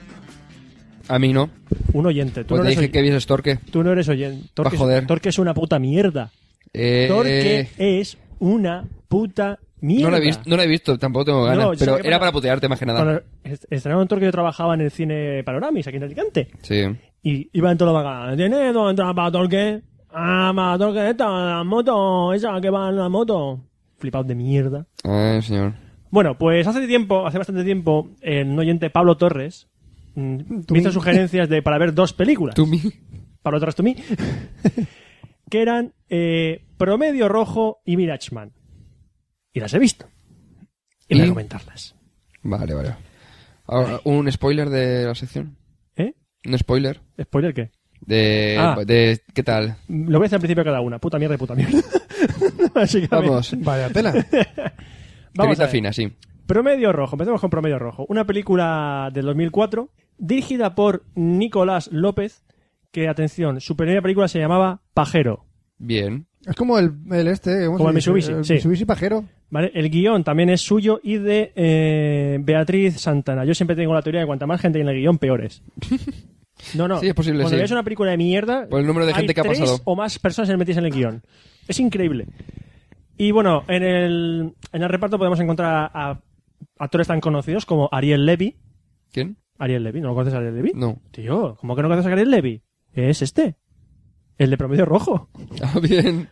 [SPEAKER 4] A mí no.
[SPEAKER 1] Un oyente. Tú,
[SPEAKER 4] Pues
[SPEAKER 1] no,
[SPEAKER 4] te
[SPEAKER 1] eres
[SPEAKER 4] dije
[SPEAKER 1] oyente.
[SPEAKER 4] que vieses Torque.
[SPEAKER 1] Tú no eres oyente. Torque,
[SPEAKER 4] Pa' joder.
[SPEAKER 1] Es, Torque es una puta mierda.
[SPEAKER 4] Eh,
[SPEAKER 1] Torque
[SPEAKER 4] eh,
[SPEAKER 1] es una puta mierda.
[SPEAKER 4] no lo he visto, no lo he visto, tampoco tengo ganas,
[SPEAKER 1] No, yo sé
[SPEAKER 4] pero
[SPEAKER 1] que
[SPEAKER 4] era
[SPEAKER 1] para-
[SPEAKER 4] para putearte más que nada.
[SPEAKER 1] Cuando est- estrenaron Torque, yo trabajaba en el cine Panoramis, aquí en Alicante.
[SPEAKER 4] Sí.
[SPEAKER 1] Y iba en todo lo bacán. ¿Tiene dos entradas para Torque? Ah, para Torque, esta, la moto, esa que va en la moto. Flipado de mierda.
[SPEAKER 4] Ay, señor.
[SPEAKER 1] Bueno, pues hace tiempo, hace bastante tiempo, el oyente Pablo Torres mm, me hizo sugerencias de para ver dos películas.
[SPEAKER 4] Tú mi.
[SPEAKER 1] Pablo Torres, tú mí. que eran eh, Promedio Rojo y Mirage Man. Y las he visto. Y voy
[SPEAKER 4] ¿Y?
[SPEAKER 1] a comentarlas.
[SPEAKER 4] Vale, vale. Ahora, un spoiler de la sección.
[SPEAKER 1] ¿Eh?
[SPEAKER 4] Un spoiler
[SPEAKER 1] ¿Spoiler qué?
[SPEAKER 4] de,
[SPEAKER 1] Ah.
[SPEAKER 4] de ¿qué tal?
[SPEAKER 1] Lo voy a hacer al principio de cada una. Puta mierda y puta mierda. Básicamente.
[SPEAKER 4] Vamos.
[SPEAKER 6] Vaya tela.
[SPEAKER 1] Vamos a
[SPEAKER 4] Telita
[SPEAKER 1] ver.
[SPEAKER 4] fina, sí.
[SPEAKER 1] Promedio Rojo, empecemos con Promedio Rojo. Una película del 2004 dirigida por Nicolás López, que, atención, su primera película se llamaba Pajero.
[SPEAKER 4] Bien.
[SPEAKER 6] Es como el, el este... ¿cómo
[SPEAKER 1] Como
[SPEAKER 6] se
[SPEAKER 1] el
[SPEAKER 6] dice?
[SPEAKER 1] Mitsubishi, sí.
[SPEAKER 6] Mitsubishi pajero.
[SPEAKER 1] ¿vale? El guión también es suyo y de eh, Beatriz Santana. Yo siempre tengo la teoría de cuanta más gente hay en el guión, peor es. No, no.
[SPEAKER 4] Sí, es posible,
[SPEAKER 1] Cuando
[SPEAKER 4] sí.
[SPEAKER 1] veáis una película de mierda,
[SPEAKER 4] Por el número de
[SPEAKER 1] hay
[SPEAKER 4] gente que ha
[SPEAKER 1] tres
[SPEAKER 4] pasado.
[SPEAKER 1] o más personas se metéis en el guión. Es increíble. Y bueno, en el, en el reparto podemos encontrar a, a actores tan conocidos como Ariel Levy.
[SPEAKER 4] ¿Quién?
[SPEAKER 1] ¿Ariel Levy? ¿No lo conoces a Ariel Levy?
[SPEAKER 4] No.
[SPEAKER 1] Tío, ¿cómo que no conoces a Ariel Levy? Es este. El de promedio rojo.
[SPEAKER 4] Ah, bien.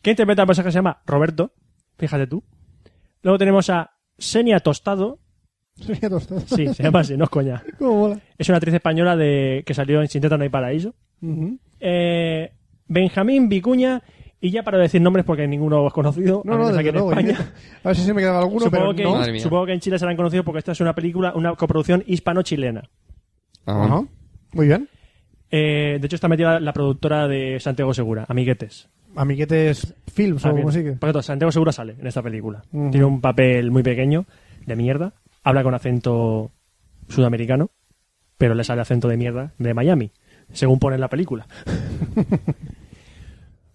[SPEAKER 1] que interpreta al personaje que se llama Roberto. Fíjate tú. Luego tenemos a Senia Tostado.
[SPEAKER 6] Sería tostado.
[SPEAKER 1] Sí, se llama así, no es coña.
[SPEAKER 6] Cómo mola.
[SPEAKER 1] Es una actriz española de que salió en Sin Teta no hay paraíso.
[SPEAKER 6] Ujú.
[SPEAKER 1] Eh, Benjamín Vicuña. Y ya para decir nombres porque ninguno es conocido.
[SPEAKER 6] No,
[SPEAKER 1] al
[SPEAKER 6] no,
[SPEAKER 1] menos
[SPEAKER 6] desde
[SPEAKER 1] aquí en
[SPEAKER 6] luego.
[SPEAKER 1] España.
[SPEAKER 6] A ver si se me quedaba alguno,
[SPEAKER 1] Supongo,
[SPEAKER 6] pero
[SPEAKER 1] que,
[SPEAKER 6] no.
[SPEAKER 4] Madre mía.
[SPEAKER 1] supongo que en Chile serán conocidos porque esta es una película, una coproducción hispano-chilena.
[SPEAKER 4] Ah.
[SPEAKER 6] Ajá. Muy bien.
[SPEAKER 1] Eh, de hecho, está metida la productora de Santiago Segura, Amiguetes.
[SPEAKER 6] Amiguetes Films o
[SPEAKER 1] Ah, bien.
[SPEAKER 6] como Ah, sigue.
[SPEAKER 1] Por cierto, Santiago Segura sale en esta película.
[SPEAKER 6] Ujú.
[SPEAKER 1] Tiene un papel muy pequeño, de mierda. Habla con acento sudamericano, pero le sale acento de mierda de Miami, según pone en la película.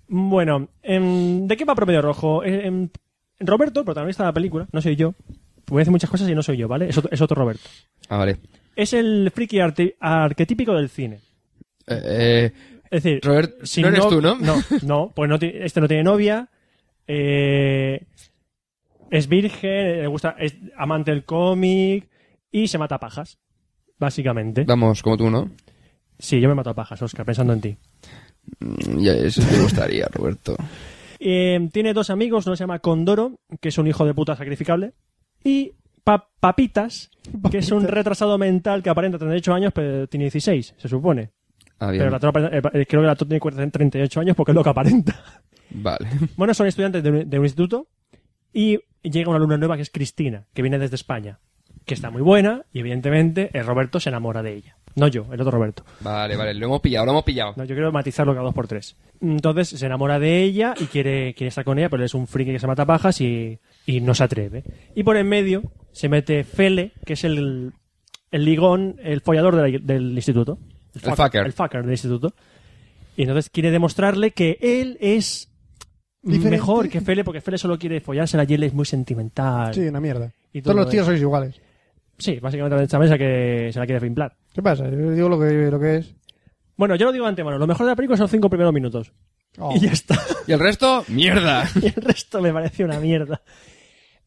[SPEAKER 1] bueno, em, ¿de qué va Promedio Rojo? Em, Roberto, protagonista de la película, no soy yo. Voy a decir muchas cosas y no soy yo, ¿vale? Es otro, es otro Roberto.
[SPEAKER 4] Ah, vale.
[SPEAKER 1] es el friki arte- arquetípico del cine.
[SPEAKER 4] Eh,
[SPEAKER 1] Es decir,
[SPEAKER 4] Robert,
[SPEAKER 1] si
[SPEAKER 4] no eres tú, ¿no?
[SPEAKER 1] No, no, pues no ti- este no tiene novia. eh, es virgen, eh, le gusta, es amante del cómic y se mata a pajas, básicamente.
[SPEAKER 4] Vamos, como tú, ¿no?
[SPEAKER 1] Sí, yo me mato a pajas, Oscar, pensando en ti.
[SPEAKER 4] Mm, Ya eso te gustaría, Roberto.
[SPEAKER 1] Eh, tiene dos amigos, uno se llama Condoro, que es un hijo de puta sacrificable, y Pa- Papitas, que es un retrasado mental que aparenta 38 años, pero tiene 16, se supone.
[SPEAKER 4] Ah, bien.
[SPEAKER 1] Pero el actor aparenta- eh, creo que el actor tiene 40 38 años porque es lo que aparenta.
[SPEAKER 4] Vale.
[SPEAKER 1] Bueno, son estudiantes de un, de un instituto y llega una alumna nueva que es Cristina, que viene desde España, que está muy buena y evidentemente el Roberto se enamora de ella. No yo, el otro Roberto.
[SPEAKER 4] Vale, vale. Lo hemos pillado, lo hemos pillado.
[SPEAKER 1] No, yo quiero matizarlo cada dos por tres. Entonces se enamora de ella y quiere, quiere estar con ella, pero él es un friki que se mata pajas y, y no se atreve. Y por en medio se mete Fele, que es el, el ligón, el follador de la- del instituto.
[SPEAKER 4] El fucker.
[SPEAKER 1] El fucker del instituto. Y entonces quiere demostrarle que él es
[SPEAKER 3] Diferente.
[SPEAKER 1] mejor que Fele, porque Fele solo quiere follársela y él es muy sentimental.
[SPEAKER 3] Sí, una mierda.
[SPEAKER 1] Y todo
[SPEAKER 3] Todos los tíos
[SPEAKER 1] eso.
[SPEAKER 3] sois iguales.
[SPEAKER 1] Sí, básicamente esta mesa que se la quiere fimplar.
[SPEAKER 3] ¿Qué pasa? Yo digo lo que, lo que es.
[SPEAKER 1] Bueno, yo lo digo de antemano, lo mejor de la película son los cinco primeros minutos.
[SPEAKER 3] Oh.
[SPEAKER 1] Y ya está.
[SPEAKER 4] ¿Y el resto? ¡Mierda!
[SPEAKER 1] y el resto me parece una mierda.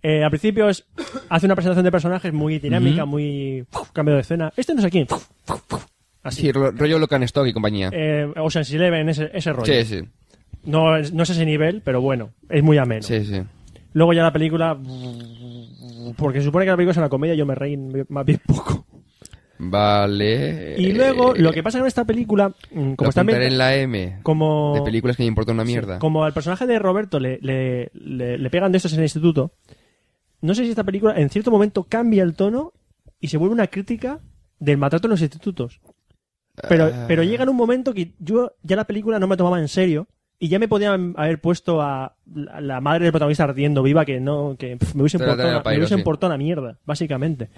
[SPEAKER 1] Eh, al principio es, hace una presentación de personajes muy dinámica, muy ¡puf! cambio de escena. Este no sé quién. ¡puf! ¡puf! ¡puf! Así.
[SPEAKER 4] Sí, ro- rollo Locan Stock y compañía.
[SPEAKER 1] Eh, Ocean's Eleven, ese, ese rollo.
[SPEAKER 4] Sí, sí.
[SPEAKER 1] No, es, no es ese nivel, pero bueno, es muy ameno.
[SPEAKER 4] Sí, sí.
[SPEAKER 1] Luego ya la película... Porque se supone que la película es una comedia, yo me reí más bien poco.
[SPEAKER 4] Vale.
[SPEAKER 1] Y luego,
[SPEAKER 4] Eh,
[SPEAKER 1] lo que pasa con esta película, mm,
[SPEAKER 4] lo
[SPEAKER 1] como está
[SPEAKER 4] apuntaré
[SPEAKER 1] ambientada-
[SPEAKER 4] en la M.
[SPEAKER 1] como...
[SPEAKER 4] De películas que me importa una mierda.
[SPEAKER 1] Como al personaje de Roberto le, le- le- le pegan de estos en el instituto, no sé si esta película en cierto momento cambia el tono y se vuelve una crítica del maltrato en los institutos. Pero,
[SPEAKER 4] Ah.
[SPEAKER 1] pero llega en un momento que yo ya la película no me tomaba en serio y ya me podían haber puesto a la, la madre del protagonista ardiendo viva que no que pf, me hubiese
[SPEAKER 4] Te la
[SPEAKER 1] importado
[SPEAKER 4] traen
[SPEAKER 1] una-
[SPEAKER 4] a pairo,
[SPEAKER 1] me hubiese
[SPEAKER 4] sí.
[SPEAKER 1] importado una mierda, básicamente.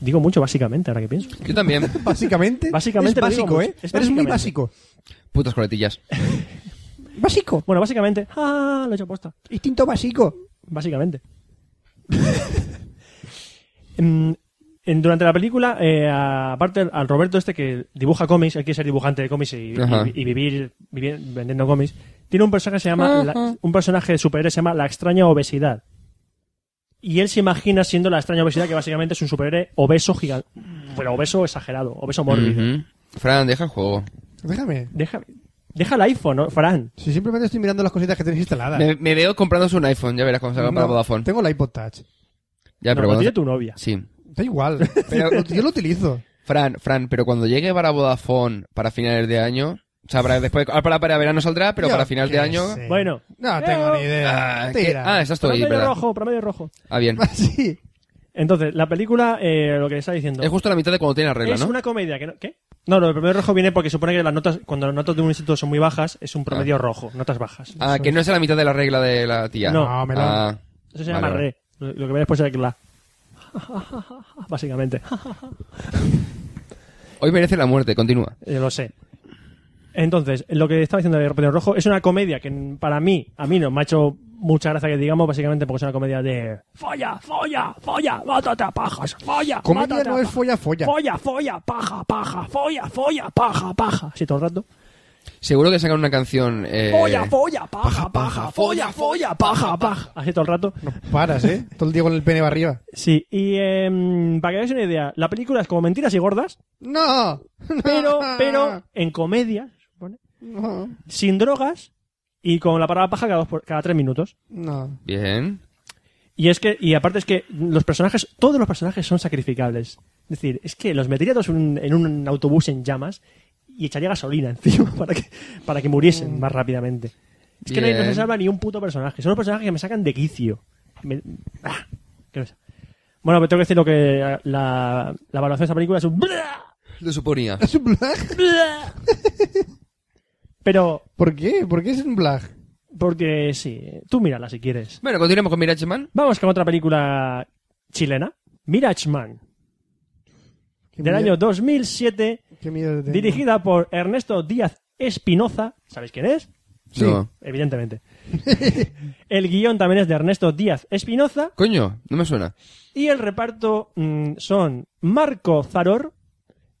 [SPEAKER 1] Digo mucho básicamente, ahora que pienso.
[SPEAKER 4] Yo también.
[SPEAKER 6] Básicamente,
[SPEAKER 1] Básicamente
[SPEAKER 6] es
[SPEAKER 1] lo digo
[SPEAKER 6] básico,
[SPEAKER 1] mucho.
[SPEAKER 6] ¿eh?
[SPEAKER 1] Es
[SPEAKER 6] Eres muy
[SPEAKER 1] básicamente.
[SPEAKER 6] básico.
[SPEAKER 4] Putas coletillas.
[SPEAKER 6] Básico.
[SPEAKER 1] Bueno, básicamente, ah, lo he hecho aposta.
[SPEAKER 6] Instinto básico.
[SPEAKER 1] básicamente. Mm, en- durante la película, eh, aparte al Roberto este que dibuja cómics, él quiere ser dibujante de cómics y,
[SPEAKER 4] Ajá.
[SPEAKER 1] y- y vivir, vivi- vendiendo cómics, tiene un personaje que se llama la- un personaje de superhéroe que se llama la extraña obesidad. Y él se imagina siendo la extraña obesidad que básicamente es un superhéroe obeso gigante, pero obeso exagerado, obeso mórbido.
[SPEAKER 4] Ujú. Fran, deja el juego.
[SPEAKER 3] Déjame.
[SPEAKER 1] Deja, deja el iPhone, ¿no? Fran.
[SPEAKER 3] Si simplemente estoy mirando las cositas que tenéis instaladas.
[SPEAKER 4] Me, me veo comprándose un iPhone, ya verás cómo se va para
[SPEAKER 3] No,
[SPEAKER 4] Vodafone.
[SPEAKER 3] Tengo la iPod Touch.
[SPEAKER 4] Ya,
[SPEAKER 1] no,
[SPEAKER 4] pero
[SPEAKER 1] lo
[SPEAKER 4] cuando-
[SPEAKER 1] tiene tu novia.
[SPEAKER 4] Sí.
[SPEAKER 3] Da igual.
[SPEAKER 4] Pero-
[SPEAKER 3] yo lo utilizo.
[SPEAKER 4] Fran, Fran, pero cuando llegue para Vodafone para finales de año, o sea, para después, ahora para, para verano saldrá, pero
[SPEAKER 3] Yo
[SPEAKER 4] para final de
[SPEAKER 3] qué
[SPEAKER 4] año...
[SPEAKER 3] sé.
[SPEAKER 1] Bueno. Eh,
[SPEAKER 3] No tengo ni idea.
[SPEAKER 4] Ah, que-
[SPEAKER 3] Tira.
[SPEAKER 4] ah, estás tú ahí,
[SPEAKER 1] Promedio
[SPEAKER 4] ¿verdad?
[SPEAKER 1] rojo, promedio rojo.
[SPEAKER 4] Ah, bien.
[SPEAKER 3] sí.
[SPEAKER 1] Entonces, la película, eh, lo que está diciendo.
[SPEAKER 4] Es justo la mitad de cuando tiene la regla,
[SPEAKER 1] es
[SPEAKER 4] ¿no?
[SPEAKER 1] una comedia que no, ¿qué? No, lo del promedio rojo viene porque supone que las notas cuando las notas de un instituto son muy bajas es un promedio rojo, notas bajas.
[SPEAKER 4] Ah, que no es a la mitad de la regla de la tía.
[SPEAKER 1] No.
[SPEAKER 3] No, me la-
[SPEAKER 4] Ah,
[SPEAKER 1] Eso se
[SPEAKER 4] vale,
[SPEAKER 1] llama
[SPEAKER 4] vale.
[SPEAKER 1] re. Lo lo que viene después es la básicamente.
[SPEAKER 4] Hoy merece la muerte, continúa.
[SPEAKER 1] Eh, lo sé. Entonces, lo que estaba diciendo de promedio rojo es una comedia que mm, para mí, a mí no me ha hecho mucha gracia que digamos, básicamente porque es una comedia de folla, folla, folla, mátate a pajas, folla,
[SPEAKER 3] Comedia
[SPEAKER 1] mátate a
[SPEAKER 3] no es
[SPEAKER 1] pajas.
[SPEAKER 3] folla folla.
[SPEAKER 1] Folla, folla, paja, paja, folla, folla, paja, paja. Así todo el rato.
[SPEAKER 4] Seguro que sacan una canción... Eh...
[SPEAKER 1] Folla, folla, paja, paja, folla, folla, paja, paja. Así todo el rato.
[SPEAKER 3] No paras, ¿eh? Todo el día con el pene va arriba.
[SPEAKER 1] Sí, y em, para que hagáis una idea, la película es como mentiras y gordas,
[SPEAKER 3] No.
[SPEAKER 1] pero, pero en comedia, se supone,
[SPEAKER 3] No.
[SPEAKER 1] sin drogas y con la parada paja cada, dos por- cada tres minutos.
[SPEAKER 3] No.
[SPEAKER 4] Bien.
[SPEAKER 1] Y es que, y aparte es que los personajes, todos los personajes son sacrificables. Es decir, es que los metería todos en- en un autobús en llamas y echaría gasolina encima para que, para que muriesen más rápidamente. Es que no, hay- no se
[SPEAKER 4] Bien.
[SPEAKER 1] salva ni un puto personaje. Son los personajes que me sacan de quicio. Me- ah, que no sé. Bueno, pero tengo que decir lo que eh, la, la valoración de esta película es un...
[SPEAKER 4] Lo suponía.
[SPEAKER 3] ¿Es un blag?
[SPEAKER 1] Pero,
[SPEAKER 3] ¿Por qué? ¿Por qué es un blag?
[SPEAKER 1] porque sí, tú mírala si quieres.
[SPEAKER 4] Bueno, continuemos con Mirage Man.
[SPEAKER 1] Vamos con otra película chilena, Mirage Man,
[SPEAKER 3] ¿Qué
[SPEAKER 1] del
[SPEAKER 3] miedo-
[SPEAKER 1] año 2007,
[SPEAKER 3] qué miedo tengo.
[SPEAKER 1] dirigida por Ernesto Díaz Espinoza, ¿sabéis quién es?
[SPEAKER 4] No.
[SPEAKER 1] Evidentemente. el guión también es de Ernesto Díaz Espinoza
[SPEAKER 4] Coño, no me suena.
[SPEAKER 1] y el reparto mm, son Marco Zaror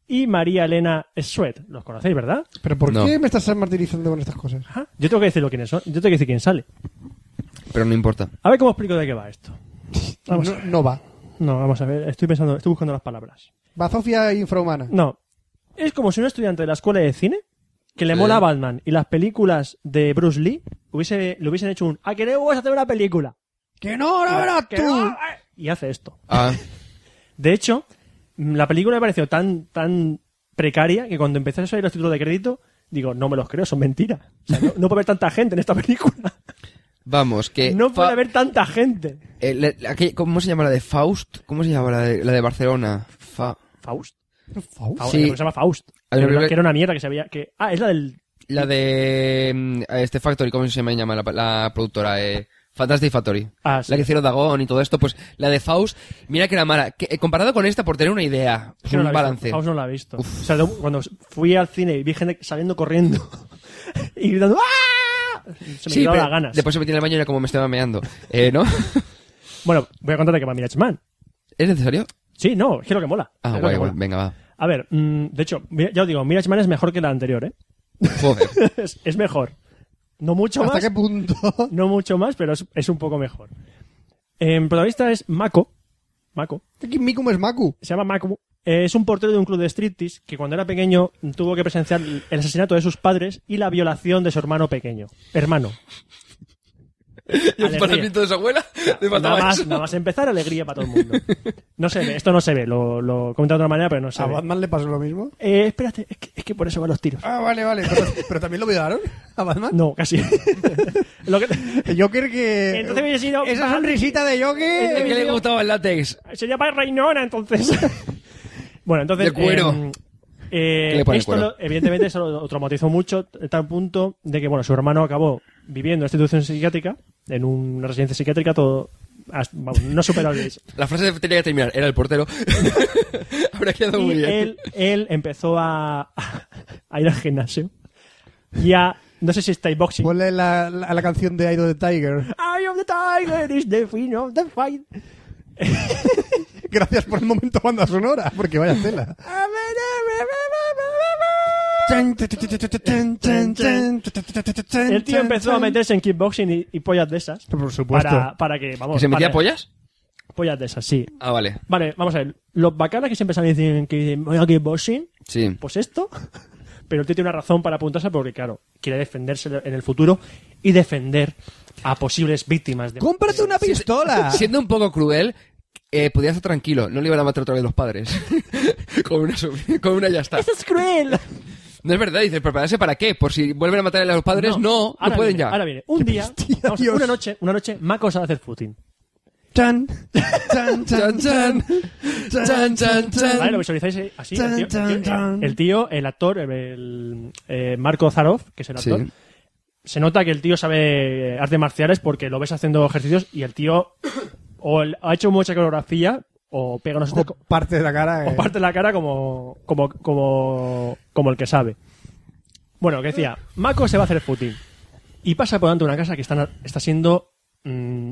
[SPEAKER 1] y María Elena Schwed. ¿Los conocéis, verdad?
[SPEAKER 9] ¿Pero por
[SPEAKER 4] No.
[SPEAKER 9] qué me estás martirizando con estas cosas?
[SPEAKER 1] Ajá. Yo tengo que decirlo quiénes son. Yo tengo que decir quién sale.
[SPEAKER 4] Pero no importa.
[SPEAKER 1] A ver cómo explico de qué va esto. Vamos
[SPEAKER 9] No, no va.
[SPEAKER 1] No, vamos a ver. Estoy pensando, estoy buscando las palabras.
[SPEAKER 9] Bazofia infrahumana.
[SPEAKER 1] No. Es como si un estudiante de la escuela de cine que le mola Batman y las películas de Bruce Lee hubiese, le hubiesen hecho un ¡Ah, que no vas a hacer una película!
[SPEAKER 9] ¡Que no, no, no,
[SPEAKER 1] Que
[SPEAKER 9] tú!
[SPEAKER 1] no, eh, Y hace esto.
[SPEAKER 4] Ah,
[SPEAKER 1] De hecho, mm, la película me pareció tan, tan precaria que cuando empecé a salir los títulos de crédito, digo, no me los creo, son mentiras. O sea, no, no puede haber tanta gente en esta película.
[SPEAKER 4] vamos, que...
[SPEAKER 1] No puede
[SPEAKER 4] Eh, fa-
[SPEAKER 1] haber tanta gente.
[SPEAKER 4] eh, la- la- aquella- ¿Cómo se llama la de Faust? ¿Cómo se llama la de, la de Barcelona? Fa...
[SPEAKER 1] Faust.
[SPEAKER 9] Faust.
[SPEAKER 1] Faust
[SPEAKER 4] Sí.
[SPEAKER 1] creo que se llama Faust.
[SPEAKER 4] Hay una
[SPEAKER 1] Pero
[SPEAKER 4] película-
[SPEAKER 1] Que era una mierda que se había. Que... Ah, es la del.
[SPEAKER 4] La de... mm, Este Factory, ¿cómo se me llama la, la productora? Eh, Fantastic Factory.
[SPEAKER 1] Ah, sí.
[SPEAKER 4] La que hicieron Dagon y todo esto. Pues la de Faust, mira que era mala. Que, eh, comparado con esta, por tener una idea,
[SPEAKER 1] Es
[SPEAKER 4] pues
[SPEAKER 1] que no
[SPEAKER 4] un
[SPEAKER 1] la he visto.
[SPEAKER 4] balance.
[SPEAKER 1] Faust no la he visto. O sea, yo cuando fui al cine y vi gente saliendo corriendo y gritando ¡Ah! Se me
[SPEAKER 4] Sí,
[SPEAKER 1] quitaron
[SPEAKER 4] pero
[SPEAKER 1] las ganas.
[SPEAKER 4] después se metí en el baño y era como me estaba meando. Eh, ¿No?
[SPEAKER 1] Bueno, voy a contarte que va Mirachman.
[SPEAKER 4] ¿Es necesario?
[SPEAKER 1] Sí, no, es que es lo que mola.
[SPEAKER 4] Ah,
[SPEAKER 1] Es lo
[SPEAKER 4] guay,
[SPEAKER 1] que
[SPEAKER 4] guay.
[SPEAKER 1] mola.
[SPEAKER 4] Venga, va.
[SPEAKER 1] A ver, mm, de hecho, mira- ya os digo, Mirachman es mejor que la anterior, ¿eh?
[SPEAKER 4] Joder.
[SPEAKER 1] es, es mejor. No mucho
[SPEAKER 9] ¿Hasta
[SPEAKER 1] más,
[SPEAKER 9] qué punto?
[SPEAKER 1] no mucho más, pero es, es un poco mejor. El protagonista es Mako. Mako.
[SPEAKER 9] Aquí Miku es Maku.
[SPEAKER 1] Se llama Mako. Eh, Es un portero de un club de striptease que cuando era pequeño tuvo que presenciar el asesinato de sus padres y la violación de su hermano pequeño. Hermano.
[SPEAKER 4] ¿Y el
[SPEAKER 1] Alegría.
[SPEAKER 4] paramiento de su abuela? Le faltaba
[SPEAKER 1] Nada más,
[SPEAKER 4] eso.
[SPEAKER 1] nada más empezar, alegría para todo el mundo. No se ve, esto no se ve, lo, lo comento de otra manera, pero no se
[SPEAKER 9] ¿A
[SPEAKER 1] ve.
[SPEAKER 9] Batman le pasó lo mismo?
[SPEAKER 1] Eh, espérate, es que, es que por eso van los tiros.
[SPEAKER 9] Ah, vale, vale. Pero, pero también lo violaron a Batman.
[SPEAKER 1] No, casi. Lo que-
[SPEAKER 9] El Joker que...
[SPEAKER 1] Entonces hubiese sido
[SPEAKER 9] Esa
[SPEAKER 1] Batman.
[SPEAKER 9] sonrisita de
[SPEAKER 1] Entonces
[SPEAKER 4] ¿Qué
[SPEAKER 1] hubiese
[SPEAKER 9] Joker...
[SPEAKER 4] le
[SPEAKER 1] sido-
[SPEAKER 4] gustaba el látex?
[SPEAKER 1] Sería para Reinona, entonces. bueno, entonces.
[SPEAKER 4] De cuero.
[SPEAKER 1] eh, eh,
[SPEAKER 4] ¿Qué le pone
[SPEAKER 1] esto,
[SPEAKER 4] cuero?
[SPEAKER 1] lo- evidentemente, eso lo traumatizó mucho, a tal punto de que, bueno, su hermano acabó viviendo en una institución psiquiátrica, en una residencia psiquiátrica, todo. hasta- vamos, no superable eso.
[SPEAKER 4] La frase tenía que terminar. Era el portero. Habrá quedado muy
[SPEAKER 1] Y
[SPEAKER 4] bien.
[SPEAKER 1] él, él empezó a, a ir al gimnasio y a. No sé si está boxing.
[SPEAKER 9] Ponle la, la, la canción de Idol the Tiger.
[SPEAKER 1] Eye of the tiger is the fin of the fight.
[SPEAKER 9] Gracias por el momento banda sonora, porque vaya tela.
[SPEAKER 1] El
[SPEAKER 9] El
[SPEAKER 1] tío empezó a meterse en kickboxing y, y pollas de esas.
[SPEAKER 9] Por supuesto.
[SPEAKER 1] Para, para que, vamos.
[SPEAKER 4] ¿Que se metía
[SPEAKER 1] para-
[SPEAKER 4] pollas?
[SPEAKER 1] Pollas de esas, sí.
[SPEAKER 4] Ah, vale.
[SPEAKER 1] Vale, vamos a ver. Los bacanas que siempre saben dicen que dicen, voy a kickboxing,
[SPEAKER 4] Sí.
[SPEAKER 1] pues esto. Pero el tío tiene una razón para apuntarse porque, claro, quiere defenderse en el futuro y defender a posibles víctimas de.
[SPEAKER 9] ¡Cómprate una pistola!
[SPEAKER 4] Siendo un poco cruel, eh, podía estar tranquilo. No le iban a matar otra vez los padres. con, una, sobr- con una ya está.
[SPEAKER 1] ¡Eso es cruel!
[SPEAKER 4] No es verdad. Dices, ¿prepararse para qué? Por si vuelven a matar a los padres. No, no,
[SPEAKER 1] ahora
[SPEAKER 4] pueden
[SPEAKER 1] viene,
[SPEAKER 4] ya.
[SPEAKER 1] Ahora viene, un día, vamos,
[SPEAKER 9] Dios.
[SPEAKER 1] una noche, una noche, Mako sale a hacer footing.
[SPEAKER 9] Chan, chan,
[SPEAKER 4] Chan,
[SPEAKER 9] chan,
[SPEAKER 4] chan. Chan, chan, chan.
[SPEAKER 1] ¿Vale? Lo visualizáis eh, así.
[SPEAKER 9] Tan,
[SPEAKER 1] el, tío, el, tío,
[SPEAKER 9] tan,
[SPEAKER 1] el tío, el actor, el, el, eh, Marco Zarov, que es el
[SPEAKER 4] Sí.
[SPEAKER 1] actor, se nota que el tío sabe artes marciales porque lo ves haciendo ejercicios y el tío o el- ha hecho mucha coreografía o pega unos
[SPEAKER 9] O parte de la cara.
[SPEAKER 1] o
[SPEAKER 9] eh.
[SPEAKER 1] parte la cara como, como, como, como el que sabe. Bueno, que decía, Mako se va a hacer footing y pasa por delante de una casa que está, está siendo mm,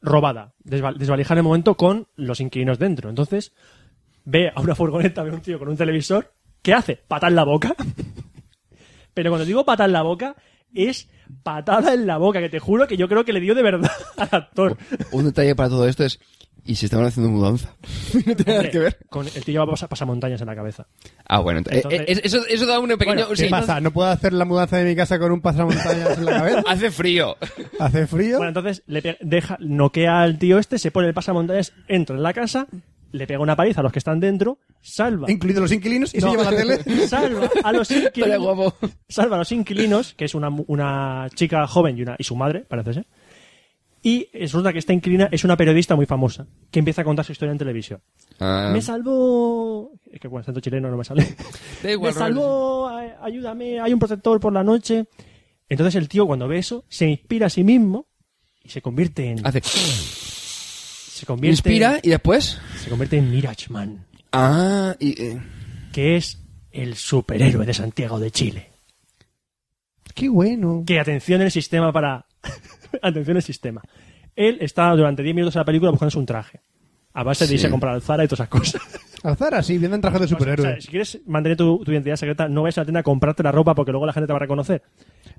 [SPEAKER 1] robada, desva- desvalijada en el momento con los inquilinos dentro. Entonces, ve a una furgoneta, ve a un tío con un televisor, ¿qué hace? Patar la boca. Pero cuando digo patar la boca, es patada en la boca, que te juro que yo creo que le dio de verdad al actor.
[SPEAKER 4] Un detalle para todo esto es... ¿Y si estaban haciendo mudanza? no tiene nada que ver.
[SPEAKER 1] Con el tío va a pasar pasamontañas en la cabeza.
[SPEAKER 4] Ah, bueno. ent- eh,
[SPEAKER 1] Entonces-
[SPEAKER 4] eh, eso, eso da un pequeño...
[SPEAKER 1] Bueno,
[SPEAKER 9] ¿Qué
[SPEAKER 4] sí.
[SPEAKER 9] pasa? ¿No puedo hacer la mudanza de mi casa con un pasamontañas en la cabeza?
[SPEAKER 4] Hace frío.
[SPEAKER 9] ¿Hace frío?
[SPEAKER 1] Bueno, entonces le pe- deja, noquea al tío este, se pone el pasamontañas, entra en la casa, le pega una paliza a los que están dentro, salva,
[SPEAKER 9] Incluidos los inquilinos y se lleva la tele.
[SPEAKER 1] salva a los
[SPEAKER 4] Estaría
[SPEAKER 1] inquilinos,
[SPEAKER 4] guapo.
[SPEAKER 1] salva a los inquilinos, que es una, mu- una chica joven y, una, y su madre, parece ser. Y resulta que esta inquilina es una periodista muy famosa, que empieza a contar su historia en televisión.
[SPEAKER 4] Ah,
[SPEAKER 1] Me salvó... Es que con acento chileno no me sale.
[SPEAKER 4] da
[SPEAKER 1] me
[SPEAKER 4] igual, Robert.
[SPEAKER 1] salvó, ay- ayúdame, hay un protector por la noche. Entonces el tío cuando ve eso, se inspira a sí mismo y se convierte en...
[SPEAKER 4] Hace...
[SPEAKER 1] se convierte,
[SPEAKER 4] Ah, Inspira y después.
[SPEAKER 1] se convierte en Mirage Man,
[SPEAKER 4] Ah, y. eh,
[SPEAKER 1] que es el superhéroe de Santiago de Chile.
[SPEAKER 6] Qué bueno.
[SPEAKER 1] que atención el sistema para... atención el sistema. Él está durante 10 minutos de la película buscándose un traje. A base de irse a comprar al Zara y todas esas cosas.
[SPEAKER 6] Alzar así, viendo en traje de
[SPEAKER 1] O sea,
[SPEAKER 6] superhéroe.
[SPEAKER 1] si quieres mantener tu, tu identidad secreta, no vayas a la tienda a comprarte la ropa porque luego la gente te va a reconocer.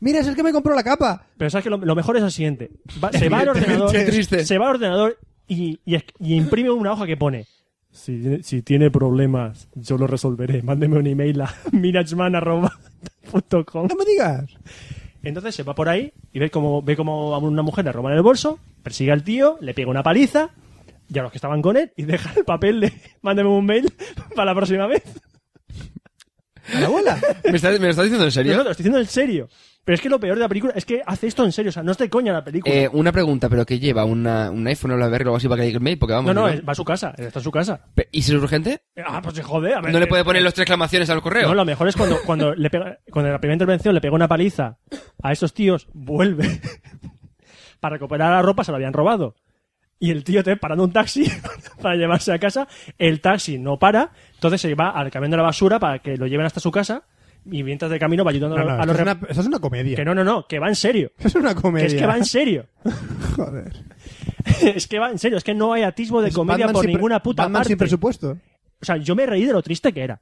[SPEAKER 6] Mira, es el que me compró la capa.
[SPEAKER 1] Pero sabes que lo, lo mejor es el siguiente. Va- se va al ordenador,
[SPEAKER 4] Qué triste.
[SPEAKER 1] se va al ordenador y, y es- y imprime una hoja que pone. Si, si tiene problemas, yo lo resolveré. Mándeme un email a minageman.com.
[SPEAKER 6] No me digas.
[SPEAKER 1] Entonces se va por ahí y ve cómo, ve cómo a una mujer le roban el bolso, persigue al tío, le pega una paliza, y a los que estaban con él, y deja el papel de mándeme un mail para la próxima vez.
[SPEAKER 6] A la bola.
[SPEAKER 4] ¿Me estás, me lo estás diciendo en
[SPEAKER 1] Yo
[SPEAKER 4] serio?
[SPEAKER 1] lo estoy diciendo en serio. Pero es que lo peor de la película es que hace esto en serio. O sea, no es de coña la película.
[SPEAKER 4] Eh, una pregunta, ¿pero qué lleva? ¿Una, ¿Un iPhone o la verga o algo así para que llegue el mail? Porque vamos.
[SPEAKER 1] no, no,
[SPEAKER 4] yo-
[SPEAKER 1] él va a su casa. él está en su casa.
[SPEAKER 4] Pe- ¿Y si es urgente?
[SPEAKER 1] Eh, Ah, pues se jode. A ver,
[SPEAKER 4] ¿No le
[SPEAKER 1] eh,
[SPEAKER 4] puede poner los tres exclamaciones al correo?
[SPEAKER 1] No, lo mejor es cuando, cuando, le pega, cuando en la primera intervención le pegó una paliza a estos tíos, vuelve. Para recuperar la ropa se la habían robado. Y el tío te parando un taxi para llevarse a casa. El taxi no para, entonces se va al camión de la basura para que lo lleven hasta su casa. Y mientras de camino va ayudando
[SPEAKER 6] No, no,
[SPEAKER 1] a
[SPEAKER 6] eso,
[SPEAKER 1] los.
[SPEAKER 6] es
[SPEAKER 1] re-
[SPEAKER 6] una, eso es una comedia.
[SPEAKER 1] Que no, no, no, que va en serio.
[SPEAKER 6] Eso es una
[SPEAKER 1] Que
[SPEAKER 6] comedia.
[SPEAKER 1] es que va en serio.
[SPEAKER 6] Joder.
[SPEAKER 1] es que va en serio, es que no hay atisbo de
[SPEAKER 6] Es
[SPEAKER 1] comedia
[SPEAKER 6] Batman
[SPEAKER 1] por
[SPEAKER 6] sin pre-
[SPEAKER 1] ninguna puta
[SPEAKER 6] Batman sin
[SPEAKER 1] parte.
[SPEAKER 6] presupuesto.
[SPEAKER 1] O sea, yo me reí de lo triste que era.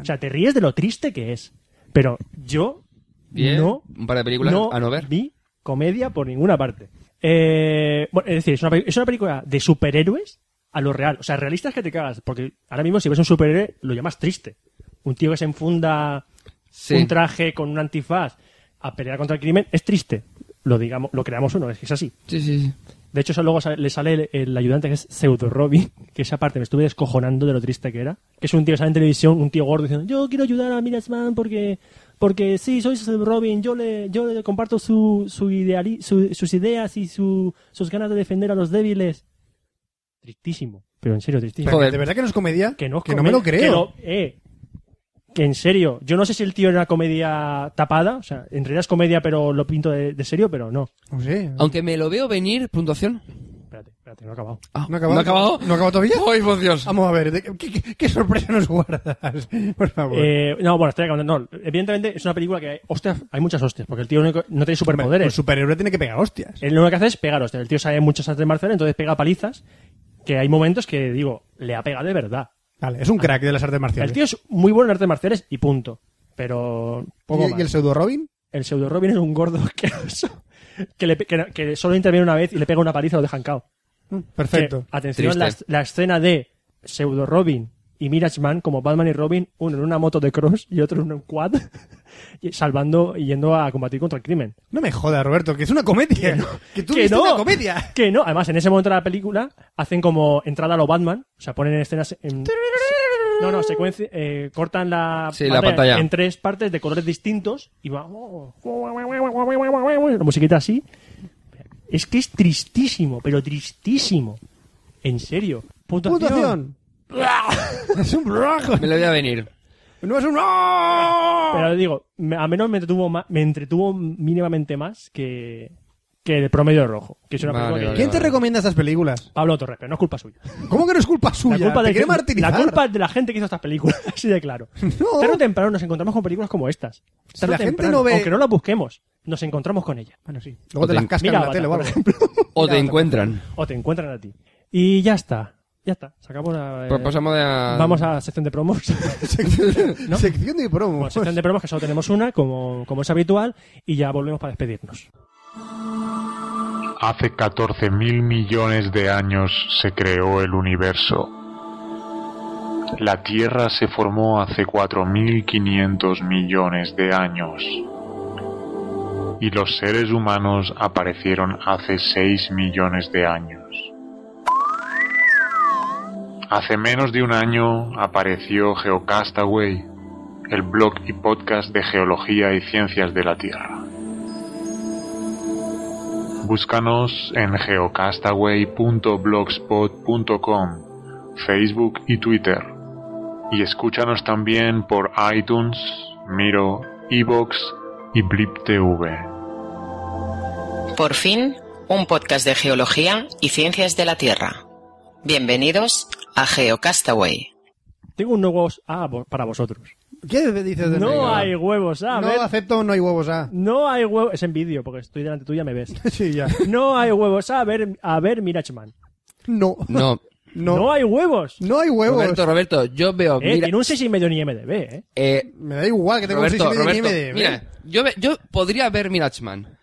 [SPEAKER 1] O sea, te ríes de lo triste que es. Pero yo
[SPEAKER 4] Bien,
[SPEAKER 1] no,
[SPEAKER 4] un par de películas
[SPEAKER 1] no
[SPEAKER 4] a no ver.
[SPEAKER 1] vi comedia por ninguna parte. Eh, bueno, es decir, es una, pe- es una película de superhéroes a lo real. O sea, realistas que te cagas. Porque ahora mismo si ves un superhéroe lo llamas triste. Un tío que se enfunda
[SPEAKER 4] Sí.
[SPEAKER 1] un traje con un antifaz a pelear contra el crimen es triste. Lo digamos, lo creamos uno, es que es así.
[SPEAKER 4] Sí, sí, sí.
[SPEAKER 1] De hecho, eso luego sa- le sale el, el ayudante que es Pseudo Robin, que esa parte me estuve descojonando de lo triste que era. Que es un tío que sale en televisión, un tío gordo diciendo, yo quiero ayudar a Mirasman porque, porque sí, soy Pseudo Robin, yo le, yo le comparto su, su ideali- su- sus ideas y su- sus ganas de defender a los débiles. Tristísimo, pero en serio, tristísimo.
[SPEAKER 4] Joder.
[SPEAKER 6] ¿De verdad que no es comedia?
[SPEAKER 1] Que no, es
[SPEAKER 6] me
[SPEAKER 1] comedia-
[SPEAKER 6] lo creo.
[SPEAKER 1] Que, no- eh, que en serio, yo no sé si el tío era una comedia tapada, o sea, en realidad es comedia, pero lo pinto de, de serio, pero no.
[SPEAKER 6] No sé.
[SPEAKER 4] Aunque me lo veo venir, puntuación.
[SPEAKER 1] Espérate, espérate, no he acabado.
[SPEAKER 4] Ah,
[SPEAKER 6] ¿No ha acabado?
[SPEAKER 4] ¿No ha acabado?
[SPEAKER 6] ¿No ha acabado todavía?
[SPEAKER 4] ¡Ay, por Dios!
[SPEAKER 6] Vamos a ver, ¿de- ¿qué, qué- qué sorpresa nos guardas? Por favor.
[SPEAKER 1] Eh, no, bueno, estoy acabando. No, evidentemente es una película que hay hostias, hay muchas hostias, porque el tío único- no tiene
[SPEAKER 6] Hombre, Un
[SPEAKER 1] superpoderes. Eh,
[SPEAKER 6] superhéroe tiene que pegar hostias.
[SPEAKER 1] Él lo único que hace es pegar hostias. El tío sabe muchas artes marciales, entonces pega palizas, que hay momentos que digo, le ha pegado de verdad.
[SPEAKER 6] Vale, es un crack de las artes marciales.
[SPEAKER 1] ah, El tío es muy bueno en artes marciales y punto. Pero poco
[SPEAKER 6] ¿Y,
[SPEAKER 1] más.
[SPEAKER 6] y el pseudo Robin?
[SPEAKER 1] El pseudo Robin es un gordo asqueroso que, le pe- que, no- que solo interviene una vez y le pega una paliza y lo dejan cao.
[SPEAKER 6] Perfecto.
[SPEAKER 1] Que, Eh, atención, la,
[SPEAKER 4] Triste.
[SPEAKER 1] la escena de pseudo Robin y Mirage Man como Batman y Robin, uno en una moto de cross y otro en un quad, y salvando y yendo a combatir contra el crimen.
[SPEAKER 6] No me jodas, Roberto, que es una comedia. Que tú viste una comedia.
[SPEAKER 1] Que no, además en ese momento de la película hacen como entrada a lo Batman, o sea, ponen escenas en... No, no, secuencia, eh, cortan la,
[SPEAKER 4] Sí, la pantalla.
[SPEAKER 1] en tres partes de colores distintos y va... oh, la musiquita así. Es que es tristísimo, pero tristísimo. En serio. Puntuación.
[SPEAKER 6] Puntuación. es un rojo.
[SPEAKER 4] Me lo voy a venir.
[SPEAKER 6] No es un
[SPEAKER 1] Pero digo, me- a menos me entretuvo, ma- me entretuvo mínimamente más que, que el promedio rojo, que es una
[SPEAKER 4] Vale,
[SPEAKER 1] película que-
[SPEAKER 4] vale.
[SPEAKER 6] ¿Quién te recomienda estas películas?
[SPEAKER 1] Pablo Torres, pero no es culpa suya.
[SPEAKER 6] ¿Cómo que no es culpa suya?
[SPEAKER 1] La culpa,
[SPEAKER 6] te
[SPEAKER 1] de,
[SPEAKER 6] quiere martirizar.
[SPEAKER 1] la culpa es de la gente que hizo estas películas, así de claro.
[SPEAKER 6] No.
[SPEAKER 1] Tarde o temprano nos encontramos con películas como estas.
[SPEAKER 6] Si
[SPEAKER 1] Tarde
[SPEAKER 6] la
[SPEAKER 1] o
[SPEAKER 6] gente
[SPEAKER 1] temprano,
[SPEAKER 6] no ve-
[SPEAKER 1] aunque no las busquemos, nos encontramos con ellas.
[SPEAKER 6] Bueno, sí. Luego te
[SPEAKER 4] O te-
[SPEAKER 6] las cascan
[SPEAKER 1] Mira
[SPEAKER 6] en la
[SPEAKER 1] Avatar,
[SPEAKER 6] tele o
[SPEAKER 1] por
[SPEAKER 6] algo.
[SPEAKER 4] O te encuentran.
[SPEAKER 1] O te encuentran a ti. Y ya está. Ya está. Sacamos la, eh,
[SPEAKER 4] Pues pasamos de
[SPEAKER 6] ah.
[SPEAKER 4] a...
[SPEAKER 1] Vamos a sección de promos.
[SPEAKER 6] Sección,
[SPEAKER 1] ¿No?
[SPEAKER 6] sección de promo.
[SPEAKER 1] Bueno, sección de promos que solo tenemos una, como, como es habitual, y ya volvemos para despedirnos.
[SPEAKER 10] Hace 14 mil millones de años se creó el universo. La Tierra se formó hace 4.500 millones de años. Y los seres humanos aparecieron hace 6 millones de años. Hace menos de un año apareció Geocastaway, el blog y podcast de geología y ciencias de la Tierra. Búscanos en geocastaway.blogspot.com, Facebook y Twitter. Y escúchanos también por iTunes, Miro, Evox y Blip TV.
[SPEAKER 11] Por fin, un podcast de geología y ciencias de la Tierra. Bienvenidos a GeoCastaway.
[SPEAKER 1] Tengo un nuevo as- ah, vo- para vosotros.
[SPEAKER 6] ¿Qué dices de
[SPEAKER 1] No
[SPEAKER 6] negro?
[SPEAKER 1] hay huevos A.
[SPEAKER 6] No
[SPEAKER 1] ver.
[SPEAKER 6] acepto no hay huevos ah. A.
[SPEAKER 1] No hay huevos. Es en vídeo, porque estoy delante tuya, me ves.
[SPEAKER 6] Sí, ya.
[SPEAKER 1] No hay huevos A. A ver, a ver Mirachman.
[SPEAKER 6] No.
[SPEAKER 4] No.
[SPEAKER 1] No. hay huevos.
[SPEAKER 6] No hay huevos.
[SPEAKER 4] Roberto, Roberto, yo veo.
[SPEAKER 1] Eh,
[SPEAKER 4] mira,
[SPEAKER 1] tiene un 6,5 en IMDb, ¿eh?
[SPEAKER 4] eh,
[SPEAKER 6] Me da igual que tengo
[SPEAKER 4] Roberto,
[SPEAKER 6] un 6,5 de ¿eh?
[SPEAKER 4] Roberto,
[SPEAKER 6] IMDb.
[SPEAKER 4] mira, yo, ve- yo podría ver Mirachman.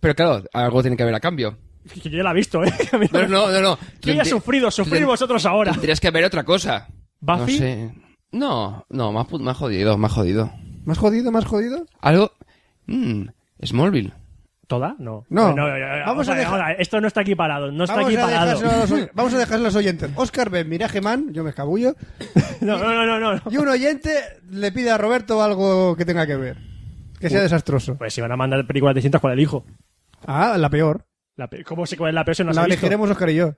[SPEAKER 4] Pero claro, algo tiene que haber a cambio.
[SPEAKER 1] Que yo ya la he visto, ¿eh? A mí
[SPEAKER 4] No,
[SPEAKER 1] no-
[SPEAKER 4] no, no. no. Tú
[SPEAKER 1] Yo ya he
[SPEAKER 4] te-
[SPEAKER 1] sufrido, sufrir
[SPEAKER 4] ten-
[SPEAKER 1] vosotros ahora.
[SPEAKER 4] Tendrías que ver otra cosa. No
[SPEAKER 1] ¿Buffy?
[SPEAKER 4] sé. No, no, más, pu- más jodido, más jodido.
[SPEAKER 6] ¿Más jodido, más jodido?
[SPEAKER 4] Algo. mm, Smallville.
[SPEAKER 1] ¿Toda? No.
[SPEAKER 6] No.
[SPEAKER 1] Bueno, vamos,
[SPEAKER 6] Vamos
[SPEAKER 1] a
[SPEAKER 6] a
[SPEAKER 1] ver,
[SPEAKER 6] dejar-
[SPEAKER 1] vamos a ver, Esto no está aquí parado. No está
[SPEAKER 6] Vamos
[SPEAKER 1] aquí
[SPEAKER 6] a,
[SPEAKER 1] parado.
[SPEAKER 6] dejárselo a los, oy- vamos a dejárselo a los oyentes. Oscar ve Miraje Man, yo me escabullo,
[SPEAKER 1] No, no, no, no, no.
[SPEAKER 6] y un oyente le pide a Roberto algo que tenga que ver. Que sea desastroso.
[SPEAKER 1] Pues si van a mandar películas distintas, ¿cuál elijo?
[SPEAKER 6] Ah, la peor.
[SPEAKER 1] La pe- ¿Cómo se cuál es la persona?
[SPEAKER 6] la elegiremos Oscar y yo.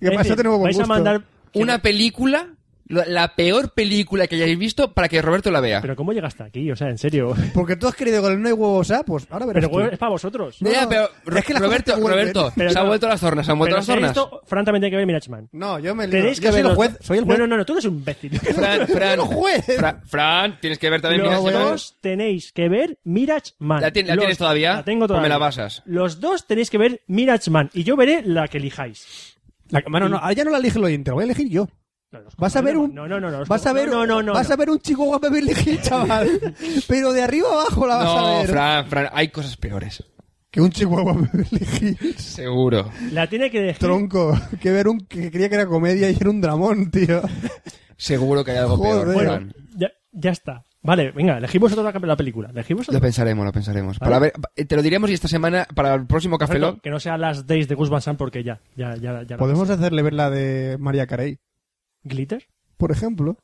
[SPEAKER 6] ¿Qué pasa? Tenemos buen
[SPEAKER 1] vais
[SPEAKER 6] gusto.
[SPEAKER 1] a mandar...
[SPEAKER 4] Una película, la- la peor película que hayáis visto para que Roberto la vea.
[SPEAKER 1] Pero ¿cómo llegaste aquí? O sea, en serio.
[SPEAKER 6] Porque tú has querido con el no hay huevos A, pues ahora verás
[SPEAKER 1] Pero
[SPEAKER 6] tú.
[SPEAKER 1] huevo, es para vosotros.
[SPEAKER 6] No,
[SPEAKER 4] Ya, pero
[SPEAKER 6] es que las
[SPEAKER 4] Roberto,
[SPEAKER 6] cosas te vuelven.
[SPEAKER 4] Roberto,
[SPEAKER 1] Pero
[SPEAKER 4] se han
[SPEAKER 1] no.
[SPEAKER 4] vuelto las zornas, se han vuelto
[SPEAKER 1] Pero
[SPEAKER 4] las
[SPEAKER 1] si
[SPEAKER 4] zornas.
[SPEAKER 1] esto, francamente, hay que ver Mirachman.
[SPEAKER 6] No, yo me lío.
[SPEAKER 1] Tenéis que
[SPEAKER 6] Yo soy el
[SPEAKER 1] verlo-
[SPEAKER 6] juez. Soy el
[SPEAKER 1] No,
[SPEAKER 6] juez.
[SPEAKER 1] no, no, no, tú eres un imbécil.
[SPEAKER 4] Fran, Fran,
[SPEAKER 6] no juegues.
[SPEAKER 4] Fra- Fran, tienes que ver también
[SPEAKER 1] Los
[SPEAKER 4] Mirage Man.
[SPEAKER 1] dos tenéis que ver Mirage Man.
[SPEAKER 4] ¿La tien- la
[SPEAKER 1] Los-
[SPEAKER 4] tienes todavía?
[SPEAKER 1] La tengo
[SPEAKER 4] ¿O
[SPEAKER 1] todavía.
[SPEAKER 4] me la pasas?
[SPEAKER 1] Los dos tenéis que ver Mirage Man. Y yo veré la que elijáis.
[SPEAKER 12] La-
[SPEAKER 6] Bueno, no, ahora ya no la elige el oyente, la voy a elegir yo.
[SPEAKER 1] No, no, os
[SPEAKER 6] Vas a ver
[SPEAKER 1] comparto. No,
[SPEAKER 6] un.
[SPEAKER 1] no, no. no, os
[SPEAKER 6] vas a ver,
[SPEAKER 1] comparto. No, no, no.
[SPEAKER 6] Vas
[SPEAKER 1] no.
[SPEAKER 6] a ver un chico guapo Beverly Hills, chaval. Pero de arriba abajo la vas a
[SPEAKER 4] No,
[SPEAKER 6] ver.
[SPEAKER 4] Fran, Fran, hay cosas peores.
[SPEAKER 6] Que un chico guapo Beverly Hills.
[SPEAKER 4] Seguro.
[SPEAKER 1] La tiene que elegir.
[SPEAKER 6] Tronco. Que ver un. Que creía que era comedia y era un dramón, tío.
[SPEAKER 4] Seguro que hay algo
[SPEAKER 6] Joder.
[SPEAKER 4] peor,
[SPEAKER 1] Bueno,
[SPEAKER 4] Fran.
[SPEAKER 1] ya, ya está. Vale, venga, elegimos otra la, la película. Elegimos
[SPEAKER 4] Lo
[SPEAKER 1] otra.
[SPEAKER 4] pensaremos, lo pensaremos. Para ver, eh, te lo diremos y esta semana, para el próximo Café Lock,
[SPEAKER 1] Que no sea Las Days de Gus Van Sant porque ya, ya, ya, ya. la-
[SPEAKER 6] Podemos hacerle ver la de María Carey,
[SPEAKER 1] ¿Glitter?
[SPEAKER 6] por ejemplo.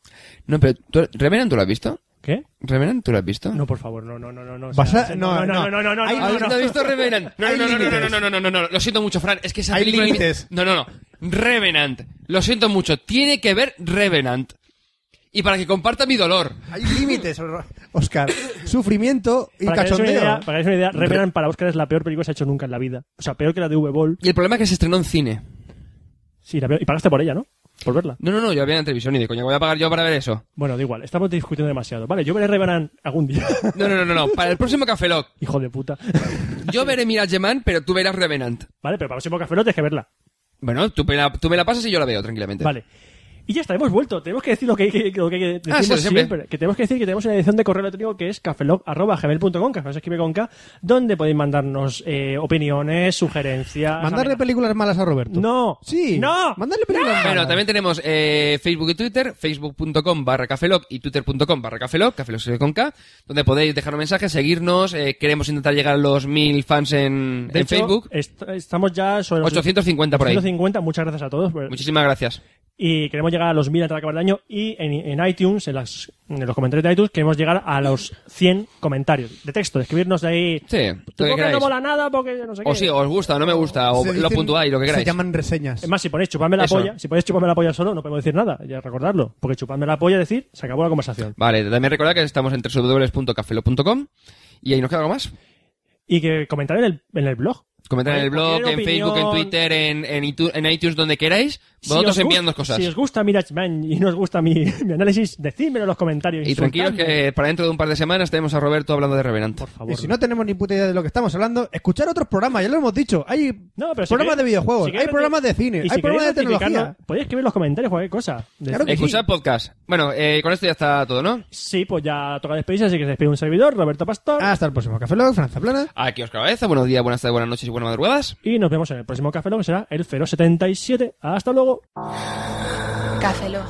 [SPEAKER 4] No, pero ¿tú, Revenant, ¿tú lo has visto?
[SPEAKER 1] ¿Qué?
[SPEAKER 4] ¿Revenant, tú lo has visto?
[SPEAKER 1] No, por favor, no, no, no, no. no, o
[SPEAKER 6] Vas
[SPEAKER 1] sea,
[SPEAKER 6] a-
[SPEAKER 1] no, no, no, no, no,
[SPEAKER 6] Hay-
[SPEAKER 1] no, no,
[SPEAKER 4] ¿Has-
[SPEAKER 1] no.
[SPEAKER 4] ¿No has visto Revenant? No,
[SPEAKER 6] Hay
[SPEAKER 4] no, no, no, no, no,
[SPEAKER 6] límites.
[SPEAKER 4] no, no, no, no, no, lo siento mucho, Fran. Es que esa
[SPEAKER 6] Hay
[SPEAKER 4] película-
[SPEAKER 6] límites.
[SPEAKER 4] No, no, no. Revenant. Lo siento mucho. Tiene que ver Revenant. Y para que comparta mi dolor.
[SPEAKER 6] Hay límites, Oscar. Sufrimiento y
[SPEAKER 1] Para que hagáis una
[SPEAKER 6] cachondeo.
[SPEAKER 1] idea, para que hagáis una idea, Revenant para Oscar es la peor película que se ha hecho nunca en la vida. O sea, peor que la de V-Ball.
[SPEAKER 4] Y el problema es que se estrenó en cine.
[SPEAKER 1] Sí, la peor- Y pagaste por ella, ¿no? Por verla.
[SPEAKER 4] No, no, no, yo la vi en la televisión y de coña voy a pagar yo para ver eso.
[SPEAKER 1] Bueno, da igual, estamos discutiendo demasiado. Vale, yo veré Revenant algún día.
[SPEAKER 4] No, no, no, no, no. Para el próximo Café Lock,
[SPEAKER 1] Hijo de puta.
[SPEAKER 4] yo veré Mirage Man, pero tú verás Revenant.
[SPEAKER 1] Vale, pero para el próximo café no tienes que verla.
[SPEAKER 4] Bueno, tú me, la, tú me la pasas y yo la veo tranquilamente.
[SPEAKER 1] Vale. Y ya está, hemos vuelto. Tenemos que decir lo que, que- lo que decimos
[SPEAKER 4] Ah, sí, siempre.
[SPEAKER 1] siempre. Que tenemos que decir que tenemos una edición de correo electrónico que es cafelog.gmail.com, café se escribe con K, donde podéis mandarnos eh, opiniones, sugerencias...
[SPEAKER 12] Mandarle
[SPEAKER 1] amenazas.
[SPEAKER 12] películas malas a Roberto.
[SPEAKER 1] No.
[SPEAKER 12] Sí.
[SPEAKER 1] No.
[SPEAKER 12] Mandarle películas malas.
[SPEAKER 4] Bueno, también tenemos eh, Facebook y Twitter, facebook.com barra cafeloc y twitter.com barra cafeloc, cafeloc se escribe con K, donde podéis dejar un mensaje, seguirnos, eh, queremos intentar llegar a los mil fans en,
[SPEAKER 1] De
[SPEAKER 4] en
[SPEAKER 1] hecho, eh,
[SPEAKER 4] Facebook.
[SPEAKER 1] est- estamos ya sobre los
[SPEAKER 4] 850 por ahí.
[SPEAKER 1] 850, muchas gracias a todos. por-
[SPEAKER 4] Muchísimas gracias.
[SPEAKER 1] Y queremos llegar a los 1000 antes de acabar el año. Y en, en iTunes, en, las, en los comentarios de iTunes, queremos llegar a los 100 comentarios de texto, de escribirnos de ahí.
[SPEAKER 4] Sí,
[SPEAKER 1] Tu
[SPEAKER 4] lo que
[SPEAKER 1] boca no
[SPEAKER 4] queráis.
[SPEAKER 1] mola nada porque no sé qué.
[SPEAKER 4] O sí, os gusta, o no me gusta, o lo
[SPEAKER 6] Se dicen-
[SPEAKER 4] puntuáis, lo que
[SPEAKER 6] Se
[SPEAKER 4] queráis.
[SPEAKER 6] llaman reseñas.
[SPEAKER 1] Es más, si ponéis chupadme la
[SPEAKER 4] Eso.
[SPEAKER 1] polla, si ponéis chupadme la polla solo, no podemos decir nada, ya recordarlo. Porque chupadme la polla, decir, se acabó la conversación.
[SPEAKER 4] Vale, también recordad que estamos en www.cafeloc.com y ahí nos queda algo más.
[SPEAKER 1] Y que comentar en el, en el blog.
[SPEAKER 4] Comentar en
[SPEAKER 1] Vale,
[SPEAKER 4] el blog,
[SPEAKER 1] cualquier
[SPEAKER 4] en Facebook, en
[SPEAKER 1] opinión.
[SPEAKER 4] Twitter, en, en, itu- en iTunes, donde queráis.
[SPEAKER 1] Si
[SPEAKER 4] Vosotros
[SPEAKER 1] os gust-
[SPEAKER 4] enviándonos cosas.
[SPEAKER 1] Si os gusta Mirage Man y no os gusta mi, mi análisis, decídmelo en los comentarios.
[SPEAKER 4] Y tranquilos
[SPEAKER 1] insultadme,
[SPEAKER 4] que para dentro de un par de semanas tenemos a Roberto hablando de Revenant.
[SPEAKER 1] Por favor.
[SPEAKER 6] Y si no tenemos ni puta idea de lo que estamos hablando, escuchar otros programas, ya lo hemos dicho. Hay
[SPEAKER 1] No, pero si
[SPEAKER 6] programas
[SPEAKER 1] queréis-
[SPEAKER 6] de videojuegos,
[SPEAKER 1] si
[SPEAKER 6] hay
[SPEAKER 1] queréis
[SPEAKER 6] programas de
[SPEAKER 1] noti-
[SPEAKER 6] cine,
[SPEAKER 1] y
[SPEAKER 6] hay
[SPEAKER 1] si
[SPEAKER 6] programas de
[SPEAKER 1] queréis notificarnos,
[SPEAKER 6] tecnología.
[SPEAKER 1] Podéis escribir en los comentarios cualquier cosa.
[SPEAKER 6] Claro que
[SPEAKER 4] Escuchad podcast. Bueno, eh, con esto ya está todo, ¿no?
[SPEAKER 1] Sí, pues ya toca despedirse, así que se despide un servidor, Roberto Pastor.
[SPEAKER 6] Hasta el próximo Café Log, Franza Plana.
[SPEAKER 4] Aquí os cabeza. Buenos días, buenas tardes, buenas noches y buenas madrugadas.
[SPEAKER 1] Y nos vemos en el próximo café, lo que será el 077. Hasta luego.
[SPEAKER 5] Café Lock.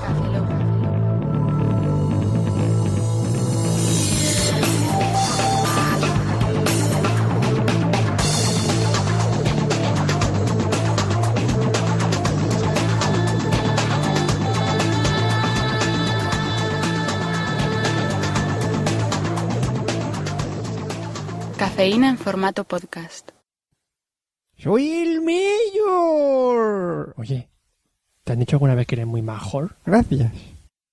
[SPEAKER 5] Cafeína en formato podcast.
[SPEAKER 6] Soy el mayor.
[SPEAKER 1] Oye, ¿te han dicho alguna vez que eres muy major?
[SPEAKER 6] Gracias.